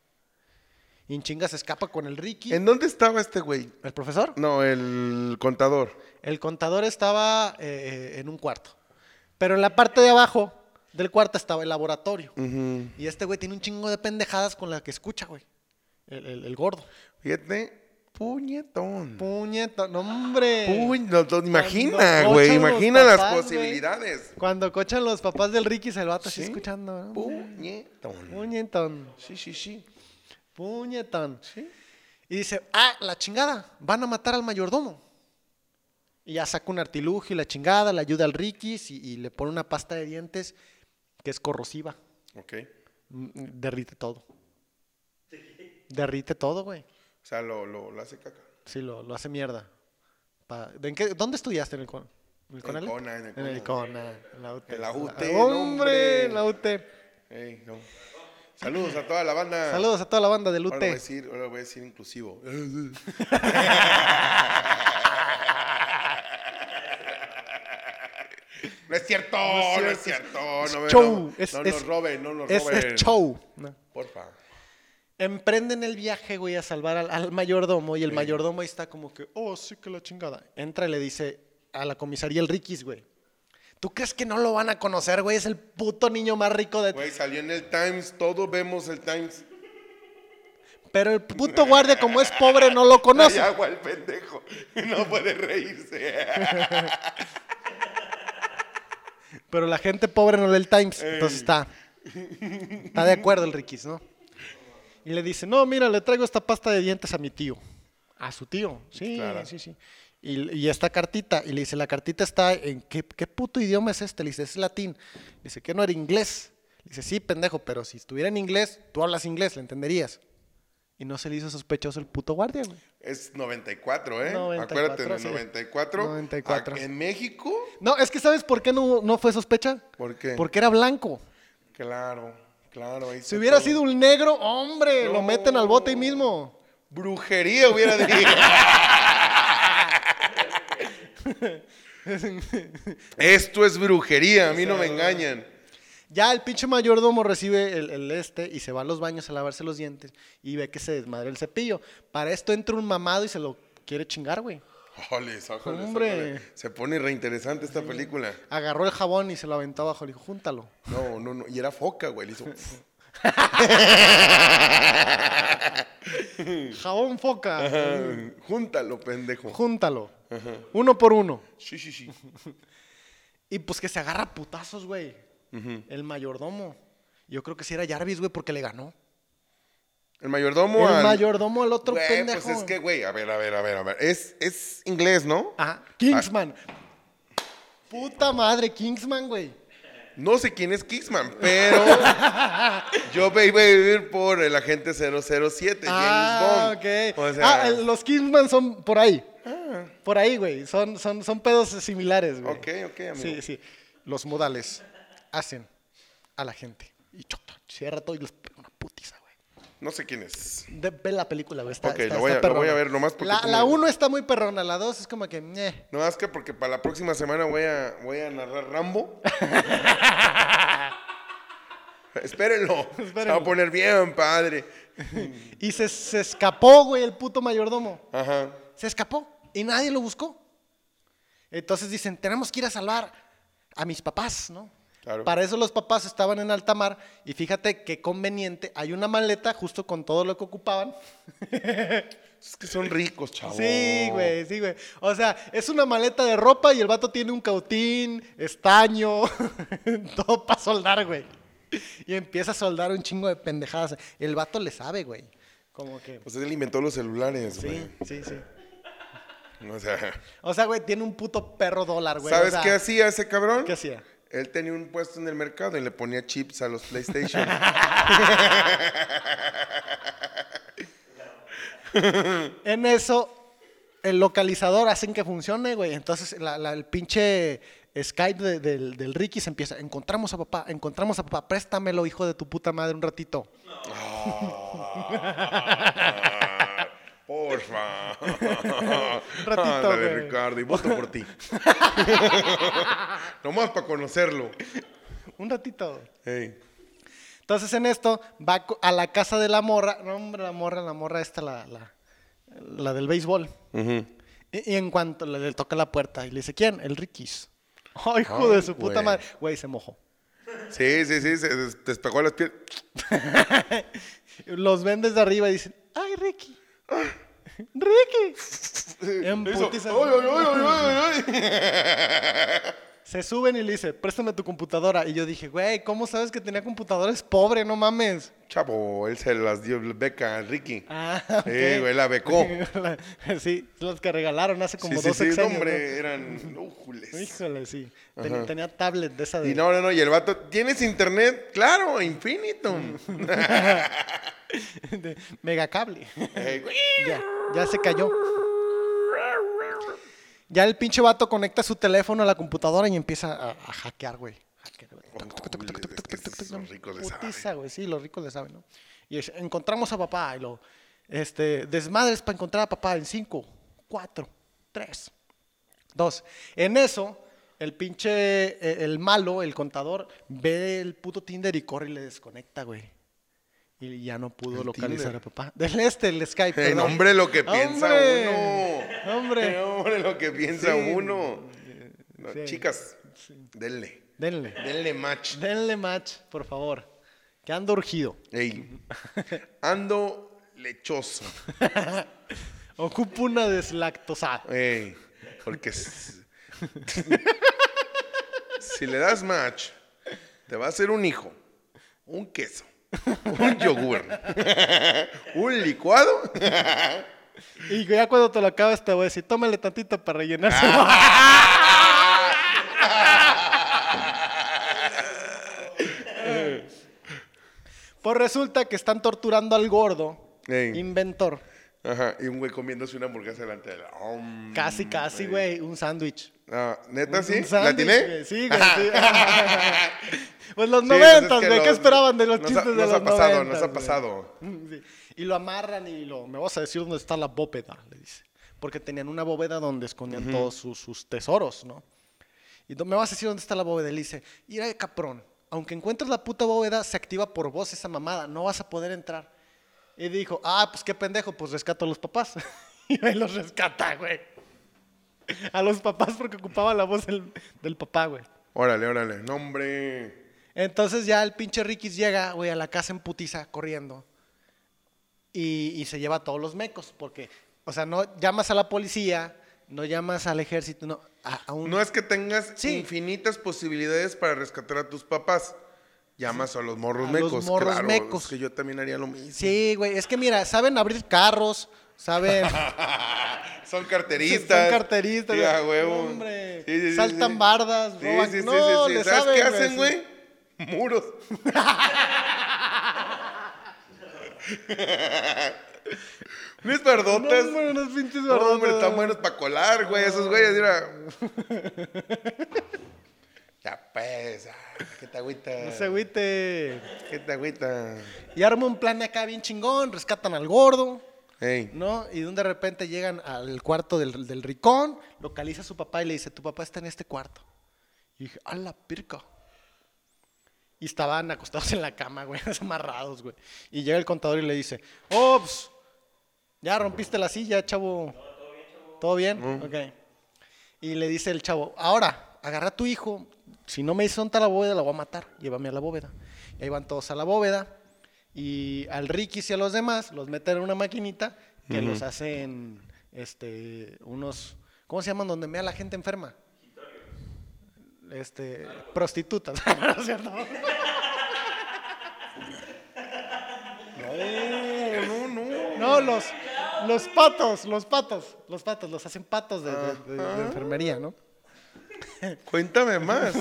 [SPEAKER 2] Y en chinga se escapa con el Ricky.
[SPEAKER 3] ¿En dónde estaba este güey?
[SPEAKER 2] ¿El profesor?
[SPEAKER 3] No, el contador.
[SPEAKER 2] El contador estaba eh, en un cuarto. Pero en la parte de abajo del cuarto estaba el laboratorio.
[SPEAKER 3] Ujú.
[SPEAKER 2] Y este güey tiene un chingo de pendejadas con la que escucha, güey. El, el- el gordo.
[SPEAKER 3] Fíjate, puñetón.
[SPEAKER 2] Puñeta, no hombre.
[SPEAKER 3] Uy, no, no, imagina,
[SPEAKER 2] Cuando
[SPEAKER 3] güey,
[SPEAKER 2] cochan los
[SPEAKER 3] imagina las
[SPEAKER 2] papás, güey.
[SPEAKER 3] posibilidades.
[SPEAKER 2] Cuando cochan los papás del Ricky, se lo vato así
[SPEAKER 3] Sí.
[SPEAKER 2] escuchando. ¿no?
[SPEAKER 3] Puñetón.
[SPEAKER 2] Puñetón.
[SPEAKER 3] Sí, sí, sí.
[SPEAKER 2] Puñetón.
[SPEAKER 3] Sí.
[SPEAKER 2] Y dice, ah, la chingada, van a matar al mayordomo. Y ya saca un artilugio y la chingada, le ayuda al Ricky sí, y, le pone una pasta de dientes que es corrosiva.
[SPEAKER 3] Ok.
[SPEAKER 2] Mm, Derrite todo. Derrite todo, güey.
[SPEAKER 3] O sea, lo, lo, lo hace caca.
[SPEAKER 2] Sí, lo, lo hace mierda. Pa- ¿de en qué- ¿Dónde estudiaste? ¿En el CON? ¿En el
[SPEAKER 3] En el
[SPEAKER 2] CONALEP?
[SPEAKER 3] Cona, en el
[SPEAKER 2] En el CONA, en la UT.
[SPEAKER 3] En la UT,
[SPEAKER 2] ¡Hombre!
[SPEAKER 3] hombre.
[SPEAKER 2] En la UT.
[SPEAKER 3] Ey, no. Saludos a toda la banda.
[SPEAKER 2] Saludos a toda la banda del UT.
[SPEAKER 3] Ahora voy a decir, ahora voy a decir inclusivo. (laughs) No es cierto, no es cierto.
[SPEAKER 2] Es
[SPEAKER 3] "Oh, No, me-
[SPEAKER 2] show,
[SPEAKER 3] no,
[SPEAKER 2] es-
[SPEAKER 3] no
[SPEAKER 2] es-
[SPEAKER 3] nos roben, no nos
[SPEAKER 2] Es,
[SPEAKER 3] roben.
[SPEAKER 2] es show. ¿no?
[SPEAKER 3] Porfa.
[SPEAKER 2] Emprenden el viaje, güey, a salvar al, al mayordomo. Y el mayordomo ahí está como que, oh, sí que la chingada. Entra y le dice a la comisaría el Riquis, güey. ¿Tú crees que no lo van a conocer, güey? Es el puto niño más rico de...
[SPEAKER 3] Güey, salió en el Times, todos vemos el Times.
[SPEAKER 2] Pero el puto guardia, como es pobre, no lo conoce.
[SPEAKER 3] Hay agua el pendejo. (laughs) No puede reírse. (laughs)
[SPEAKER 2] Pero la gente pobre no lee el Times, entonces está. Está de acuerdo el Riquis, ¿no? Y le dice, no, mira, le traigo esta pasta de dientes a mi tío. A su tío, sí,
[SPEAKER 3] Clara.
[SPEAKER 2] sí, sí. Y, y esta cartita, y le dice, la cartita está en, ¿qué, qué puto idioma es este? Le dice, es latín. Le dice, ¿qué no era inglés? Le dice, sí, pendejo, pero si estuviera en inglés, tú hablas inglés, le entenderías. Y no se le hizo sospechoso el puto guardia, güey.
[SPEAKER 3] Es 94, ¿eh?
[SPEAKER 2] 94,
[SPEAKER 3] Acuérdate, en el
[SPEAKER 2] sí.
[SPEAKER 3] 94.
[SPEAKER 2] 94.
[SPEAKER 3] ac- En México.
[SPEAKER 2] No, es que ¿sabes por qué no, no fue sospecha?
[SPEAKER 3] ¿Por qué?
[SPEAKER 2] Porque era blanco.
[SPEAKER 3] Claro, claro. ahí
[SPEAKER 2] Si
[SPEAKER 3] está
[SPEAKER 2] hubiera
[SPEAKER 3] todo.
[SPEAKER 2] sido un negro, hombre, lo
[SPEAKER 3] No.
[SPEAKER 2] meten al bote ahí mismo.
[SPEAKER 3] Brujería hubiera dicho. Esto es brujería, a mí no me engañan.
[SPEAKER 2] Ya el pinche mayordomo recibe el, el este y se va a los baños a lavarse los dientes y ve que se desmadre el cepillo. Para esto entra un mamado y se lo quiere chingar, güey.
[SPEAKER 3] Joles, joles,
[SPEAKER 2] Hombre.
[SPEAKER 3] joles. Se pone reinteresante esta película.
[SPEAKER 2] Agarró el jabón y se lo aventó abajo. Le dijo, júntalo.
[SPEAKER 3] No, no, no. Y era foca,
[SPEAKER 2] (laughs)
[SPEAKER 3] güey. le hizo-
[SPEAKER 2] Jabón foca,
[SPEAKER 3] Júntalo, pendejo.
[SPEAKER 2] júntalo. Uno por uno.
[SPEAKER 3] Sí, sí, sí.
[SPEAKER 2] Y pues que se agarra a putazos, güey. El mayordomo. Yo creo que sí era Jarvis, güey, porque le ganó.
[SPEAKER 3] El mayordomo
[SPEAKER 2] el
[SPEAKER 3] al-
[SPEAKER 2] mayordomo al otro
[SPEAKER 3] Güey,
[SPEAKER 2] pendejo.
[SPEAKER 3] Pues es que, güey, a ver, a ver, a ver, a ver. Es, es inglés, ¿no?
[SPEAKER 2] Ajá. Kingsman. Puta madre, Kingsman, güey.
[SPEAKER 3] No sé quién es Kingsman,
[SPEAKER 2] (laughs)
[SPEAKER 3] pero yo me iba a vivir por el agente 007, James
[SPEAKER 2] Ah,
[SPEAKER 3] Bond.
[SPEAKER 2] ok.
[SPEAKER 3] O sea,
[SPEAKER 2] ah, el- los Kingsman son por ahí. Por ahí, güey. Son, son, son pedos similares, güey.
[SPEAKER 3] ok, ok, amigo.
[SPEAKER 2] Sí, sí. Los modales hacen a la gente. Y chota, cierra todo y les pega una putiza, güey.
[SPEAKER 3] No sé quién es.
[SPEAKER 2] De- ve la película, güey. Está,
[SPEAKER 3] Ok,
[SPEAKER 2] está-
[SPEAKER 3] lo voy a-
[SPEAKER 2] está
[SPEAKER 3] lo voy a
[SPEAKER 2] perrona.
[SPEAKER 3] ver nomás porque
[SPEAKER 2] La,
[SPEAKER 3] tú me
[SPEAKER 2] la
[SPEAKER 3] dices.
[SPEAKER 2] uno está muy perrona, la dos es como que. ñe.
[SPEAKER 3] No, es que porque para la próxima semana voy a, voy a narrar
[SPEAKER 2] (laughs)
[SPEAKER 3] Rambo. Espérenlo. Se va
[SPEAKER 2] Espérenlo.
[SPEAKER 3] a poner bien, padre.
[SPEAKER 2] Y se, se escapó, güey, el puto mayordomo.
[SPEAKER 3] Ajá.
[SPEAKER 2] Se escapó y nadie lo buscó. Entonces dicen, tenemos que ir a salvar a mis papás, ¿no?
[SPEAKER 3] Claro.
[SPEAKER 2] Para eso los papás estaban en alta mar y fíjate qué conveniente, hay una maleta justo con todo lo que ocupaban.
[SPEAKER 3] Es que son ricos, chavos.
[SPEAKER 2] Sí, güey, sí, güey. O sea, es una maleta de ropa y el vato tiene un cautín, estaño, (laughs) todo para soldar, güey. Y empieza a soldar un chingo de pendejadas. El vato le sabe, güey. Como que...
[SPEAKER 3] Pues él inventó los celulares, güey.
[SPEAKER 2] Sí, sí, sí.
[SPEAKER 3] O sea,
[SPEAKER 2] O sea, güey, tiene un puto perro dólar, güey. o
[SPEAKER 3] ¿sabes
[SPEAKER 2] sea,
[SPEAKER 3] qué hacía ese cabrón?
[SPEAKER 2] ¿Qué hacía?
[SPEAKER 3] Él tenía un puesto en el mercado y le ponía chips a los
[SPEAKER 2] (laughs)
[SPEAKER 3] PlayStation. (laughs)
[SPEAKER 2] En eso, el localizador hacen que funcione, güey. Entonces, la- la- el pinche Skype de- del, del Ricky se empieza. Encontramos a papá, encontramos a papá. Préstamelo, hijo de tu puta madre, un ratito.
[SPEAKER 3] Porfa.
[SPEAKER 2] ratito,
[SPEAKER 3] Ándale,
[SPEAKER 2] güey.
[SPEAKER 3] Ricardo, y voto
[SPEAKER 2] (laughs)
[SPEAKER 3] por ti. Nomás para conocerlo.
[SPEAKER 2] Un ratito.
[SPEAKER 3] Ey.
[SPEAKER 2] Entonces en esto va co- a la casa de la morra. No, hombre, la morra, la morra esta, la, la, la del béisbol.
[SPEAKER 3] Ujú.
[SPEAKER 2] Y, y en cuanto le, le toca la puerta y le dice, ¿quién? El Riquis. Ay, hijo
[SPEAKER 3] Ay,
[SPEAKER 2] de su puta
[SPEAKER 3] güey.
[SPEAKER 2] madre. Güey, se mojó.
[SPEAKER 3] Sí, sí, sí, se des- despegó las piernas.
[SPEAKER 2] (laughs) Los ven desde arriba y dicen, ¡ay, Ricky! ¡Ricky! En
[SPEAKER 3] Hizo,
[SPEAKER 2] putiza.
[SPEAKER 3] "Ay, ay, ay, ay, ay, ay".
[SPEAKER 2] Se suben y le dice, préstame tu computadora. Y yo dije, güey, ¿cómo sabes que tenía computadora? Es pobre, no mames.
[SPEAKER 3] Chavo, él se las dio beca a Ricky.
[SPEAKER 2] Ah,
[SPEAKER 3] Sí,
[SPEAKER 2] ok.
[SPEAKER 3] güey, la becó.
[SPEAKER 2] La- (laughs) sí, las que regalaron hace como
[SPEAKER 3] sí, sí,
[SPEAKER 2] dos
[SPEAKER 3] sí, no,
[SPEAKER 2] sexenios,
[SPEAKER 3] hombre, eran lújules.
[SPEAKER 2] ¿no? Híjole, sí. Ten- tenía tablet de esa de...
[SPEAKER 3] Y no, no, no, y el vato, ¿tienes internet? Claro, infinito.
[SPEAKER 2] (laughs) Mm. de megacable. (laughs)
[SPEAKER 3] Ey, güey.
[SPEAKER 2] ya, ya se cayó. Ya el pinche vato conecta su teléfono a la computadora y empieza a, a hackear, güey. Hackear, güey. Tuc, tuc, tuc, tuc, tuc, tuc, tuc, tuc,
[SPEAKER 3] Los
[SPEAKER 2] tuc.
[SPEAKER 3] ricos le saben.
[SPEAKER 2] Putiza, güey. Sí, los ricos le saben, ¿no? Y es- encontramos a papá y lo... Este, desmadres para encontrar a papá en cinco, cuatro, tres, dos. En eso, el pinche, eh, el malo, el contador, ve el puto Tinder y corre y le desconecta, güey. Y ya no pudo
[SPEAKER 3] El
[SPEAKER 2] localizar
[SPEAKER 3] Tinder.
[SPEAKER 2] a papá. Del este, el
[SPEAKER 3] (laughs)
[SPEAKER 2] Skype.
[SPEAKER 3] Ey,
[SPEAKER 2] perdón.
[SPEAKER 3] no, hombre, lo que piensa
[SPEAKER 2] ¡Hombre!
[SPEAKER 3] uno.
[SPEAKER 2] Hombre.
[SPEAKER 3] No, hombre, lo que piensa
[SPEAKER 2] Sí.
[SPEAKER 3] uno. No,
[SPEAKER 2] Sí.
[SPEAKER 3] Chicas, denle.
[SPEAKER 2] Denle.
[SPEAKER 3] Denle match.
[SPEAKER 2] Denle match, por favor. Que ando urgido.
[SPEAKER 3] Ey, ando lechoso.
[SPEAKER 2] Ocupo una deslactosada.
[SPEAKER 3] Ey, porque s- (laughs) si le das match, te va a hacer un hijo, un queso, un yogur, (laughs) un licuado. (laughs)
[SPEAKER 2] Y ya cuando te lo acabas te voy a decir, tómale tantito para
[SPEAKER 3] Ah.
[SPEAKER 2] rellenarse. pues resulta que están torturando al gordo,
[SPEAKER 3] Ey.
[SPEAKER 2] inventor.
[SPEAKER 3] Ajá, y un güey comiéndose una hamburguesa delante de la. Om,
[SPEAKER 2] Casi, casi, güey, un sándwich.
[SPEAKER 3] Mm, Ah, ¿Neta
[SPEAKER 2] Un-
[SPEAKER 3] sí?
[SPEAKER 2] un sándwich,
[SPEAKER 3] ¿La
[SPEAKER 2] güey.
[SPEAKER 3] tiene?
[SPEAKER 2] Sí,
[SPEAKER 3] (laughs)
[SPEAKER 2] güey. sí. pues los
[SPEAKER 3] Sí, pues es
[SPEAKER 2] noventas,
[SPEAKER 3] que
[SPEAKER 2] güey. ¿Qué
[SPEAKER 3] los-
[SPEAKER 2] esperaban de los
[SPEAKER 3] nos ha-
[SPEAKER 2] chistes de
[SPEAKER 3] nos
[SPEAKER 2] los
[SPEAKER 3] ha pasado,
[SPEAKER 2] noventas,
[SPEAKER 3] nos ha
[SPEAKER 2] güey?
[SPEAKER 3] pasado.
[SPEAKER 2] Mm, (laughs) sí. Y lo amarran y lo... Me vas a decir dónde está la bóveda, le dice. Porque tenían una bóveda donde escondían todos sus, sus tesoros, ¿no? Y do- me vas a decir dónde está la bóveda. Y le dice, mira, eh, caprón, aunque encuentres la puta bóveda, se activa por vos esa mamada. No vas a poder entrar. Y dijo, ah, pues qué pendejo, pues rescato a los papás. (laughs) y ahí los rescata, güey. A los papás porque ocupaba la voz del, del papá, güey.
[SPEAKER 3] Órale, órale. No, hombre.
[SPEAKER 2] Entonces ya el pinche Rikis llega, güey, a la casa en putiza, corriendo. Y, y se lleva a todos los mecos, porque, o sea, no llamas a la policía, no llamas al ejército, no, a, a un...
[SPEAKER 3] No es que tengas
[SPEAKER 2] Sí.
[SPEAKER 3] infinitas posibilidades para rescatar a tus papás. Llamas a los morros
[SPEAKER 2] A los
[SPEAKER 3] mecos.
[SPEAKER 2] morros
[SPEAKER 3] claro,
[SPEAKER 2] mecos.
[SPEAKER 3] es que yo también haría
[SPEAKER 2] (laughs)
[SPEAKER 3] lo mismo.
[SPEAKER 2] Sí, güey, es que mira, saben abrir carros,
[SPEAKER 3] (laughs)
[SPEAKER 2] saben... (laughs)
[SPEAKER 3] Son carteristas.
[SPEAKER 2] Son carteristas,
[SPEAKER 3] Sí, a
[SPEAKER 2] güey.
[SPEAKER 3] huevo.
[SPEAKER 2] Hombre, saltan bardas, roban-
[SPEAKER 3] Sí, sí, sí,
[SPEAKER 2] No,
[SPEAKER 3] sí,
[SPEAKER 2] le
[SPEAKER 3] ¿Sabes
[SPEAKER 2] saben,
[SPEAKER 3] qué
[SPEAKER 2] güey,
[SPEAKER 3] hacen,
[SPEAKER 2] sí. (laughs)
[SPEAKER 3] güey? Muros. Unas bardotas.
[SPEAKER 2] No, hombre, unos pinches
[SPEAKER 3] No, hombre,
[SPEAKER 2] bardotas.
[SPEAKER 3] están buenos para colar, güey. Esos güeyes,
[SPEAKER 2] (laughs)
[SPEAKER 3] mira. Ya pues, ah, ¿qué te agüita?
[SPEAKER 2] No se agüite.
[SPEAKER 3] ¿Qué te agüita?
[SPEAKER 2] Y arma un plan acá bien chingón, rescatan al gordo.
[SPEAKER 3] Ey,
[SPEAKER 2] ¿no? Y de repente llegan al cuarto del, del ricón, localiza a su papá y le dice, tu papá está en este cuarto. Y dije, a la pirca. Y estaban acostados en la cama, güey, (laughs) amarrados, güey. Y llega el contador y le dice, ops, ya rompiste la silla, chavo. ¿Todo bien? Ok. Y le dice el chavo, ahora, agarra a tu hijo. Si no me disonta la bóveda, la voy a matar. Llévame a la bóveda. Y ahí van todos a la bóveda. Y al Ricky y a los demás los meten en una maquinita que los hacen este, unos... ¿Cómo se llaman? Donde mea la gente enferma. Este, prostitutas. (laughs) ¿No es cierto?
[SPEAKER 3] No, no, no.
[SPEAKER 2] No, los, los patos, los patos, los patos, los hacen patos de, de- de- de enfermería, ¿no? (laughs)
[SPEAKER 3] Cuéntame más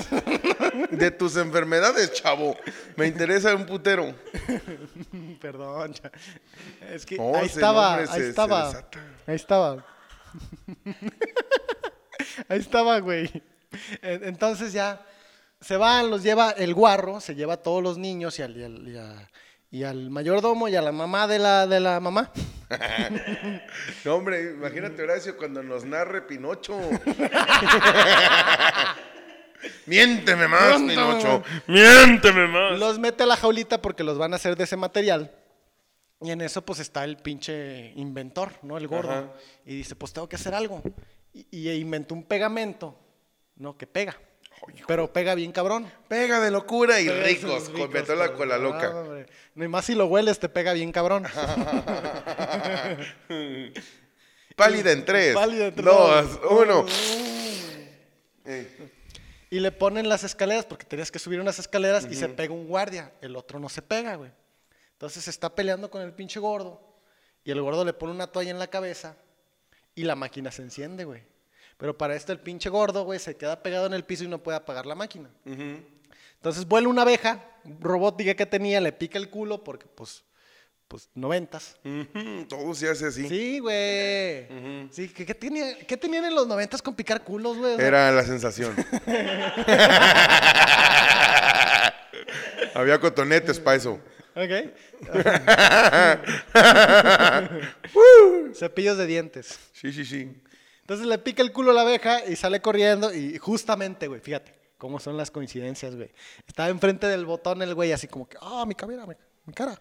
[SPEAKER 3] de tus enfermedades, chavo. Me interesa un putero.
[SPEAKER 2] (laughs) Perdón, ya. es que
[SPEAKER 3] No,
[SPEAKER 2] ahí
[SPEAKER 3] ese
[SPEAKER 2] estaba,
[SPEAKER 3] nombre
[SPEAKER 2] ahí
[SPEAKER 3] se- se
[SPEAKER 2] estaba,
[SPEAKER 3] desata.
[SPEAKER 2] ahí estaba, (laughs) ahí estaba, güey. En- Entonces ya se van, los lleva el guarro, se lleva a todos los niños y al, y al- y a- y al mayordomo y a la mamá de la de la mamá.
[SPEAKER 3] No, hombre, imagínate Horacio cuando nos narre Pinocho. Miénteme
[SPEAKER 2] (laughs)
[SPEAKER 3] más,
[SPEAKER 2] Miénteme
[SPEAKER 3] Pinocho. Miénteme más.
[SPEAKER 2] Los mete a la jaulita porque los van a hacer de ese material. Y en eso pues está el pinche inventor, ¿no? El gordo.
[SPEAKER 3] Ajá.
[SPEAKER 2] Y dice, pues tengo que hacer algo. Y, y inventó un pegamento, ¿no? Que pega. pero pega bien cabrón.
[SPEAKER 3] Pega de locura y ricos.
[SPEAKER 2] Ricos,
[SPEAKER 3] Completó la
[SPEAKER 2] cabrón.
[SPEAKER 3] cola
[SPEAKER 2] No, (laughs)
[SPEAKER 3] loca.
[SPEAKER 2] hombre. No, y más si lo hueles, te pega bien cabrón.
[SPEAKER 3] Pálida en tres.
[SPEAKER 2] Pálida en tres.
[SPEAKER 3] Dos, uno. Ey,
[SPEAKER 2] Y le ponen las escaleras, porque tenías que subir unas escaleras y se pega un guardia. El otro no se pega, güey. Entonces se está peleando con el pinche gordo. Y el gordo le pone una toalla en la cabeza y la máquina se enciende, güey. Pero para esto el pinche gordo, güey, se queda pegado en el piso y no puede apagar la máquina. Entonces vuela una abeja, robótica que tenía, le pica el culo porque, pues, pues, noventas.
[SPEAKER 3] ujú, Todo se hace así.
[SPEAKER 2] Sí, güey. Sí, ¿qué, qué tenía- qué tenían en los noventas con picar culos, güey? O sea,
[SPEAKER 3] Era la
[SPEAKER 2] (laughs)
[SPEAKER 3] sensación. Había cotonetes para eso. (laughs)
[SPEAKER 2] Ok. (laughs) Cepillos de dientes.
[SPEAKER 3] Sí, sí, sí.
[SPEAKER 2] Entonces le pica el culo a la abeja y sale corriendo y justamente, güey, fíjate cómo son las coincidencias, güey. Estaba enfrente del botón el güey así como que, ah, mi cabera, mi, mi cara.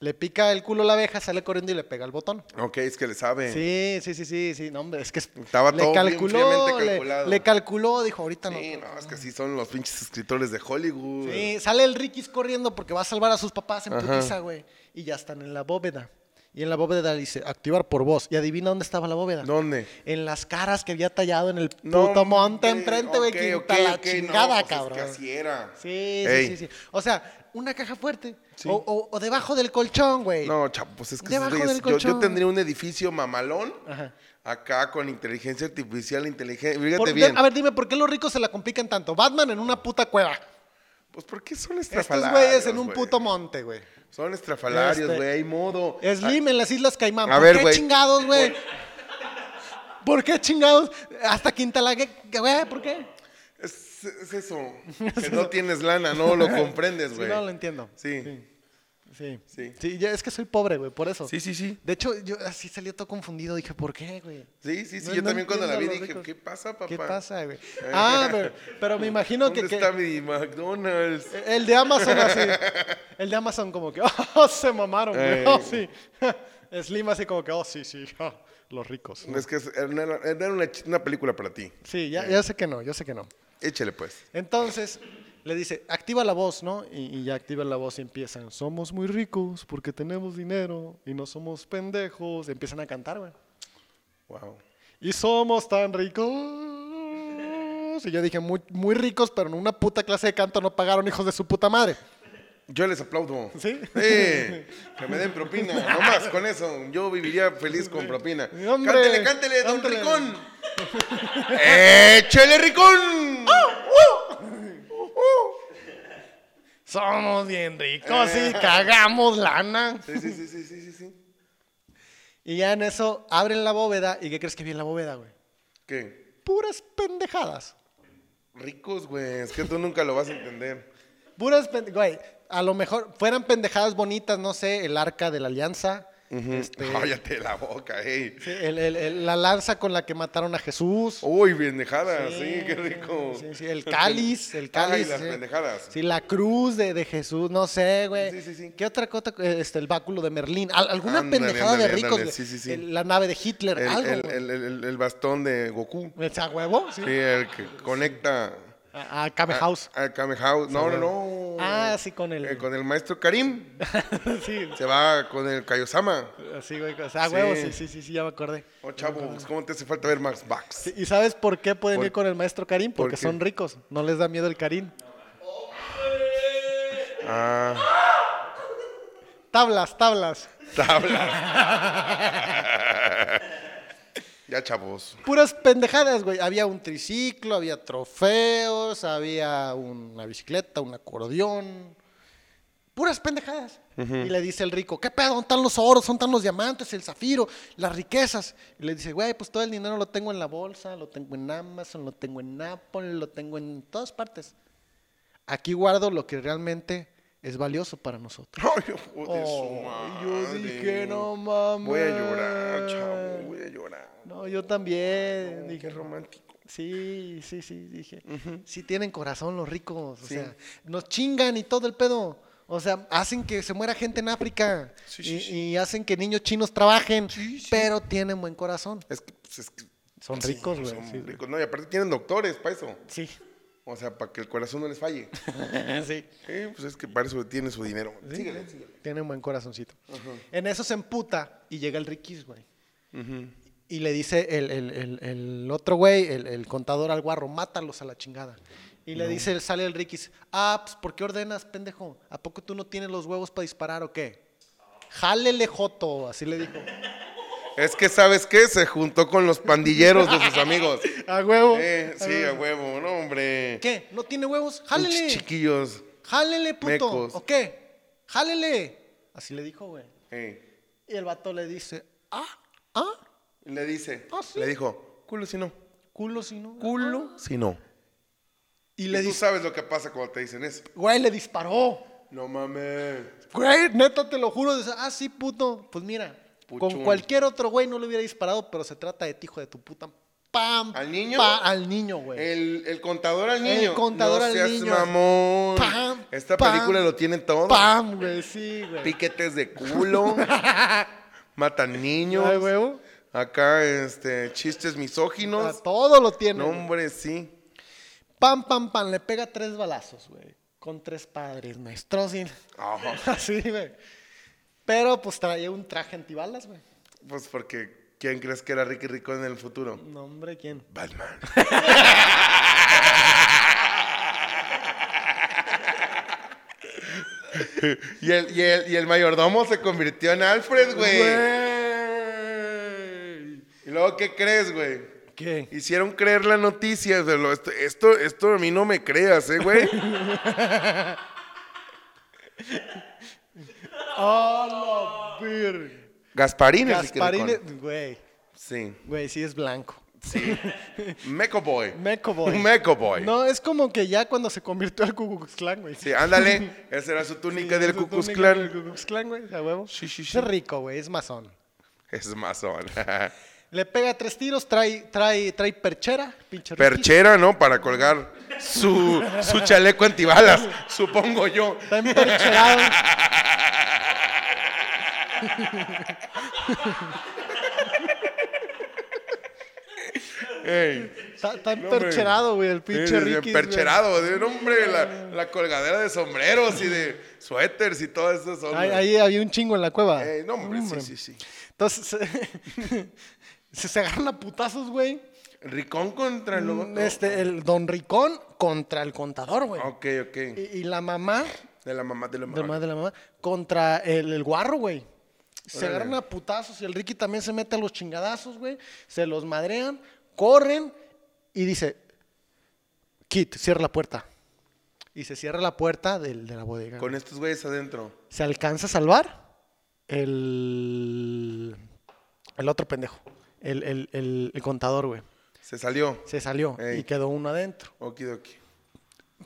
[SPEAKER 2] Le pica el culo a la abeja, sale corriendo y le pega el botón.
[SPEAKER 3] Ok, es que le sabe.
[SPEAKER 2] Sí, sí, sí, sí, sí. No, hombre, es que es-
[SPEAKER 3] Estaba
[SPEAKER 2] le
[SPEAKER 3] todo bien
[SPEAKER 2] calculó,
[SPEAKER 3] fríamente
[SPEAKER 2] le-
[SPEAKER 3] calculado.
[SPEAKER 2] Le, calculó, dijo, ahorita no.
[SPEAKER 3] Sí, no, es que así son los pinches escritores de Hollywood.
[SPEAKER 2] Sí, sale el Rikis corriendo porque va a salvar a sus papás en putiza, güey. Y ya están en la bóveda. Y en la bóveda dice, activar por voz. Y adivina dónde estaba la bóveda.
[SPEAKER 3] ¿Dónde?
[SPEAKER 2] En las caras que había tallado en el
[SPEAKER 3] No,
[SPEAKER 2] puto monte
[SPEAKER 3] hombre,
[SPEAKER 2] enfrente, güey.
[SPEAKER 3] ok,
[SPEAKER 2] que
[SPEAKER 3] ok,
[SPEAKER 2] quinta la
[SPEAKER 3] ok, no,
[SPEAKER 2] chingada,
[SPEAKER 3] pues es que
[SPEAKER 2] cabrón.
[SPEAKER 3] así era.
[SPEAKER 2] Sí,
[SPEAKER 3] Ey.
[SPEAKER 2] sí, sí, sí. O sea, una caja fuerte. O, o- o debajo del colchón, güey.
[SPEAKER 3] No, chapo, pues es que esos
[SPEAKER 2] Debajo
[SPEAKER 3] güeyes-
[SPEAKER 2] del
[SPEAKER 3] yo, yo
[SPEAKER 2] colchón.
[SPEAKER 3] tendría un edificio mamalón
[SPEAKER 2] Ajá.
[SPEAKER 3] acá con inteligencia artificial, inteligencia. Fíjate
[SPEAKER 2] Por- de-
[SPEAKER 3] bien.
[SPEAKER 2] a ver, dime, ¿por qué los ricos se la complican tanto? Batman en una puta cueva.
[SPEAKER 3] Pues ¿por qué son
[SPEAKER 2] Estos
[SPEAKER 3] estrafalarios?
[SPEAKER 2] güeyes en un
[SPEAKER 3] güey?
[SPEAKER 2] puto monte, güey.
[SPEAKER 3] Son estrafalarios,
[SPEAKER 2] Este-
[SPEAKER 3] güey, hay modo. Ah,
[SPEAKER 2] Slim en las Islas Caimán.
[SPEAKER 3] A
[SPEAKER 2] ¿Por
[SPEAKER 3] ver,
[SPEAKER 2] qué
[SPEAKER 3] güey.
[SPEAKER 2] chingados, güey?
[SPEAKER 3] Por-
[SPEAKER 2] ¿Por qué chingados? Hasta Quintalague, güey, ¿por qué?
[SPEAKER 3] Es,
[SPEAKER 2] (laughs)
[SPEAKER 3] es eso. que no tienes lana, no lo comprendes,
[SPEAKER 2] Sí,
[SPEAKER 3] güey.
[SPEAKER 2] no lo entiendo.
[SPEAKER 3] Sí.
[SPEAKER 2] Sí. Sí.
[SPEAKER 3] Sí.
[SPEAKER 2] ya es que soy pobre, güey, por eso.
[SPEAKER 3] Sí, sí, sí.
[SPEAKER 2] De hecho, yo así salí todo confundido. Dije, ¿por qué, güey?
[SPEAKER 3] Sí, sí, sí.
[SPEAKER 2] No-
[SPEAKER 3] yo
[SPEAKER 2] no
[SPEAKER 3] también cuando la vi
[SPEAKER 2] entiendo a
[SPEAKER 3] dije,
[SPEAKER 2] los ricos.
[SPEAKER 3] ¿qué pasa, papá? Eh.
[SPEAKER 2] ¿Qué pasa, güey? Ah, pero, pero me imagino que,
[SPEAKER 3] ¿Dónde
[SPEAKER 2] que-
[SPEAKER 3] está mi McDonald's?
[SPEAKER 2] el de Amazon así. El de Amazon como que, oh, se mamaron, güey.
[SPEAKER 3] Ey.
[SPEAKER 2] Oh, sí. (laughs) Slim así como que, oh, sí, sí, ja, los ricos.
[SPEAKER 3] No, Es Eh. que es- era, era una, ch- una película para ti.
[SPEAKER 2] Sí, ya, ya sé que no, yo sé que no.
[SPEAKER 3] Échale, pues.
[SPEAKER 2] Entonces le dice, activa la voz, ¿no? Y, y ya activa la voz y empiezan, somos muy ricos porque tenemos dinero y no somos pendejos. Y empiezan a cantar, güey.
[SPEAKER 3] Wow.
[SPEAKER 2] Y somos tan ricos. Y yo dije, muy, muy ricos, pero en una puta clase de canto no pagaron hijos de su puta madre.
[SPEAKER 3] Yo les aplaudo.
[SPEAKER 2] ¿Sí?
[SPEAKER 3] que me den (laughs) propina. No más, con eso. Yo viviría feliz con propina.
[SPEAKER 2] Hombre,
[SPEAKER 3] cántele, cántele, don
[SPEAKER 2] cántele.
[SPEAKER 3] Ricón. (laughs) ¡Échale, Ricón!
[SPEAKER 2] Somos bien ricos y cagamos lana.
[SPEAKER 3] Sí, sí, sí, sí, sí, sí, sí.
[SPEAKER 2] Y ya en eso abren la bóveda. ¿Y qué crees que vi en la bóveda, güey?
[SPEAKER 3] ¿Qué?
[SPEAKER 2] Puras pendejadas.
[SPEAKER 3] Ricos, güey. Es que tú nunca lo vas a entender.
[SPEAKER 2] Puras pende- güey, a lo mejor fueran pendejadas bonitas, no sé, el arca de la alianza, este,
[SPEAKER 3] Cállate la boca, ey.
[SPEAKER 2] sí, el- el- el- la lanza con la que mataron a Jesús.
[SPEAKER 3] Uy, pendejada, Oh, sí, qué rico.
[SPEAKER 2] Sí, sí,
[SPEAKER 3] (laughs)
[SPEAKER 2] el cáliz, el
[SPEAKER 3] Ay,
[SPEAKER 2] cáliz.
[SPEAKER 3] las
[SPEAKER 2] sí.
[SPEAKER 3] pendejadas.
[SPEAKER 2] Sí, la cruz de, de Jesús, no sé, güey.
[SPEAKER 3] Sí, sí, sí.
[SPEAKER 2] ¿Qué otra cosa? Eh, Este, el báculo de Merlín. Al- alguna
[SPEAKER 3] Ándale,
[SPEAKER 2] pendejada de
[SPEAKER 3] ándale,
[SPEAKER 2] ricos,
[SPEAKER 3] ándale,
[SPEAKER 2] güey.
[SPEAKER 3] sí, sí, sí.
[SPEAKER 2] El- La nave de Hitler,
[SPEAKER 3] El,
[SPEAKER 2] algo.
[SPEAKER 3] el-
[SPEAKER 2] güey.
[SPEAKER 3] el- el- el bastón de Goku.
[SPEAKER 2] ¿Es a huevo? Sí.
[SPEAKER 3] Sí, el que conecta.
[SPEAKER 2] A, a Kame House.
[SPEAKER 3] A Kame House. No, no, no.
[SPEAKER 2] Ah, sí, con el.
[SPEAKER 3] Eh, con el maestro Karim.
[SPEAKER 2] (laughs) sí,
[SPEAKER 3] Se va con el Kaiosama.
[SPEAKER 2] así, güey. o sea, A
[SPEAKER 3] Sí.
[SPEAKER 2] huevo, sí, sí, sí, sí, ya me acordé.
[SPEAKER 3] Oh, chavo, pues, ¿cómo te hace falta ver Max Bax?
[SPEAKER 2] Sí, ¿Y sabes por qué pueden
[SPEAKER 3] ¿Por-
[SPEAKER 2] ir con el maestro Karim?
[SPEAKER 3] por
[SPEAKER 2] Porque
[SPEAKER 3] qué?
[SPEAKER 2] son ricos, no les da miedo el Karim. (laughs)
[SPEAKER 3] Ah,
[SPEAKER 2] Tablas, tablas.
[SPEAKER 3] tablas. (laughs) ya, chavos.
[SPEAKER 2] Puras pendejadas, güey. Había un triciclo, había trofeos, había una bicicleta, un acordeón. Puras pendejadas. Y le dice el rico, ¿qué pedo? ¿Dónde están los oros? ¿Dónde están los diamantes? El zafiro, las riquezas. Y le dice, güey, pues todo el dinero lo tengo en la bolsa, lo tengo en Amazon, lo tengo en Apple, lo tengo en todas partes. Aquí guardo lo que realmente es valioso para nosotros.
[SPEAKER 3] Ay, hijo de su
[SPEAKER 2] Oh, yo
[SPEAKER 3] madre.
[SPEAKER 2] dije, no mames.
[SPEAKER 3] Voy a llorar, chavo. Voy a llorar.
[SPEAKER 2] No, yo también.
[SPEAKER 3] Qué
[SPEAKER 2] dije,
[SPEAKER 3] romántico.
[SPEAKER 2] Sí, sí, sí, dije. Sí tienen corazón los ricos. O
[SPEAKER 3] Sí.
[SPEAKER 2] sea, nos chingan y todo el pedo. O sea, hacen que se muera gente en África.
[SPEAKER 3] Sí, sí,
[SPEAKER 2] y,
[SPEAKER 3] sí.
[SPEAKER 2] y hacen que niños chinos trabajen.
[SPEAKER 3] Sí, sí.
[SPEAKER 2] Pero tienen buen corazón.
[SPEAKER 3] Es que, pues, es que-
[SPEAKER 2] Son
[SPEAKER 3] sí,
[SPEAKER 2] ricos, güey.
[SPEAKER 3] Son
[SPEAKER 2] sí, güey.
[SPEAKER 3] ricos. No, y aparte tienen doctores para eso. (laughs)
[SPEAKER 2] Sí.
[SPEAKER 3] O sea, para que el corazón no
[SPEAKER 2] (laughs)
[SPEAKER 3] les falle.
[SPEAKER 2] sí.
[SPEAKER 3] Eh, pues es que para eso tiene su dinero. Síguele, síguele.
[SPEAKER 2] Tienen buen corazoncito. En eso se emputa y llega el riquis, güey. Y le dice el, el- el- el otro güey, el, el contador al guarro, mátalos a la chingada. Y le dice, sale el Riquis, ah, pues, ¿por qué ordenas, pendejo? ¿A poco tú no tienes los huevos para disparar o qué? Jálele, Joto, así le
[SPEAKER 3] (laughs)
[SPEAKER 2] dijo.
[SPEAKER 3] Es que, ¿sabes qué? Se juntó con los pandilleros de
[SPEAKER 2] (laughs)
[SPEAKER 3] sus amigos.
[SPEAKER 2] A huevo.
[SPEAKER 3] Eh, sí, a huevo, no, hombre.
[SPEAKER 2] ¿Qué? ¿No tiene huevos?
[SPEAKER 3] Pinches
[SPEAKER 2] Jálele.
[SPEAKER 3] Chiquillos.
[SPEAKER 2] Jálele, puto.
[SPEAKER 3] Mecos.
[SPEAKER 2] ¿O qué? Jálele. Así le dijo, güey.
[SPEAKER 3] Eh,
[SPEAKER 2] Y el vato le dice, ah, ah,
[SPEAKER 3] Le dice,
[SPEAKER 2] Ah, sí.
[SPEAKER 3] le dijo, culo si no.
[SPEAKER 2] culo si no. Ah.
[SPEAKER 3] Culo si no.
[SPEAKER 2] Y
[SPEAKER 3] Y
[SPEAKER 2] le
[SPEAKER 3] tú
[SPEAKER 2] dice,
[SPEAKER 3] sabes lo que pasa cuando te dicen eso.
[SPEAKER 2] güey, le disparó.
[SPEAKER 3] No mames.
[SPEAKER 2] Güey, neta, te lo juro. Dice, ah, sí, puto. Pues mira, con
[SPEAKER 3] Puchón.
[SPEAKER 2] cualquier otro güey no le hubiera disparado, pero se trata de ti, hijo de tu puta. ¡Pam!
[SPEAKER 3] ¿Al niño? Eh,
[SPEAKER 2] pa- al niño, güey.
[SPEAKER 3] El, el contador al
[SPEAKER 2] Pues. El
[SPEAKER 3] niño.
[SPEAKER 2] contador
[SPEAKER 3] no
[SPEAKER 2] al
[SPEAKER 3] seas
[SPEAKER 2] niño.
[SPEAKER 3] mamón.
[SPEAKER 2] Pam,
[SPEAKER 3] Esta
[SPEAKER 2] pam,
[SPEAKER 3] película lo tiene todo.
[SPEAKER 2] ¡Pam, güey! Sí, güey.
[SPEAKER 3] Piquetes
[SPEAKER 2] (laughs)
[SPEAKER 3] de culo. matan niños.
[SPEAKER 2] Ay, huevo.
[SPEAKER 3] Acá, este, chistes misóginos.
[SPEAKER 2] Ah, Todo lo tiene.
[SPEAKER 3] No,
[SPEAKER 2] güey.
[SPEAKER 3] hombre, sí.
[SPEAKER 2] Pam, pam, pam. Le pega tres balazos, güey. Con tres padres nuestros. y-
[SPEAKER 3] Ajá.
[SPEAKER 2] (laughs) Así, güey. Pero pues traía un traje antibalas, güey.
[SPEAKER 3] Pues porque, ¿quién crees que era Ricky Rico en el futuro?
[SPEAKER 2] No, hombre, ¿quién?
[SPEAKER 3] Batman. (laughs) y, el, y, el, y el mayordomo se convirtió en Alfred, güey.
[SPEAKER 2] Güey.
[SPEAKER 3] ¿Y luego qué crees, güey?
[SPEAKER 2] ¿Qué?
[SPEAKER 3] Hicieron creer la noticia. de lo- esto, esto, esto a mí no me creas,
[SPEAKER 2] (laughs)
[SPEAKER 3] ¿eh, güey?
[SPEAKER 2] ¡Oh, la verga!
[SPEAKER 3] Gasparín es Ricky
[SPEAKER 2] Gasparín,
[SPEAKER 3] Ricón.
[SPEAKER 2] es- güey.
[SPEAKER 3] Sí.
[SPEAKER 2] Güey, sí es blanco.
[SPEAKER 3] Sí. Meco Boy.
[SPEAKER 2] (laughs) Meco Boy.
[SPEAKER 3] Meco Boy.
[SPEAKER 2] No, es como que ya cuando se convirtió al Ku Klux Klan, güey. (laughs)
[SPEAKER 3] Sí, ándale. Esa era su túnica del
[SPEAKER 2] Esa
[SPEAKER 3] Ku Klux
[SPEAKER 2] túnica del
[SPEAKER 3] Klan.
[SPEAKER 2] Ku Klux Klan, güey, a huevo.
[SPEAKER 3] Sí, sí, sí.
[SPEAKER 2] Es rico, güey, es masón.
[SPEAKER 3] Es
[SPEAKER 2] (laughs)
[SPEAKER 3] mazón.
[SPEAKER 2] Le pega tres tiros, trae, trae, trae perchera, pinche Ricky.
[SPEAKER 3] Perchera, ¿no? Para colgar su, su chaleco antibalas, supongo yo.
[SPEAKER 2] Está empercherado.
[SPEAKER 3] Ey.
[SPEAKER 2] Está, está
[SPEAKER 3] (laughs) No, hombre.
[SPEAKER 2] empercherado, güey, el
[SPEAKER 3] Sí,
[SPEAKER 2] pinche
[SPEAKER 3] sí, sí,
[SPEAKER 2] Ricky.
[SPEAKER 3] Percherado, de un hombre, la, la colgadera de sombreros y de suéteres y todo eso. son-
[SPEAKER 2] Ahí, ahí había un chingo en la cueva.
[SPEAKER 3] Ey, Eh, no, hombre, sí, sí, sí.
[SPEAKER 2] Entonces, (laughs) se, se- se agarran a putazos, güey.
[SPEAKER 3] Ricón contra el lobo.
[SPEAKER 2] Este, el Don Ricón contra el contador, güey.
[SPEAKER 3] Ok, ok.
[SPEAKER 2] Y- y la mamá
[SPEAKER 3] De la mamá de la mamá.
[SPEAKER 2] de madre de la mamá, contra el, el guarro, güey. Se
[SPEAKER 3] Órale.
[SPEAKER 2] agarran a putazos y el Ricky también se mete a los chingadazos, güey. Se los madrean, corren y dice, Kit, cierra la puerta. Y se cierra la puerta del- de la bodega.
[SPEAKER 3] Con estos güeyes adentro.
[SPEAKER 2] Se alcanza a salvar el, el otro pendejo, el, el- el- el contador, güey.
[SPEAKER 3] Se salió.
[SPEAKER 2] Se salió y
[SPEAKER 3] Ey.
[SPEAKER 2] quedó uno adentro.
[SPEAKER 3] Okidoki.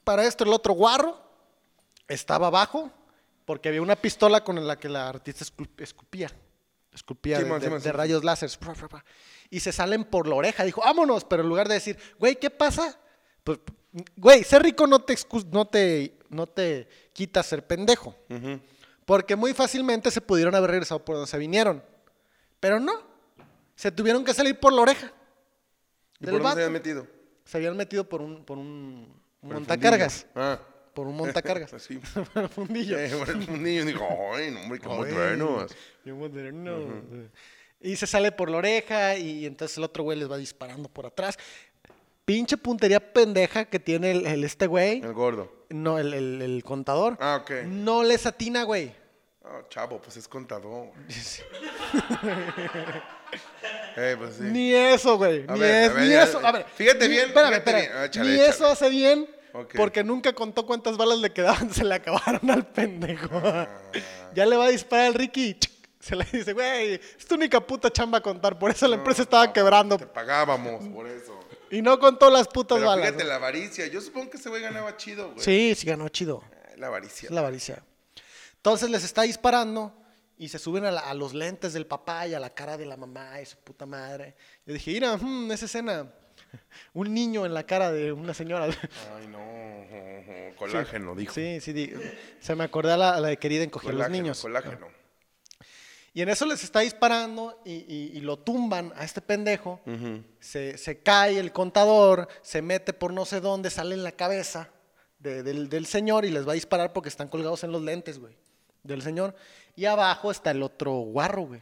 [SPEAKER 2] Para esto el otro guarro estaba abajo porque había una pistola con la que la artista escu- escupía. Escupía
[SPEAKER 3] Sí,
[SPEAKER 2] de,
[SPEAKER 3] man, sí,
[SPEAKER 2] de-
[SPEAKER 3] man,
[SPEAKER 2] de
[SPEAKER 3] sí, sí.
[SPEAKER 2] rayos láseres. Fra, fra, fra. Y se salen por la oreja. Dijo, vámonos. Pero en lugar de decir, güey, ¿qué pasa? Pues, güey, ser rico no te, excus- no te, no te quita ser pendejo. Porque muy fácilmente se pudieron haber regresado por donde se vinieron. Pero no. Se tuvieron que salir por la oreja.
[SPEAKER 3] ¿Y
[SPEAKER 2] Del
[SPEAKER 3] por dónde se
[SPEAKER 2] vato.
[SPEAKER 3] habían metido?
[SPEAKER 2] Se habían metido por un, por un
[SPEAKER 3] Por el
[SPEAKER 2] montacargas.
[SPEAKER 3] fundillo. Ah.
[SPEAKER 2] Por un
[SPEAKER 3] (laughs)
[SPEAKER 2] montacargas.
[SPEAKER 3] Sí.
[SPEAKER 2] Por el (laughs) fundillo.
[SPEAKER 3] Eh, por el fundillo. Digo, ay, no, hombre, cómo
[SPEAKER 2] Ay,
[SPEAKER 3] truenos.
[SPEAKER 2] qué moderno. eh. Y se sale por la oreja y entonces el otro güey les va disparando por atrás. Pinche puntería pendeja que tiene el, el este güey.
[SPEAKER 3] El gordo.
[SPEAKER 2] No, el, el- el contador.
[SPEAKER 3] Ah, ok.
[SPEAKER 2] No les atina, güey. (laughs)
[SPEAKER 3] Ah, chavo, pues es contador. eh, pues sí.
[SPEAKER 2] Ni eso, güey.
[SPEAKER 3] A
[SPEAKER 2] Ni,
[SPEAKER 3] ver, a
[SPEAKER 2] es-
[SPEAKER 3] ver,
[SPEAKER 2] ni
[SPEAKER 3] ya-
[SPEAKER 2] eso. A ver.
[SPEAKER 3] fíjate
[SPEAKER 2] ni-
[SPEAKER 3] bien,
[SPEAKER 2] Espérame,
[SPEAKER 3] fíjate
[SPEAKER 2] espérame.
[SPEAKER 3] bien. Ah, échale,
[SPEAKER 2] ni
[SPEAKER 3] échale.
[SPEAKER 2] eso hace bien.
[SPEAKER 3] Ok.
[SPEAKER 2] Porque nunca contó cuántas balas le quedaban. (laughs) Se le acabaron al pendejo.
[SPEAKER 3] Ah.
[SPEAKER 2] ya le va a disparar al Ricky. chic, Se le dice, güey, es tu única puta chamba contar. Por eso la empresa estaba quebrando.
[SPEAKER 3] Te pagábamos por eso.
[SPEAKER 2] Y no contó las putas
[SPEAKER 3] Pero
[SPEAKER 2] balas.
[SPEAKER 3] fíjate
[SPEAKER 2] ¿no?
[SPEAKER 3] la avaricia. Yo supongo que ese güey ganaba chido, güey.
[SPEAKER 2] Sí, sí ganó chido.
[SPEAKER 3] Eh, La avaricia.
[SPEAKER 2] Es la avaricia. Entonces les está disparando y se suben a, la- a los lentes del papá y a la cara de la mamá y su puta madre. Yo dije, mira, mm, hmm, esa escena (laughs) Un niño en la cara de una señora.
[SPEAKER 3] Ay, no. Colágeno, dijo.
[SPEAKER 2] Sí, sí, di- se me acordé a la, a la de querida encoger los
[SPEAKER 3] Colágeno,
[SPEAKER 2] niños.
[SPEAKER 3] Colágeno.
[SPEAKER 2] Y en eso les está disparando y, y- y lo tumban a este pendejo.
[SPEAKER 3] Ujú.
[SPEAKER 2] se, se cae el contador, se mete por no sé dónde, sale en la cabeza de- del, del señor y les va a disparar porque están colgados en los lentes, güey, del señor. Y abajo está el otro guarro, güey.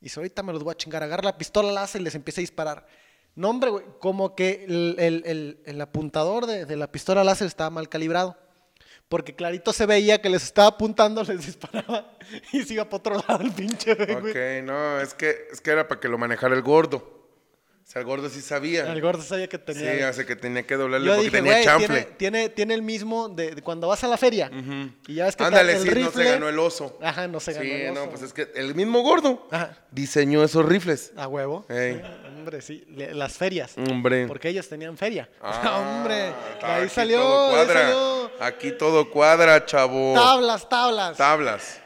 [SPEAKER 2] Y dice, ahorita me los voy a chingar, agarra la pistola, la hace y les empieza a disparar. No, hombre, güey, como que el, el- el- el apuntador de, de la pistola láser estaba mal calibrado. Porque clarito se veía que les estaba apuntando, (laughs) les disparaba y se iba para otro lado el pinche, güey.
[SPEAKER 3] Ok, no, es que, es que era para que lo manejara el gordo. O sea, el gordo sí sabía.
[SPEAKER 2] El gordo sabía que tenía.
[SPEAKER 3] sí, hace que tenía que doblarle
[SPEAKER 2] Yo
[SPEAKER 3] porque
[SPEAKER 2] dije,
[SPEAKER 3] tenía
[SPEAKER 2] güey, tiene,
[SPEAKER 3] chample.
[SPEAKER 2] tiene, tiene el mismo de, de cuando vas a la feria. Y ya ves que
[SPEAKER 3] Ándale,
[SPEAKER 2] trae el
[SPEAKER 3] sí, no se
[SPEAKER 2] rifle.
[SPEAKER 3] ganó el oso.
[SPEAKER 2] Ajá, no se ganó
[SPEAKER 3] sí,
[SPEAKER 2] el oso.
[SPEAKER 3] no, pues es que el mismo gordo
[SPEAKER 2] Ajá.
[SPEAKER 3] diseñó esos rifles.
[SPEAKER 2] A huevo.
[SPEAKER 3] Ey.
[SPEAKER 2] Sí, Hombre, sí. le- las ferias.
[SPEAKER 3] Hombre.
[SPEAKER 2] Porque ellos tenían feria. (laughs)
[SPEAKER 3] Ah,
[SPEAKER 2] Hombre,
[SPEAKER 3] está,
[SPEAKER 2] ahí
[SPEAKER 3] aquí
[SPEAKER 2] salió,
[SPEAKER 3] todo
[SPEAKER 2] ahí
[SPEAKER 3] cuadra.
[SPEAKER 2] salió.
[SPEAKER 3] Aquí todo cuadra, chavo.
[SPEAKER 2] Tablas, tablas.
[SPEAKER 3] Tablas.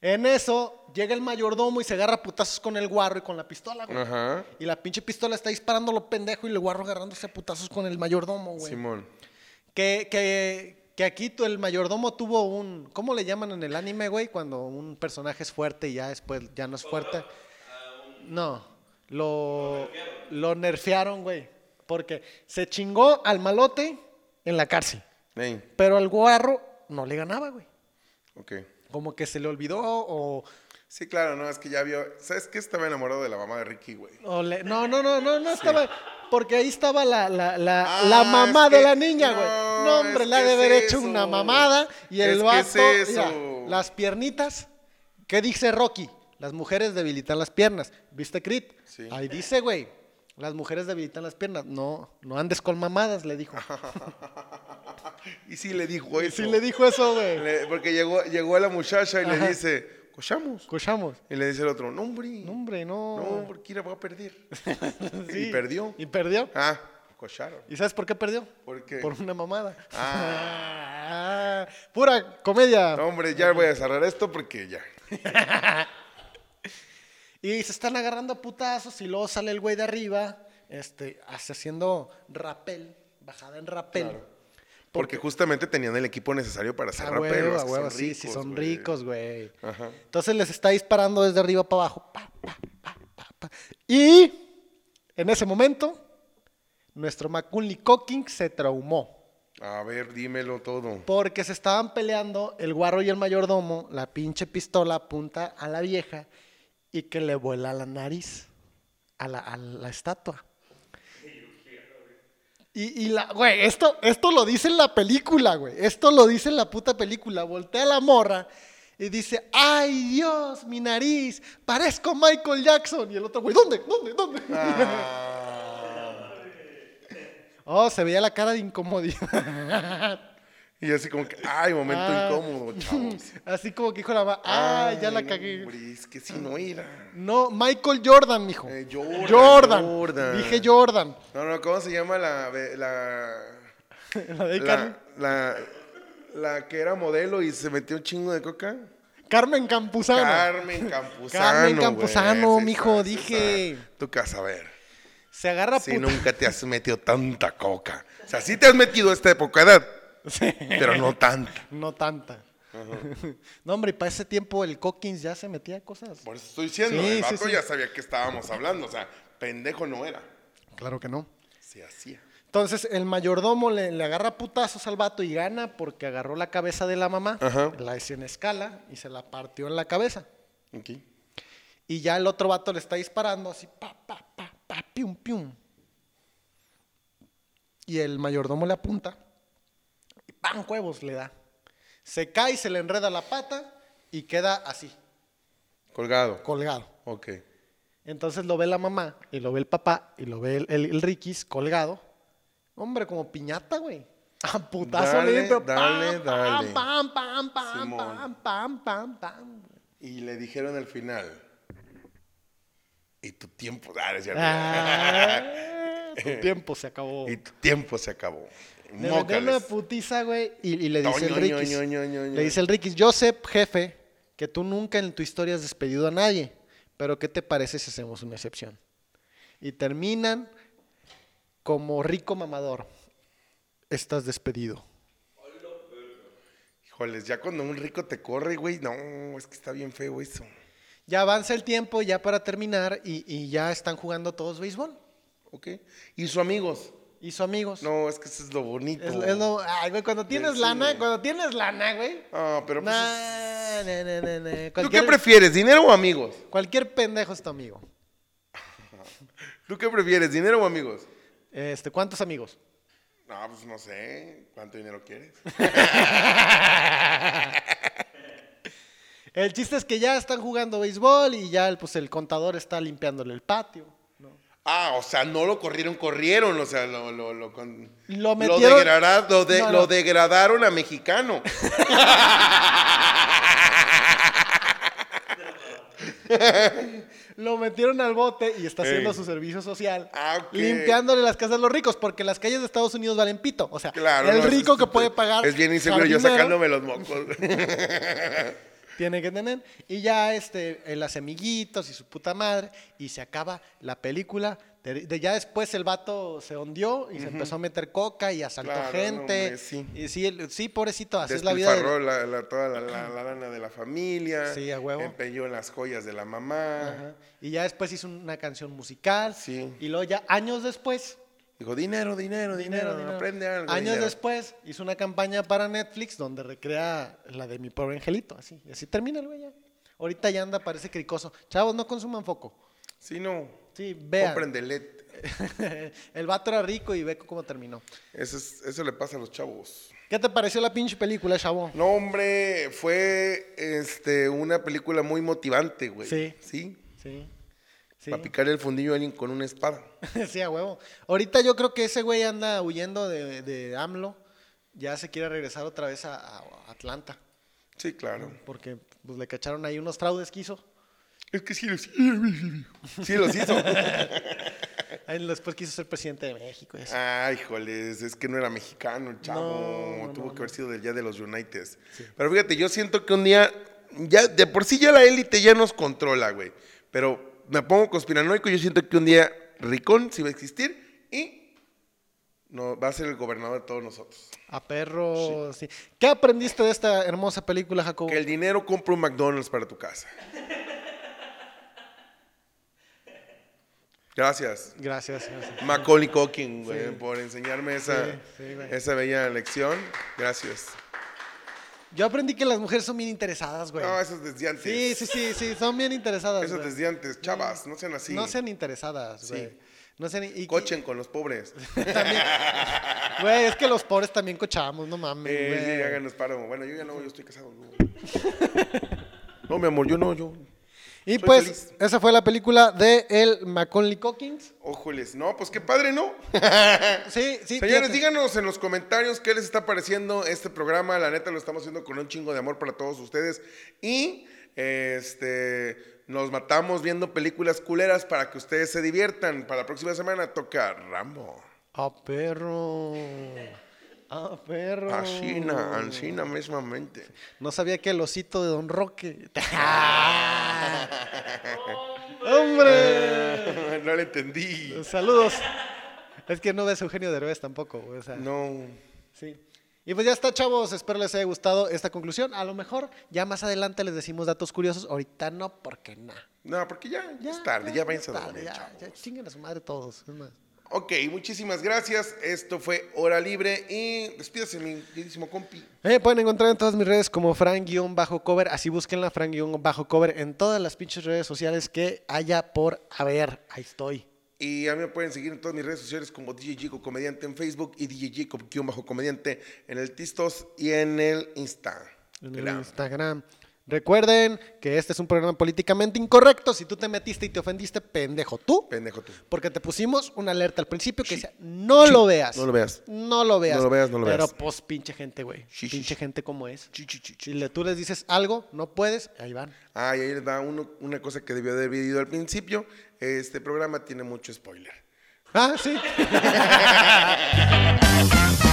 [SPEAKER 2] En eso llega el mayordomo y se agarra a putazos con el guarro y con la pistola, güey.
[SPEAKER 3] Ajá.
[SPEAKER 2] Y la pinche pistola está disparando lo pendejo y el guarro agarrándose a putazos con el mayordomo, güey.
[SPEAKER 3] Simón.
[SPEAKER 2] Que, que, que aquí tu- el mayordomo tuvo un. ¿Cómo le llaman en el anime, güey? Cuando un personaje es fuerte y ya después ya no es fuerte. No. Lo, lo nerfearon, güey. Porque se chingó al malote en la cárcel.
[SPEAKER 3] Ey,
[SPEAKER 2] Pero al guarro no le ganaba, güey.
[SPEAKER 3] ok.
[SPEAKER 2] Como que se le olvidó o.
[SPEAKER 3] Sí, claro, no, es que ya vio. ¿Sabes qué? Estaba enamorado de la mamá de Ricky, güey.
[SPEAKER 2] o le- no, no, no, no, no estaba. Porque ahí estaba la, la, la,
[SPEAKER 3] Ah,
[SPEAKER 2] la mamá
[SPEAKER 3] es que-
[SPEAKER 2] de la niña, güey.
[SPEAKER 3] no,
[SPEAKER 2] No, hombre,
[SPEAKER 3] es
[SPEAKER 2] la ha
[SPEAKER 3] que
[SPEAKER 2] de
[SPEAKER 3] es
[SPEAKER 2] haber hecho
[SPEAKER 3] eso.
[SPEAKER 2] una mamada. Y
[SPEAKER 3] Es
[SPEAKER 2] el
[SPEAKER 3] que
[SPEAKER 2] vato.
[SPEAKER 3] es
[SPEAKER 2] mira,
[SPEAKER 3] eso.
[SPEAKER 2] las piernitas. ¿Qué dice Rocky? Las mujeres debilitan las piernas. ¿Viste, Crit?
[SPEAKER 3] Sí.
[SPEAKER 2] Ahí dice, güey. Las mujeres debilitan las piernas. No, no andes con mamadas, le
[SPEAKER 3] (laughs)
[SPEAKER 2] dijo.
[SPEAKER 3] Y sí le dijo eso.
[SPEAKER 2] Sí le dijo eso, güey.
[SPEAKER 3] Le- porque llegó, llegó la muchacha y le dice, cochamos.
[SPEAKER 2] Escuchamos.
[SPEAKER 3] Y le dice el otro, no, hombre.
[SPEAKER 2] No, hombre, no.
[SPEAKER 3] No, porque va a perder. (laughs)
[SPEAKER 2] Sí. (laughs)
[SPEAKER 3] Y perdió.
[SPEAKER 2] Y perdió.
[SPEAKER 3] Ah, cocharon.
[SPEAKER 2] ¿Y sabes por qué perdió?
[SPEAKER 3] ¿Por qué?
[SPEAKER 2] Por una mamada. Ah, (laughs) Pura comedia.
[SPEAKER 3] No, hombre, ya voy a cerrar esto porque ya.
[SPEAKER 2] Y se están agarrando a putazos y luego sale el güey de arriba, este, hace- haciendo rapel, bajada en rapel.
[SPEAKER 3] Porque justamente tenían el equipo necesario para
[SPEAKER 2] A
[SPEAKER 3] cerrar
[SPEAKER 2] huevo,
[SPEAKER 3] pelos.
[SPEAKER 2] a huevo, sí, sí, son ricos, güey.
[SPEAKER 3] Ajá.
[SPEAKER 2] Entonces les está disparando desde arriba para abajo. pa, pa, pa, pa, pa. Y en ese momento, nuestro Macaulay Cocking se traumó.
[SPEAKER 3] A ver, dímelo todo.
[SPEAKER 2] Porque se estaban peleando el guarro y el mayordomo, la pinche pistola apunta a la vieja y que le vuela la nariz a la, a la estatua. Y, y la, güey, esto, esto lo dice en la película, güey. Esto lo dice en la puta película. Voltea la morra y dice, ay Dios, mi nariz, parezco Michael Jackson. Y el otro, güey, ¿dónde? ¿Dónde? ¿Dónde? Oh, se veía la cara de incomodidad.
[SPEAKER 3] (laughs)
[SPEAKER 2] (laughs)
[SPEAKER 3] Y así como que, ay, momento
[SPEAKER 2] Ah. (laughs)
[SPEAKER 3] incómodo, chavos.
[SPEAKER 2] Así como que dijo la mamá, ah, ya la
[SPEAKER 3] no,
[SPEAKER 2] cagué.
[SPEAKER 3] hombre, es que si no era.
[SPEAKER 2] No, Michael Jordan, mijo.
[SPEAKER 3] Eh, Jordan,
[SPEAKER 2] Jordan.
[SPEAKER 3] Jordan.
[SPEAKER 2] Dije Jordan.
[SPEAKER 3] No, no, ¿cómo se llama la... la...
[SPEAKER 2] (laughs) La de Car-
[SPEAKER 3] La, la, la que era modelo y se metió un chingo de coca.
[SPEAKER 2] Carmen Campuzano.
[SPEAKER 3] Carmen Campuzano.
[SPEAKER 2] Carmen
[SPEAKER 3] güey.
[SPEAKER 2] Campuzano,
[SPEAKER 3] Sí,
[SPEAKER 2] mijo,
[SPEAKER 3] sí,
[SPEAKER 2] dije.
[SPEAKER 3] sí. Tú qué vas a ver.
[SPEAKER 2] se agarra
[SPEAKER 3] Si
[SPEAKER 2] Ah, puta-
[SPEAKER 3] nunca te has metido tanta coca. O sea, sí te has metido a esta época de edad,
[SPEAKER 2] (laughs) Sí.
[SPEAKER 3] pero no tanta.
[SPEAKER 2] No tanta. no, hombre, y para ese tiempo el Coquins ya se metía a cosas.
[SPEAKER 3] Por eso estoy diciendo,
[SPEAKER 2] Sí,
[SPEAKER 3] el
[SPEAKER 2] sí,
[SPEAKER 3] vato
[SPEAKER 2] sí.
[SPEAKER 3] ya sabía que estábamos hablando. O sea, pendejo no era.
[SPEAKER 2] Claro que no.
[SPEAKER 3] Se hacía.
[SPEAKER 2] Entonces el mayordomo le, le agarra putazos al vato y gana porque agarró la cabeza de la mamá,
[SPEAKER 3] Ajá.
[SPEAKER 2] la hizo en escala y se la partió en la cabeza.
[SPEAKER 3] Aquí.
[SPEAKER 2] Y ya el otro vato le está disparando así, pa, pa, pa, pa, pium, pium. Y el mayordomo le apunta. Y ¡pam! Huevos le da. Se cae, se le enreda la pata y queda así,
[SPEAKER 3] Colgado.
[SPEAKER 2] colgado.
[SPEAKER 3] Ok.
[SPEAKER 2] Entonces lo ve la mamá y lo ve el papá y lo ve el, el, el Rikis colgado. Hombre, como piñata, güey. A putazo
[SPEAKER 3] Dale,
[SPEAKER 2] limpio.
[SPEAKER 3] dale,
[SPEAKER 2] pam,
[SPEAKER 3] dale.
[SPEAKER 2] Pam, pam, pam,
[SPEAKER 3] Simón.
[SPEAKER 2] pam, pam, pam,
[SPEAKER 3] (laughs)
[SPEAKER 2] pam.
[SPEAKER 3] Y le dijeron al final. Y tu tiempo. Ah, no es cierto.
[SPEAKER 2] Ah, tu tiempo se acabó.
[SPEAKER 3] (laughs) Y tu tiempo se acabó.
[SPEAKER 2] Le metió una
[SPEAKER 3] Mócales.
[SPEAKER 2] putiza, güey, y, y le dice el
[SPEAKER 3] Ño, Ño,
[SPEAKER 2] Rickis.
[SPEAKER 3] Ño, Ño, Ño, Ño.
[SPEAKER 2] Le dice el Rickis, yo sé, jefe, que tú nunca en tu historia has despedido a nadie, pero ¿qué te parece si hacemos una excepción? y terminan como rico mamador. Estás despedido.
[SPEAKER 3] Híjoles, ya cuando un rico te corre, güey, no, es que está bien feo eso.
[SPEAKER 2] Ya avanza el tiempo, ya para terminar, y, y ya están jugando todos béisbol.
[SPEAKER 3] ¿Ok? ¿Y sus amigos?
[SPEAKER 2] Y sus amigos.
[SPEAKER 3] No, es que eso es lo bonito.
[SPEAKER 2] Es, es lo- ay, güey, cuando tienes
[SPEAKER 3] Sí,
[SPEAKER 2] lana,
[SPEAKER 3] güey.
[SPEAKER 2] cuando tienes lana, güey.
[SPEAKER 3] Ah, pero pues... es-
[SPEAKER 2] Na, na, na, na, na.
[SPEAKER 3] ¿Tú qué
[SPEAKER 2] Cualquier,
[SPEAKER 3] prefieres, dinero o amigos?
[SPEAKER 2] cualquier pendejo es tu amigo.
[SPEAKER 3] ¿Tú qué prefieres, dinero o amigos?
[SPEAKER 2] Este, ¿Cuántos amigos?
[SPEAKER 3] No, pues no sé. ¿Cuánto dinero quieres?
[SPEAKER 2] El chiste es que ya están jugando béisbol y ya el, pues, el contador está limpiándole el patio.
[SPEAKER 3] (laughs) Ah, o sea, no lo corrieron, corrieron. O sea, lo, lo, lo, con-
[SPEAKER 2] Lo metieron-
[SPEAKER 3] degrada- lo de-
[SPEAKER 2] No,
[SPEAKER 3] lo
[SPEAKER 2] no.
[SPEAKER 3] degradaron
[SPEAKER 2] (laughs)
[SPEAKER 3] a mexicano.
[SPEAKER 2] Lo metieron al bote y está haciendo
[SPEAKER 3] Ey.
[SPEAKER 2] su servicio social.
[SPEAKER 3] Ah, ok.
[SPEAKER 2] Limpiándole las casas a los ricos, porque las calles de Estados Unidos valen pito. O sea,
[SPEAKER 3] Claro.
[SPEAKER 2] el
[SPEAKER 3] no, es
[SPEAKER 2] rico que
[SPEAKER 3] estúpido.
[SPEAKER 2] puede pagar.
[SPEAKER 3] Es bien inseguro yo
[SPEAKER 2] jardinero,
[SPEAKER 3] sacándome los mocos.
[SPEAKER 2] Tiene que tener. Y ya este, eh, las amiguitos y su puta madre. Y se acaba la película. De, de- ya después el vato se hundió y se empezó a meter coca y asaltó
[SPEAKER 3] Claro, no,
[SPEAKER 2] gente.
[SPEAKER 3] hombre, sí.
[SPEAKER 2] Y sí, el- sí, pobrecito, (laughs) así
[SPEAKER 3] (laughs)
[SPEAKER 2] es la vida. del-
[SPEAKER 3] Despilfarró la, la- toda la, la- la lana de la familia.
[SPEAKER 2] Sí, a huevo.
[SPEAKER 3] Empeñó las joyas de la mamá.
[SPEAKER 2] Ajá. Y ya después hizo una canción musical.
[SPEAKER 3] Sí.
[SPEAKER 2] Y luego ya años después.
[SPEAKER 3] Dijo, dinero, dinero, dinero,
[SPEAKER 2] dinero.
[SPEAKER 3] aprende algo.
[SPEAKER 2] Años
[SPEAKER 3] dinero".
[SPEAKER 2] después hizo una campaña para Netflix donde recrea la de mi pobre angelito. Así, y así termina el güey ya. Ahorita ya anda, parece cricoso. Chavos, no consuman foco.
[SPEAKER 3] Sí, no.
[SPEAKER 2] Sí, vean.
[SPEAKER 3] Compren de LED.
[SPEAKER 2] (laughs) el vato era rico y ve cómo terminó.
[SPEAKER 3] Eso, es- eso le pasa a los chavos.
[SPEAKER 2] ¿Qué te pareció la pinche película, chavo?
[SPEAKER 3] No, hombre, fue este, una película muy motivante, güey.
[SPEAKER 2] Sí.
[SPEAKER 3] Sí.
[SPEAKER 2] Sí. Sí.
[SPEAKER 3] Para picar el fundillo a alguien con una espada.
[SPEAKER 2] (laughs) sí, a huevo. Ahorita yo creo que ese güey anda huyendo de, de AMLO. Ya se quiere regresar otra vez a- a Atlanta.
[SPEAKER 3] Sí, claro.
[SPEAKER 2] Porque pues, le cacharon ahí unos fraudes que hizo.
[SPEAKER 3] Es que sí los, sí los hizo. (laughs)
[SPEAKER 2] Ahí Después quiso ser presidente de México. y así.
[SPEAKER 3] Ay, joles, Ah, es que no era mexicano el chavo.
[SPEAKER 2] No, no,
[SPEAKER 3] Tuvo
[SPEAKER 2] no,
[SPEAKER 3] que haber sido del ya de los United. Pero fíjate, yo siento que un día, ya de por sí ya la élite ya nos controla, güey. Pero me pongo conspiranoico, yo siento que un día Ricón sí va a existir y no, va a ser el gobernador de todos nosotros.
[SPEAKER 2] A perro, sí. ¿Qué aprendiste de esta hermosa película, Jacobo?
[SPEAKER 3] Que el dinero compra un McDonald's para
[SPEAKER 2] (laughs)
[SPEAKER 3] tu casa. Gracias.
[SPEAKER 2] Gracias, gracias.
[SPEAKER 3] Macaulay Culkin, güey,
[SPEAKER 2] Sí.
[SPEAKER 3] por enseñarme esa,
[SPEAKER 2] Sí, sí, güey.
[SPEAKER 3] esa bella lección. Gracias.
[SPEAKER 2] Yo aprendí que las mujeres son bien interesadas, güey.
[SPEAKER 3] No, eso es desde antes.
[SPEAKER 2] sí, sí, sí, sí, son bien interesadas.
[SPEAKER 3] eso es
[SPEAKER 2] güey.
[SPEAKER 3] desde antes. Chavas, no sean así.
[SPEAKER 2] No sean interesadas,
[SPEAKER 3] Sí.
[SPEAKER 2] güey. No sean. y-
[SPEAKER 3] Cochen con
[SPEAKER 2] (laughs)
[SPEAKER 3] los pobres.
[SPEAKER 2] y- también- Güey, es que los pobres también cochamos, no mames.
[SPEAKER 3] Eh,
[SPEAKER 2] güey.
[SPEAKER 3] sí, háganos paro. Bueno, yo ya no, yo estoy casado. No, (laughs) No, mi amor, yo no, yo.
[SPEAKER 2] y
[SPEAKER 3] soy
[SPEAKER 2] pues,
[SPEAKER 3] feliz.
[SPEAKER 2] esa fue la película de El Macaulay Cockings.
[SPEAKER 3] Ójoles, no, pues qué
[SPEAKER 2] (laughs)
[SPEAKER 3] padre, ¿no?
[SPEAKER 2] Sí, sí.
[SPEAKER 3] Señores,
[SPEAKER 2] fíjate.
[SPEAKER 3] díganos en los comentarios qué les está pareciendo este programa. La neta lo estamos haciendo con un chingo de amor para todos ustedes. Y este nos matamos viendo películas culeras para que ustedes se diviertan. Para la próxima semana toca Rambo.
[SPEAKER 2] Ah, perro. Ah, perro.
[SPEAKER 3] Ancina, Ancina mismamente.
[SPEAKER 2] No sabía que el osito de Don
[SPEAKER 3] (laughs)
[SPEAKER 2] Roque. ¡Hombre!
[SPEAKER 3] (laughs) no le entendí.
[SPEAKER 2] Saludos. Es que no ves a Eugenio Derbez tampoco. o sea,
[SPEAKER 3] No.
[SPEAKER 2] sí. Y pues ya está, chavos. Espero les haya gustado esta conclusión. A lo mejor ya más adelante les decimos datos curiosos. Ahorita no, porque na.
[SPEAKER 3] No, porque ya, ya
[SPEAKER 2] Ya,
[SPEAKER 3] es tarde, ya, váyanse a
[SPEAKER 2] tarde,
[SPEAKER 3] dormir,
[SPEAKER 2] ya,
[SPEAKER 3] chavos.
[SPEAKER 2] ya chinguen a su madre todos. es más.
[SPEAKER 3] Ok, muchísimas gracias. Esto fue Hora Libre y despídase mi queridísimo compi.
[SPEAKER 2] Eh, pueden encontrar en todas mis redes como Fran-Cover. Así búsquenla, Fran-Cover, en todas las pinches redes sociales que haya por haber. Ahí estoy.
[SPEAKER 3] Y a mí me pueden seguir en todas mis redes sociales como DJ Gico Comediante en Facebook y DJ Gico guión bajo comediante en el Tistos y en el Insta.
[SPEAKER 2] En el Instagram. Recuerden que este es un programa políticamente incorrecto. Si tú te metiste y te ofendiste, pendejo tú.
[SPEAKER 3] Pendejo tú.
[SPEAKER 2] Porque te pusimos una alerta al principio que decía, no lo veas.
[SPEAKER 3] no lo veas.
[SPEAKER 2] No lo veas.
[SPEAKER 3] No lo veas, no lo
[SPEAKER 2] Pero
[SPEAKER 3] veas.
[SPEAKER 2] pues pinche gente, güey.
[SPEAKER 3] Sí, sí,
[SPEAKER 2] pinche
[SPEAKER 3] sí.
[SPEAKER 2] gente como es.
[SPEAKER 3] Chi, chi, chi, chi.
[SPEAKER 2] Si le, tú les dices algo, no puedes, ahí van.
[SPEAKER 3] Ah, y ahí les va uno- una cosa que debió haber ido al principio. Este programa tiene mucho spoiler.
[SPEAKER 2] Ah, sí.